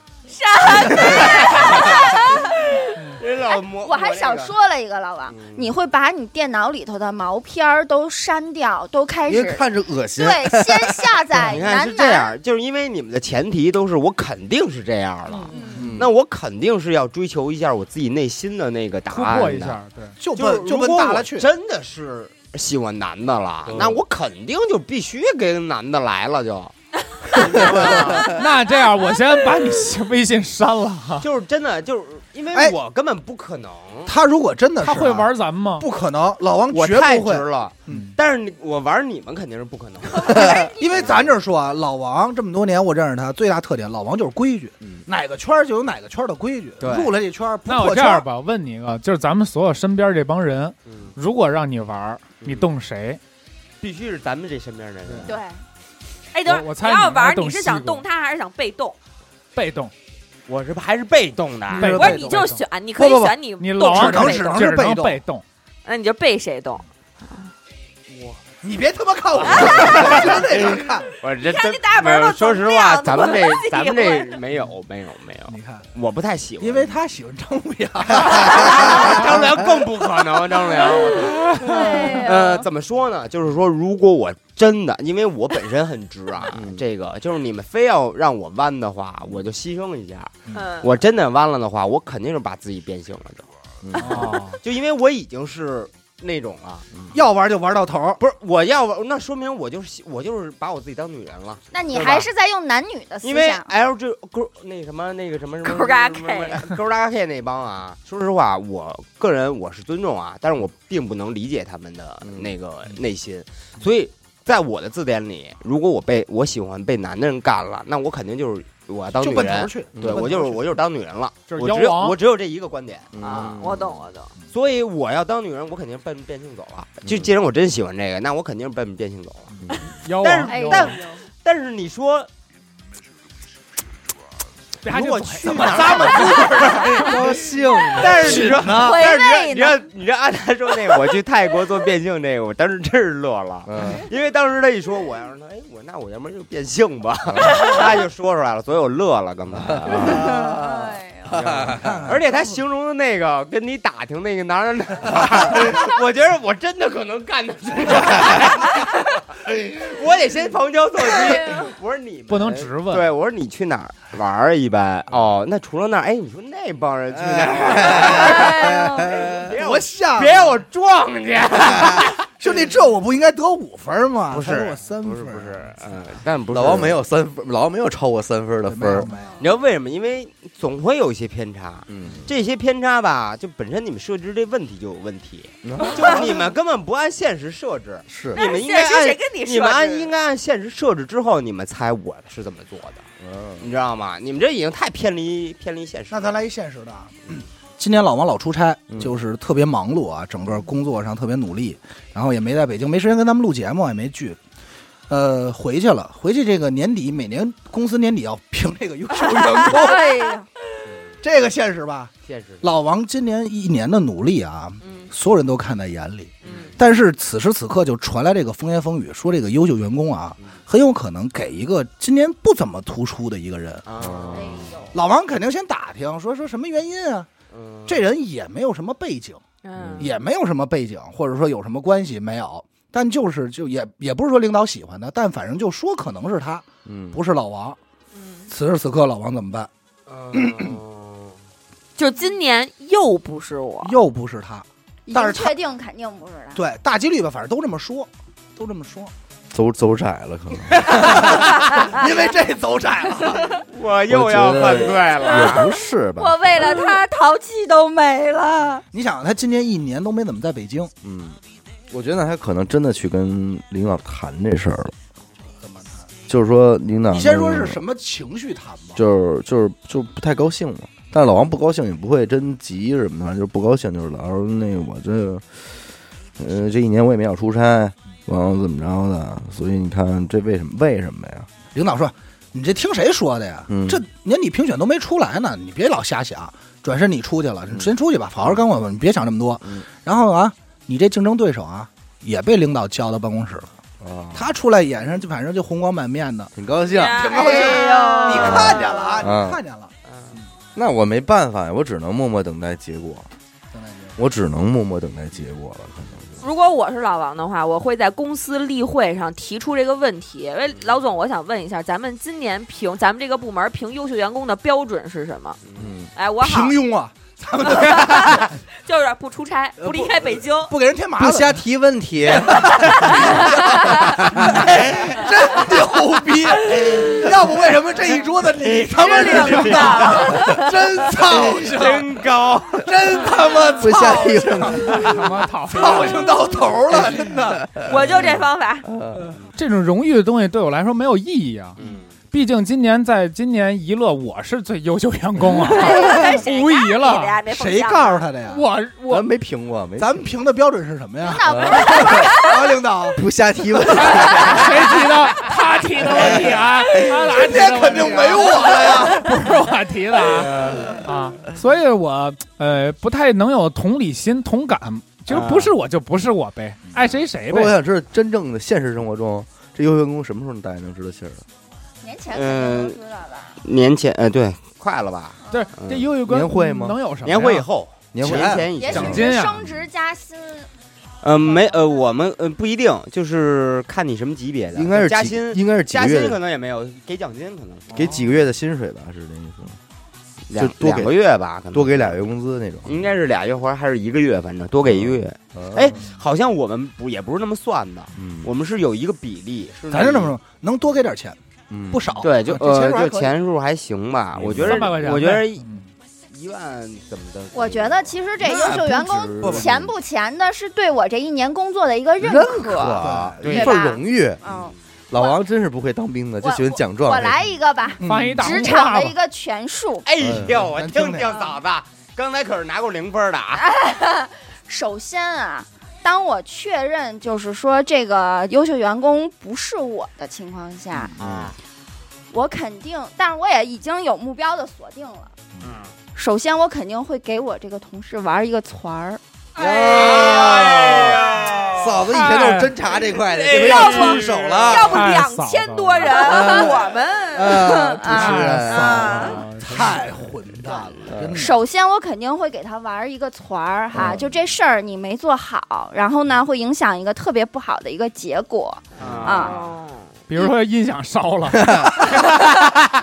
D: 这
E: 哎
D: 老魔，
F: 我还少说了一个老王，
D: 嗯
F: 你会把你电脑里头的毛片儿都删掉，都开
A: 因为
F: 始
A: 看着恶心。
F: 对，先下载
D: *laughs* 你看
F: 男
D: 是这
F: 男。
D: 样，就是因为你们的前提都是我肯定是这样了，
A: 嗯
D: 那我肯定是要追求一下我自己内心的那个答
E: 突
D: 案
E: 破一
D: 的。
E: 下，
D: *laughs*
E: 对，
C: 就
D: 就是
C: 奔就
D: 如
C: 奔
D: 果
C: 大
D: 我
C: 了去，
D: 真的是喜欢男的了，那我肯定就必须跟男的来了就，
E: 那这样我先把你微信删了。
D: *laughs* 就是啊真的就是因
C: 哎
D: 为我根本不可能，
C: 他如果真的是
E: 他
C: 啊
E: 会，玩咱们吗？
C: 不可能，老王
D: 我
C: 绝
D: 太
C: 不
D: 直
C: 会。
D: 了。
E: 嗯
D: 但是你我玩你们肯定是不可能的，
C: *laughs* 因为咱这儿说啊，老王这么多年我认识他，最大特点老王就是规矩，
A: 嗯
C: 哪个圈儿就有哪个圈儿的规矩，
A: 对
C: 入了这圈儿不
E: 那我
C: 破
E: 这
C: 圈
E: 样
C: 儿。
E: 吧，我问你一个，就是咱们所有身边这帮人，
D: 嗯
E: 如果让你玩儿，你动谁？
D: 必须是咱们这身边的人。
F: 对，
B: 哎，等会儿
E: 我
B: 你
E: 我猜
B: 要
E: 你还
B: 玩，
E: 是动
B: 你是
E: 西
B: 想
E: 瓜
B: 动他还是想被动？
E: 被动，
D: 我是还是被动的，
E: 被
B: 不是，
E: 动，
B: 你就选，你可以
C: 不不不
B: 选你
E: 你
B: 动
E: 老
B: 还
E: 王
B: 是
C: 只
B: 被
C: 能
B: 动
C: 只能是被动
E: 能被动。
B: 那你就被谁动？
C: 你别他
D: *laughs*
C: 妈看我，我觉得那人看。
D: 我这
B: 看
D: 真
B: 这大门
D: 没有
B: 都
D: 说
B: 怎
D: 实
B: 么
D: 话，
B: 样
D: 咱们
B: 怎么
D: 这咱们
B: 喜
D: 这没有没有没有，
C: *laughs* 你看，
D: 我不太喜欢，
C: 因为他喜欢张牧阳，
D: 张良更不可能，张良。呃，怎么说呢？就是说，如果我真的，因为我本身很直啊，这个就是你们非要让我弯的话，我就牺牲一下。
B: 嗯，
D: 我真的弯了的话，我肯定是把自己变性了，就 *laughs*
E: 哦，
D: 就因为我已经是那种了，
C: 要玩就玩到头儿。
D: 不是我要玩，那说明我就是我就是把我自己当女人了，
F: 那你
D: 对吧
F: 还是在用男女的思
D: 因为
F: 想。啊
D: L G 勾那什么那个什么什么
B: 勾搭 K
D: 勾搭 K 那帮啊，说实话，我个人我是尊重啊，但是我并不能理解他们的那个内心，所以在我的字典里，如果我被我喜欢被男的人干了，那我肯定就是我当
C: 就
D: 女
C: 奔头
D: 人，
C: 去。
D: 嗯对
C: 奔
D: 我就是
C: 头 *laughs* 去
D: 我就是当女人了，
E: 就是
D: 我
E: 妖
D: 只有
E: 王
D: 我只有这一个观点，
B: 啊
A: 嗯，
B: 我懂，我懂，
E: *laughs*
D: 所以我要当女人，我肯定奔变性走了。就既然我真喜欢这个，那我肯定是奔变性走了。
E: 妖
D: 但是
E: 王，
F: 哎
E: 妖
F: 呦，
E: 王
D: 但但是你说
E: 还
D: 如
E: 就
D: 果
E: 怎
D: 去
E: 么
D: 哪儿
C: 哎
A: 高兴
D: *laughs*
C: 啊
D: 但是你说，
F: 回
D: 但是
F: 味
D: 你说
F: 呢？
D: 你让按他说那个，我去泰国做变性那个，我当时真是乐 *laughs* 了，
A: 嗯，
D: 因为当时他一说，我要是他，哎，我那我要不然就变性 *laughs* 吧，他就说出来了，所以我乐了， *laughs* 刚才。
F: 哎呦
D: 而且他形容的那个跟你打听那个男人， *laughs* 我觉得我真的可能干得出来。 *laughs* 我得先旁敲侧击。我说 *laughs* 你们
E: *laughs* 不能直问
D: 对，我说你去哪儿玩儿一般？哦，那除了那儿，哎，你说那帮人去哪儿？ *laughs*
F: 哎
D: 别让我
C: 多像啊
D: 哎别让我撞见。
C: 兄弟，这我不应该得五分吗？
D: 不是
C: 才得我三分，
D: 不是不是，嗯，但不是
A: 老王没有三分，老王没有超过三分的
C: 对，
A: 分
C: 没有
A: 儿，
C: 没有。
D: 你知道为什么？因为总会有一些偏差，
A: 嗯，
D: 这些偏差吧，就本身你们设置这问题就有问题，
A: 嗯
D: 就是你们根本不按现实设置。
A: 是
D: 你们应该
B: 哎现实谁
D: 按
B: 跟你
D: 你们按应
B: 该
D: 该按现实设置之后，你们猜我是怎么做的，
A: 嗯
D: 你知道吗？你们这已经太偏离偏离现实
C: 那
D: 了。
C: 咱来一现实的啊。
D: 嗯
C: 今年老王老出差，
A: 嗯
C: 就是特别忙碌啊，整个工作上特别努力，然后也没在北京，没时间跟他们录节目，也没聚。呃，回去了，回去这个年底，每年公司年底要评这个优秀员
D: *laughs*
C: 工，
F: 哎呀，
C: 这个现实吧。
D: 现实
C: 老王今年一年的努力啊，
B: 嗯
C: 所有人都看在眼里。
B: 嗯
C: 但是此时此刻就传来这个风言风语，说这个优秀员工啊，很有可能给一个今年不怎么突出的一个人。
D: 啊
F: 哎，
C: 老王肯定先打听，说说什么原因啊？
D: 嗯
C: 这人也没有什么背景，
B: 嗯
C: 也没有什么背景，或者说有什么关系没有。但就是就也也不是说领导喜欢他，但反正就说可能是他，
A: 嗯，
C: 不是老王。
B: 嗯，
C: 此时此刻，老王怎么办？
D: 嗯
B: 就今年又不是我，
C: 又不是他，
F: 已
C: 但是
F: 经
C: 他嗯
F: 确定肯定不是他。
C: 对，大几率吧，反正都这么说，都这么说，
A: 走走窄了，可能
C: *laughs* 因为这走窄了。
D: *laughs* 我又要犯罪了。
A: 也不是吧
F: 我，为了他淘气都没了。
C: 你想，他今年一年都没怎么在北京，
A: 嗯，我觉得他可能真的去跟领导谈这事儿了，
C: 怎么
A: 啊
C: 谈？
A: 就是说领导，
C: 你先说是什么情绪谈吧。
A: 就是就是就不太高兴了。但是老王不高兴也不会真急什么的，反正就是不高兴，就是老说那个我这，呃，这一年我也没少出差，完了怎么着的，所以你看这为什么为什么呀？
C: 领导说：“你这听谁说的呀？
A: 嗯
C: 这年底评选都没出来呢，你别老瞎想。转身你出去了，你先出去吧，好好干活吧，你别想这么多。
A: 嗯
C: 然后啊，你这竞争对手啊，也被领导叫到办公室了。
A: 啊，
C: 他出来眼上就反正就红光满面的，
A: 挺高兴，
B: 哎
C: 你
B: 呦
C: 看见了啊，
A: 嗯
C: 你看见了。
A: 那我没办法呀，我只能默默等待结果，
C: 现在就
A: 我只能默默等待结果了，可能就
B: 如果我是老王的话，我会在公司例会上提出这个问题。喂，老总，我想问一下，咱们今年评咱们这个部门评优秀员工的标准是什么？
A: 嗯，
B: 哎，我好
C: 平庸啊，咱们都
B: 就是不出差，
C: 呃
B: 不离开北京。
C: 不给人添麻
A: 不
C: 烦，
A: 瞎提问
D: *laughs*
A: 题，
C: 真牛
D: *laughs*
C: 逼！要不为什么这一桌子你他妈是
D: *laughs*
C: 领导？真操心，
D: 真高，
C: 真他妈
A: 不瞎提问题。
E: 他妈讨厌
C: 操心到头了，真的。
B: 我就这方法，
E: 这种荣誉的东西对我来说没有意义啊。毕竟今年在今年一乐，我是最优秀员工啊，
B: *laughs*
E: 无疑
B: 哎
E: 了。
C: 谁告诉他的呀？
E: 我我
A: 咱没评过，没
C: 咱们评的标准是什么呀
F: 领？导不是
C: 啊，领导，
A: 不瞎提问题，
E: 谁提的？他提的问题啊，他哪
C: 今
E: 提
C: 天
E: 的问
C: 肯
E: 题啊
C: 定没我
E: *laughs*
C: 了呀。
E: 不是我提的啊啊，所以我呃不太能有同理心、同感，就是不是我就不是我呗，爱谁谁
A: 不过我
E: 呗。
A: 想知道真正的现实生活中，这优秀员工什么时候大家能知道信儿了？
F: 年前肯定都知道吧？
D: 年前哎，对，快了吧？
E: 对，这优越观
A: 年会吗
E: 能有什么呀？
D: 年会以后，
A: 年会
D: 年前以
F: 也
D: 前
E: 奖
F: 许
E: 金啊
F: 是
E: 呀
F: 升职加薪，
D: 嗯，没呃，我们呃不一定，就是看你什么级别的，
A: 应该是
D: 加
A: 几
D: 薪，
A: 应该是几
D: 加
A: 个
D: 薪
A: 月
D: 可
A: 的，
D: 能也没有，给奖金可能是
A: 给几个月的薪水吧，是这意思吗？
D: 两
A: 就多给
D: 两个月吧，可能
A: 多给俩月工资那种。
D: 应该是俩月或者还是一个月，反正多给一个月。哎，好像我们不也不是那么算的，
A: 嗯，
D: 我们是有一个比例，是
C: 咱就这么说，能多给点钱，
A: 嗯
C: 不少。
D: 对，就
C: 啊
D: 呃就
C: 这钱数还可以。
D: 钱数还行吧，我觉得
E: 三百块钱呗，
D: 我觉得
E: 嗯
D: 一万怎么的，
F: 我觉得其实这优秀员
D: 那不止
F: 工钱不钱的，是对我这一年工作的一个认
A: 认
F: 可。
A: 哇，
D: 对
A: 一
F: 对
A: 份
F: 吧
A: 荣誉，
F: 嗯，
A: 老王真是不会当兵的，就喜欢奖状。
F: 我来一个吧，
E: 发一大
D: 嗯
F: 职
E: 红
F: 场
E: 褂
F: 的
E: 子
F: 一个权术。
D: 哎
A: 哎
D: 呦，我
C: 咱
D: 听
C: 听
D: 听
C: 听
D: 嫂子，刚才可是拿过零分的啊！
F: 首先啊，当我确认就是说这个优秀员工不是我的情况
E: 嗯
F: 下，
A: 啊，
F: 我肯定，但是我也已经有目标的锁定了。
D: 嗯，
A: 啊
F: 首先，我肯定会给我这个同事玩一个团儿，
A: 哎嫂子以前都是侦查这块的，
F: 哎
A: 这回要出手
B: 要
A: 了。
B: 不
E: 太
B: 两
E: 扫
B: 千
E: 了
B: 多人，我们
A: 嗯，
B: 啊
C: 太混蛋了，真的。
F: 首先，我肯定会给他玩一个团儿哈，
A: 嗯
F: 就这事儿你没做好，然后呢会影响一个特别不好的一个结果。啊
B: 哦
E: 比如说音响烧
D: *laughs*
E: 了，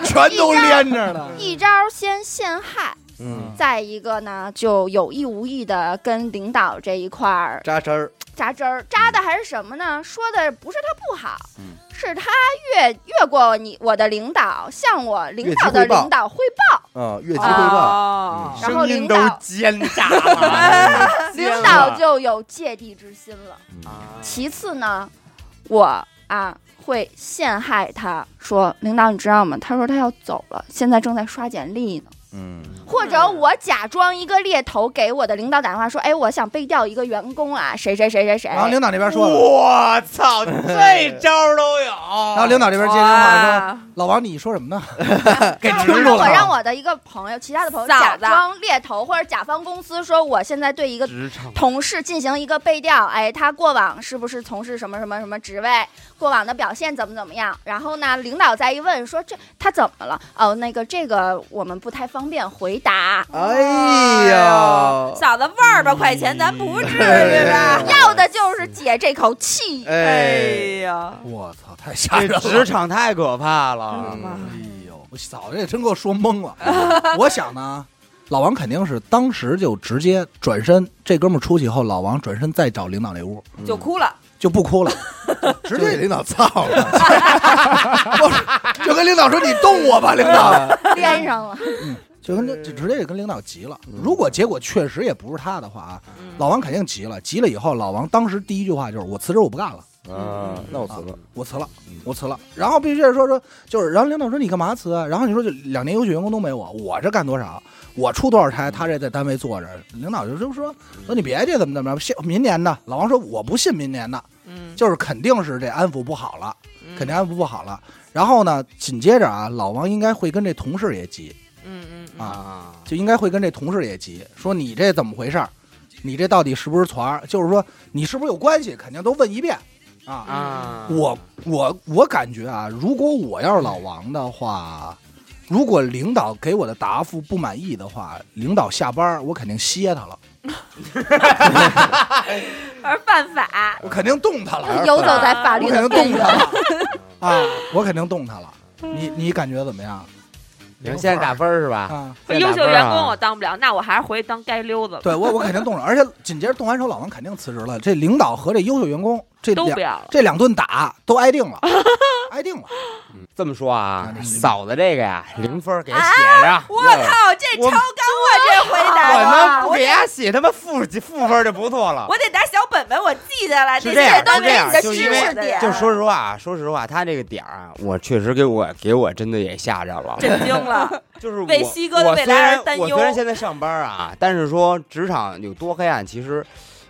C: 全都连着呢。
F: 一招先陷害，
A: 嗯，
F: 再一个呢就有意无意的跟领导这一块儿
A: 扎针儿，
F: 扎针儿，扎的还是什么呢？说的不是他不好，
A: 嗯
F: 是他越越过你我的领导，向我领导的
A: 越级汇报
F: 领导汇报，
A: 嗯，越级汇
F: 啊
A: 报，
C: 嗯
B: 哦
F: 然后
D: 声音
F: 领
D: 都
F: 导
D: 奸诈了，
F: 领导就有芥蒂之心了。其次呢，我啊会陷害他，说领导你知道吗？他说他要走了，现在正在刷简历呢。
A: 嗯，
F: 或者我假装一个猎头给我的领导打电话说，哎，我想背调一个员工啊，谁谁谁谁谁。
C: 然后领导那边说了，
D: 我操，这招都有。
C: 然后领导这边接电话说：“老王，你说什么呢？给
F: 就
C: 植
F: 是或
C: 入
F: 者
C: 了
F: 我让我的一个朋友，其他的朋友
B: 嫂子
F: 假装猎头或者甲方公司说，我现在对一个
D: *laughs* 职场
F: 同事进行一个背调，哎，他过往是不是从事什么什么什么职位，过往的表现怎么怎么样？然后呢，领导再一问说这他怎么了？哦，那个这个我们不太方便回答，
D: 啊
A: 哎呀，
B: *laughs* 嫂子万儿八块钱，咱不
D: 嗯 *laughs*
B: 至于
A: 哎呀？
B: 吧
F: 要的就是解这口气。 *laughs*
D: 嗯
A: 哎，
B: 呀，
C: 我操，太吓人
D: 这
C: 了！”
D: 职场太可怕了。
A: 嗯
C: 哎呦，我嫂子也真给我说懵了。 *laughs* 我想呢，老王肯定是当时就直接转身，这哥们儿出去以后，老王转身再找领导那屋
D: 嗯
B: 就哭了，
C: 就不
D: *laughs*
C: 哭了，直
A: 直接给
C: 接
A: 领导操
C: *laughs*
A: 了，
C: 就跟领导说：“你动我吧，领导。
F: 连上了，”
C: 就跟就直接就跟领导急了。
D: 嗯
C: 如果结果确实也不是他的话啊，
B: 嗯
C: 老王肯定急了。急了以后，老王当时第一句话就是：“我辞职，我不干了。”
A: 啊，那我辞了，
C: 我辞了，我辞了。然后必须得说说，就是，然后领导说你干嘛辞啊？然后你说就两年优秀员工都没我，我这干多少？我出多少差？他这在单位坐着，领导就就说说你别去，怎么怎么着，信明年的。老王说我不信明年的，
B: 嗯，
C: 就是肯定是这安抚不好了，
B: 嗯
C: 肯定安抚不好了。然后呢，紧接着啊，老王应该会跟这同事也急，
B: 嗯嗯嗯
D: 啊，
C: 就应该会跟这同事也急，说你这怎么回事儿？你这到底是不是团儿？就是说你是不是有关系？肯定都问一遍啊。
D: 啊！
C: 我我我感觉啊，如果我要是老王的话，如果领导给我的答复不满意的话，领导下班儿我肯定歇他了，
B: 嗯而犯法，
C: 我肯定动他
D: 哎
C: 了，
F: 游走在法律
C: 我肯
F: 的
C: 定
F: 边
C: 动他
F: 缘。
C: 了 *laughs* 啊，我肯定动他了。你你感觉怎么样
D: 行，现在打分是吧？
C: 啊？
B: 优秀员工我当不了，那我还是回去当街溜子吧，
C: 对我我肯定动了，而且紧接着动完手，老王肯定辞职了。这领导和这优秀员工这
B: 都
C: 两
B: 不要了。
C: 这两顿打都挨 *laughs* 定了，挨定了。
D: 这么说啊
C: 那，你
D: 嫂子这个呀，零分给写上。
B: 啊我靠，这超
D: 我
B: 纲我这回
D: 我
B: 答
D: 能
B: 的，
D: 不
B: 我
D: 给他写他妈负几负分就不错了。
B: 我得拿小本本，我记下来，
D: 是
B: 这
D: 这样
B: 些都
D: 是
B: 是
D: 这样
B: 你的
D: 就
B: 知
D: 因为
B: 识点，
D: 就说实话啊，说实话，他这个点儿啊，我确实给我给我真的也吓着了。
B: 震惊了，
D: 就是我
B: 为西哥的
D: 我
B: 未
D: 虽
B: 来
D: 然
B: 而担
D: 我
B: 忧
D: 虽然现在上班啊，但是说职场有多黑暗，其实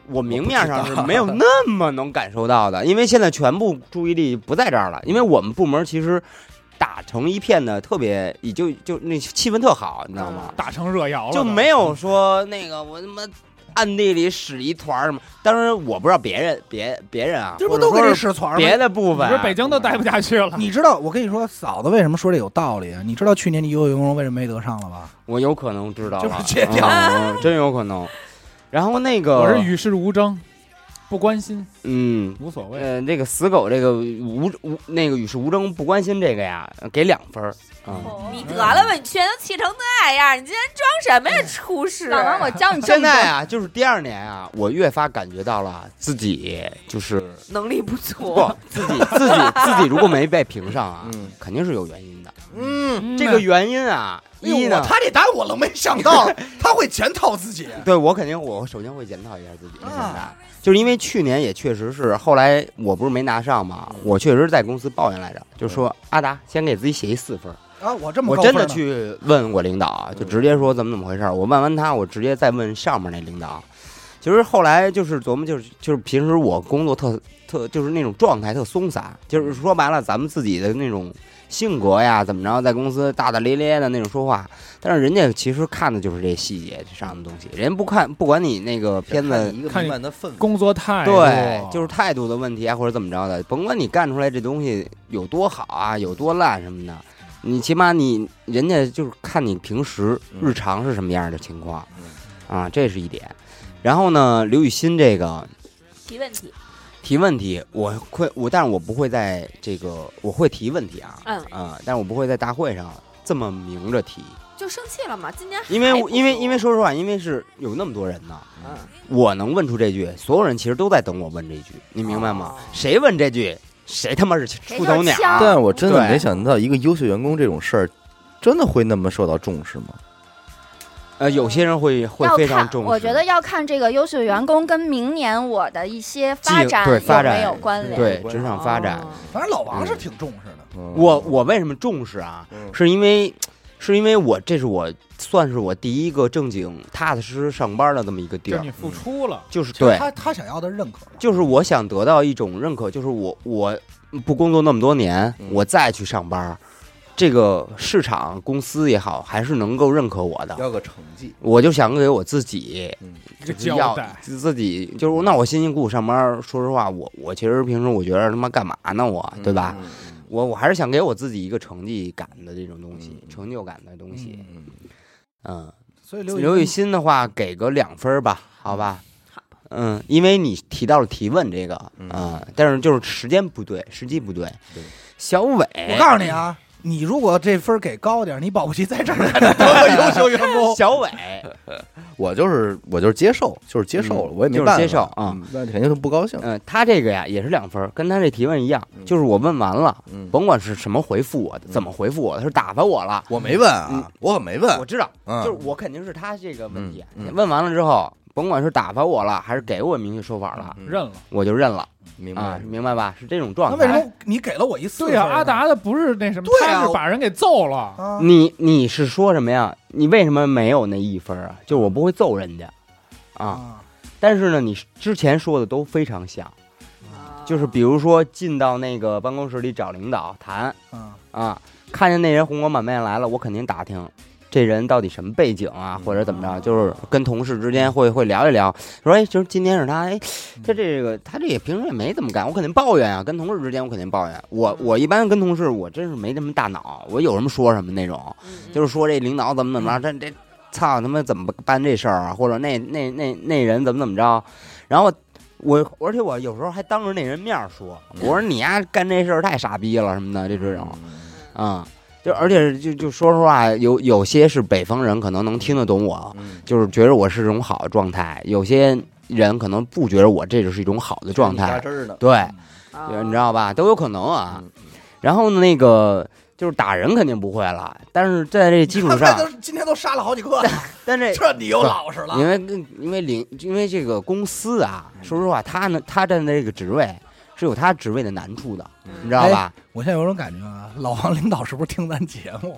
D: 我明面上是没有那么能感受到的，因为现在全部注意力不在这儿了。因为我们部门其实打成一片的，特别也就就那气氛特好， *laughs* 你知道吗？
E: 打成热窑了
B: 嗯
E: 都，
D: 就没有说那个我他妈暗地里使一团儿什么。当然我不知道别人别别人啊，
C: 这不
D: 或者
C: 都给
D: 说
C: 你
D: 是
C: 使团儿吗？
D: 别的部分
E: 你说
D: 啊，
E: 北京都待不下去了。
C: 你知道我跟你说，嫂子为什么说这有道理啊？你知道去年你优秀员工为什么没得上了吧？
D: 我有可能知道了，
C: 就是戒掉
D: 嗯真有可能。然后那个，
E: 我是与世无争，不关心，
D: 嗯，
E: 无所谓。
D: 呃，那个死狗这个无无那个与世无争不关心这个呀，给两分儿
F: 哦
D: 啊。
B: 你得了吧，你全都气成那样，你今天装什么呀？出事！
F: 老王，我教你这
D: 哎现
F: 么多
D: 在啊，就是第二年啊，我越发感觉到了自己就是
B: 能力不
D: 不
B: 足，
D: 自己自己自己如果没被评上啊
A: 嗯，
D: 肯定是有原因的。
A: 嗯，
E: 嗯
D: 这个原因啊，一呢，
C: 他这答案我都没想到，他会检讨自己。
D: 对我肯定我首先会检讨一下自己的现在，就是因为去年也确实是，后来我不是没拿上嘛，我确实在公司抱怨来着，就说阿达先给自己写一四分儿，
C: 啊，我这么
D: 我
C: 高
D: 真
C: 分
D: 的
C: 呢，嗯
D: 去问我领导啊，就直接说怎么怎么回事儿。我问完他，我直接再问上面那领导。其实后来就是琢磨，就是就是平时我工作特特就是那种状态特松散，就是说白了咱们自己的那种性格呀，怎么着，在公司大大咧咧的那种说话。但是人家其实看的就是这细节上的东西，人家不看不管你那个片子
A: 一个
E: 看
A: 弥漫的氛围，
E: 工作态度，哦
D: 对，就是态度的问题啊，或者怎么着的，甭管你干出来这东西有多好啊，有多烂什么的，你起码你人家就是看你平时
A: 嗯
D: 日常是什么样的情况
A: 嗯，
D: 啊，这是一点。然后呢，刘雨欣这个
B: 提问题，
D: 提问题，我会我，但是我不会在这个我会提问题啊，
B: 嗯
D: 啊，但是我不会在大会上这么明着提，
B: 就生气了嘛？今年
D: 因为
B: 还不
D: 因为
B: 服
D: 因为说实话，因为是有那么多人呢，
B: 嗯
D: 我能问出这句，所有人其实都在等我问这句，你明白
B: 哦
D: 吗？谁问这句，谁他妈是出头鸟啊
F: 谁就是枪？
A: 但是我真的
D: 对
A: 没想到，一个优秀员工这种事儿，真的会那么受到重视吗？
D: 呃，有些人会会
F: 要
D: 非常
F: 看，
D: 重视，
F: 我觉得要看这个优秀员工跟明年我的一些发
D: 技
F: 展
D: 对发
F: 有
D: 展
F: 没有关联。
D: 对职场发展。
B: 哦
C: 反正老王是挺重视的。
A: 嗯
D: 我我为什么重视啊？
A: 嗯
D: 是因为是因为我这是我算是我第一个正经踏踏实实上班的这么一个地
E: 就
D: 儿
E: 是，你付出了，
D: 就是
C: 其实
D: 对，
C: 他他想要的认可了，
D: 就是我想得到一种认可，就是我我不工作那么多年
A: 嗯，
D: 我再去上班，这个市场公司也好，还是能够认可我的。
A: 要个成绩，
D: 我就想给我自己
A: 嗯，
E: 一个 *laughs*
D: 就是
E: 交
D: 要
E: 代，
D: 自自己就是那我辛辛苦苦上班，说实话，我我其实平时我觉得他妈干嘛呢我，对吧？
A: 嗯？
D: 我我还是想给我自己一个成绩感的这种东西，
A: 嗯
D: 成就感的东西。
A: 嗯，
D: 嗯，
C: 所以刘
D: 刘雨
C: 雨
D: 欣的话给个两分儿吧，好吧。嗯，因为你提到了提问这个，
A: 嗯
D: 啊，但是就是时间不对，时机不对
A: 对。
D: 小伟，
C: 我告诉你啊，你如果这分儿给高点儿，你保不齐在这儿还能得个优 *laughs* 秀员工。
D: 小伟，
A: 我就是我就是接受，就是接受了，
D: 嗯
A: 我也没
D: 就是
A: 办法
D: 接受啊
A: 嗯那肯定是不高兴。
D: 嗯，他这个呀也是两分儿，跟他这提问一样，就是我问完了，
A: 嗯，
D: 甭管是什么回复我，怎么回复我，他是打发我了，
A: 我没问啊，我可没 *laughs* 问，
D: 嗯我知道，
A: 嗯
D: 就是我肯定是他这个问题
A: 嗯嗯
D: 问完了之后，甭管是打发我了，还是给我明确说法了，
A: 嗯
E: 认了。
D: 我啊就认了
A: 明白，，
D: 啊明白吧？是这种
C: 那
D: 状
C: 为什
D: 态。
C: 么你给了我一次？
E: 对呀，阿达的不是那什么，
C: 对啊
E: 他是把人给揍
D: 嗯
E: 了，
C: 啊，
D: 你你是说什么呀？你为什么没有那一分啊？就是我不会揍人家啊，
C: 啊，
D: 但是呢，你之前说的都非常像，就是比如说进到那个办公室里找领导谈
C: 啊
D: 啊，看见那人红光满面来了，我肯定打听。这人到底什么背景啊，或者怎么着？就是跟同事之间会会聊一聊，说哎，就是今天是他，哎，他这个他这也平时也没怎么干，我肯定抱怨啊。跟同事之间我肯定抱怨，我我一般跟同事我真是没什么大脑，我有什么说什么那种。
B: 嗯
D: 就是是说这领导怎么怎么着，这这操他妈怎么办这事儿啊？或者那那那那人怎么怎么着？然后我而且我有时候还当着那人面儿说，我说你呀、干这事儿太傻逼了什么的，就这种啊、就而且就就说实话，有有些是北方人可能能听得懂我，
A: 嗯，
D: 就是觉得我是一种好的状态；有些人可能不觉得我这就是一种好的状
A: 你
D: 态
A: 压。
C: 嗯
A: 针儿呢，
D: 对，
B: 啊
D: 你知道吧？都有可能啊
A: 嗯。
D: 然后呢那个就是打人肯定不会了，但是在这基础
C: 他们
D: 上
C: 都， *laughs* 今天都杀了好几个， *laughs*
D: 但这
C: 这你又老实了。
D: 因为跟因为领因为这个公司啊，说实话，他呢他站在这个职位是有他职位的难处的，你知道吧？
C: 我现在有种感觉啊，老王领导是不是听咱节目？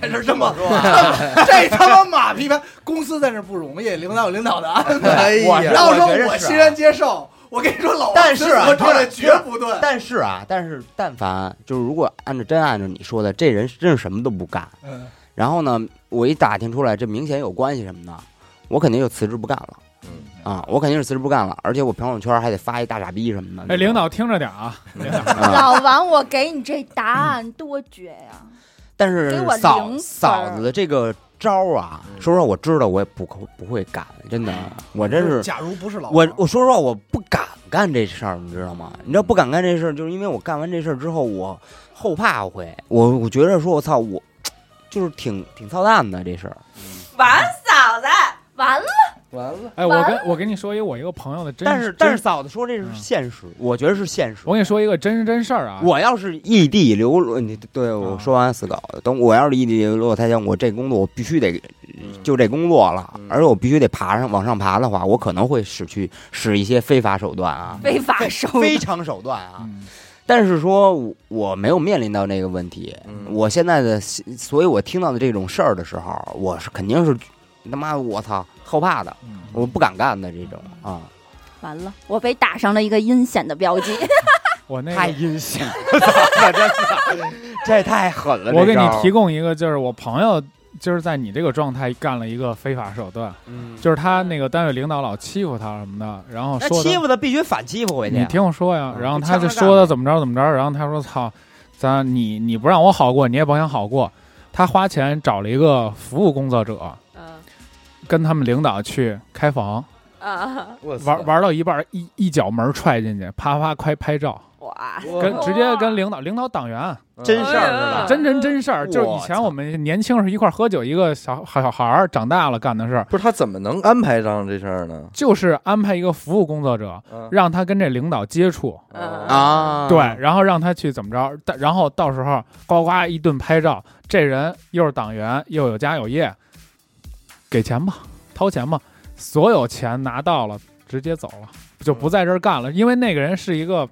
C: 在这儿这么
A: 说啊
C: *laughs* 这他妈马屁拍，公司在这儿不容易，领导有领导的安排。
A: 哎
D: 我
A: 呀
D: 知
C: 然
D: 道
C: 后说
D: 我觉得
C: 我
D: 是啊
C: 欣然接受，我跟你说，老王
D: 但是啊
C: 我状态绝不对。
D: *laughs* 但是啊，但是但凡就是如果按照真按照你说的，这人真是什么都不干，
C: 嗯，
D: 然后呢，我一打听出来这明显有关系什么呢，我肯定就辞职不干了。
E: 嗯
D: 啊，我肯定是辞职不干了，而且我朋友圈还得发一大傻逼什么的。
E: 哎，领导听着点
D: *laughs*
E: 啊，领导
D: 啊，
F: 老王，我给你这答案多绝 *laughs* 呀、
D: 但
F: 给
D: 是
F: 我零
D: 嫂
F: 分
D: 嫂子的这个招儿啊，
E: 嗯
D: 说实话，我知道我也不可不会干，真的，我真是
C: 假如不是老
D: 我
C: 王
D: 我说实话，我不敢干这事儿，你知道吗？你知道不敢干这事儿，就是因为我干完这事儿之后，我后怕会，我我觉得说，我操，我就是挺挺操蛋的这事儿。
B: 完嫂子，
F: 完了，
A: 完了，
E: 哎，我跟我跟你说一个我一个朋友的真，
D: 但是但是
E: 真
D: 嫂子说这是
E: 嗯
D: 现实，我觉得是现实。
E: 我跟你说一个真真事儿啊，
D: 我要是异地流落，你对我
E: 啊
D: 说完死稿，等我要是异地流落他乡，我这工作我必须得
A: 嗯
D: 就这工作了
A: 嗯，
D: 而且我必须得爬上往上爬的话，我可能会使去使一些非法手段啊，
B: 非法收
D: 非常手段啊。
E: 嗯
D: 但是说我我没有面临到那个问题，
A: 嗯
D: 我现在的，所以我听到的这种事儿的时候，我是肯定是他妈我操后怕的，
E: 嗯
D: 我不敢干的这种啊，
F: 完了，我被打上了一个阴险的标记。
E: 我那个
D: 太阴险了，真的，这太狠
E: *laughs*
D: 了。
E: 我给
D: 这
E: 你
D: 招
E: 提，供一个，就是我朋友就是在你这个状态干了一个非法手段，
D: 嗯
E: 就是他那个单位领导老欺负他什么的，然后
D: 那
E: 说他
D: 欺负他必须反欺负回去
E: 你
D: 啊。
E: 听我说呀，
D: 嗯
E: 然后
D: 你
E: 他
D: 呛
E: 就
D: 着干
E: 说
D: 呗
E: 他怎么着怎么着，然后他说操，咱你你不让我好过，你也甭想好过。他花钱找了一个服务工作者，
B: 嗯
E: 跟他们领导去开房，
B: 啊，
A: 我操
E: 玩，玩到一半儿一一脚门踹进去，啪啪快拍照，
B: *laughs* 哇，
A: 我
E: 跟
B: 哦
E: 直接跟领导领导党员，
D: 真事儿是
A: 啊嗯
D: 吧？
E: 真真真事儿，就是
D: 我
E: 以前
D: 操
E: 我们年轻时候一块儿喝酒，一个小小孩儿长大了干的事儿，
A: 不是他怎么能安排上这事儿呢？
E: 就是安排一个服务工作者，
A: 嗯
E: 让他跟这领导接触，
D: 啊，
E: 对，然后让他去怎么着，但然后到时候呱呱一顿拍照，这人又是党员，又有家有业，给钱吧，掏钱吧，所有钱拿到了，直接走了，就
D: 嗯
E: 不在这儿干了，因为那个人是一个，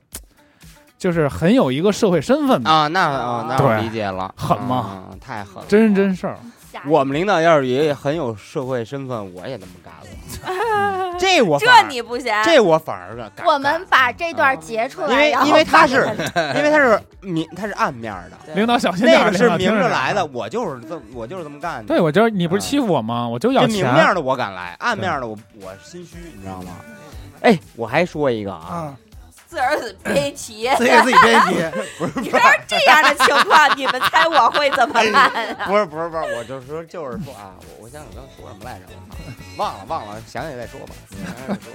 E: 就是很有一个社会身份的，
D: 啊，那啊，那我
E: 对
D: 理解了，
E: 狠吗
D: 啊？太狠了，
E: 真人真事儿，
D: *laughs* 我们领导要是也很有社会身份，我也这么干了。这我反
B: 这
D: 而
B: 你不行，
D: 这我反而敢干。
F: *laughs* 我们把这段截出来，
D: 因为
F: 然后
D: 因为他是
F: 发给
D: 因为他是明他是暗面的，
B: 对
E: 领导小心点
D: 那
E: 儿，
D: 个是
E: 领导
D: 明
E: 听
D: 着
E: 着
D: 来
E: 点
D: 的，
E: 儿。
D: 我就是这么我就是这么干的。
E: 对，我就是你不是欺负我吗？我就要
D: 这嗯明
E: 钱，
D: 面的我敢来，暗面的我我心虚，你知道吗？哎，我还说一个啊，
C: 啊，
B: 自个儿别提。
C: 自己给自己编辑，
D: 哎
B: 你这是这样的情况，你们猜我会怎么办啊？
D: *laughs* 不是不是不是，我就是说就是说啊，我我想想我刚说什么来着，忘了忘了，想起来再说吧。想起来再说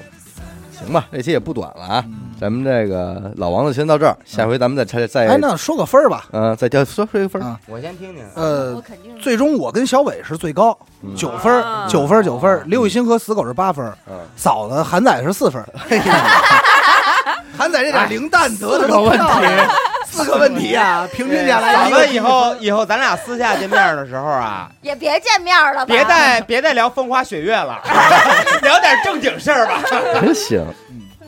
A: 行吧，这期也不短了啊，
D: 嗯
A: 咱们这个老王的先到这儿，下回咱们再拆再
C: 哎，那说个分儿吧。
A: 嗯再调说说一个分儿
C: 啊
D: 我先听听，
F: 我
C: 呃，
F: 肯定
C: 最终我跟小伟是最高，
A: 嗯
C: 九分儿，
B: 啊
C: 九分儿，九分儿。刘雨欣和死狗是八分儿，
A: 嗯，
C: 嫂子韩仔是四分儿。 *laughs* 韩仔这点零蛋得的
E: 有问题，
C: 四个问题啊，平均下来
D: 哎咱
C: 一个
D: 们以后以后咱俩私下见面的时候啊，
F: 也别见面了吧，
D: 别再别再聊风花雪月了，聊点正经事儿吧。
A: 真 *laughs* 行。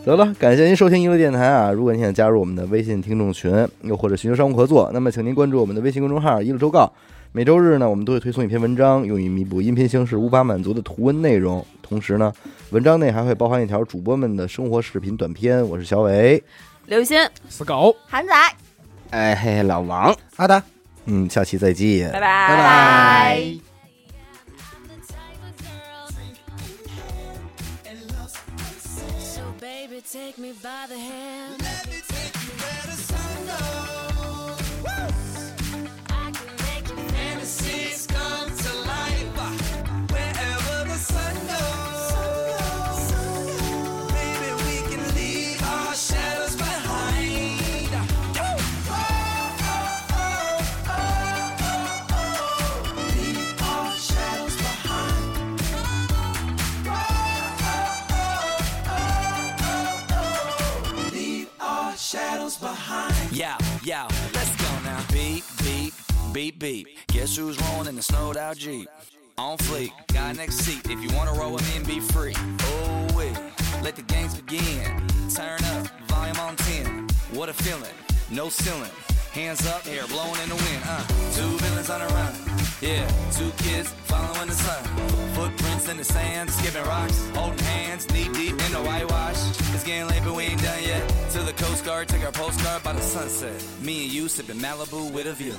A: 得了，感谢您收听一路电台啊！如果您想加入我们的微信听众群，又或者寻求商务合作，那么请您关注我们的微信公众号“一路周告”。每周日呢，我们都会推送一篇文章，用以弥补音频形式无法满足的图文内容。同时呢，文章内还会包含一条主播们的生活视频短片。我是小伟，
B: 刘雨欣，
E: 死狗。
F: 韩仔，
D: 哎嘿，老王，
C: 阿达。
A: 嗯，下期再见。
B: 拜拜
D: 拜拜。
G: So baby, take me by the hand. Let me take you where the sun goes. I can make your fantasies come to life. Wherever the sun goes. Baby, we can leave our shadows behind. Leave our shadows behind. leave our shadows behind. Yeah, yeah, let's go now. Beep, beep, beep, beep. Guess who's rolling in the snowed out Jeep? On fleek, got next seat. If you wanna roll with me and be free. Oh wait, let the games begin. Turn up, volume on 10. What a feeling, no ceiling. Hands up, hair blowing in the wind. Uh, two villains on the run. Yeah, two kids following the sun. Footprints in the sand, skipping rocks, holding hands, knee deep in the whitewash. It's getting late, but we ain't done yet. To the Coast Guard, take our postcard by the sunset. Me and you sipping Malibu with a view.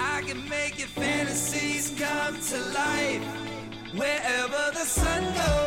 G: I can make your fantasies come to life wherever the sun goes.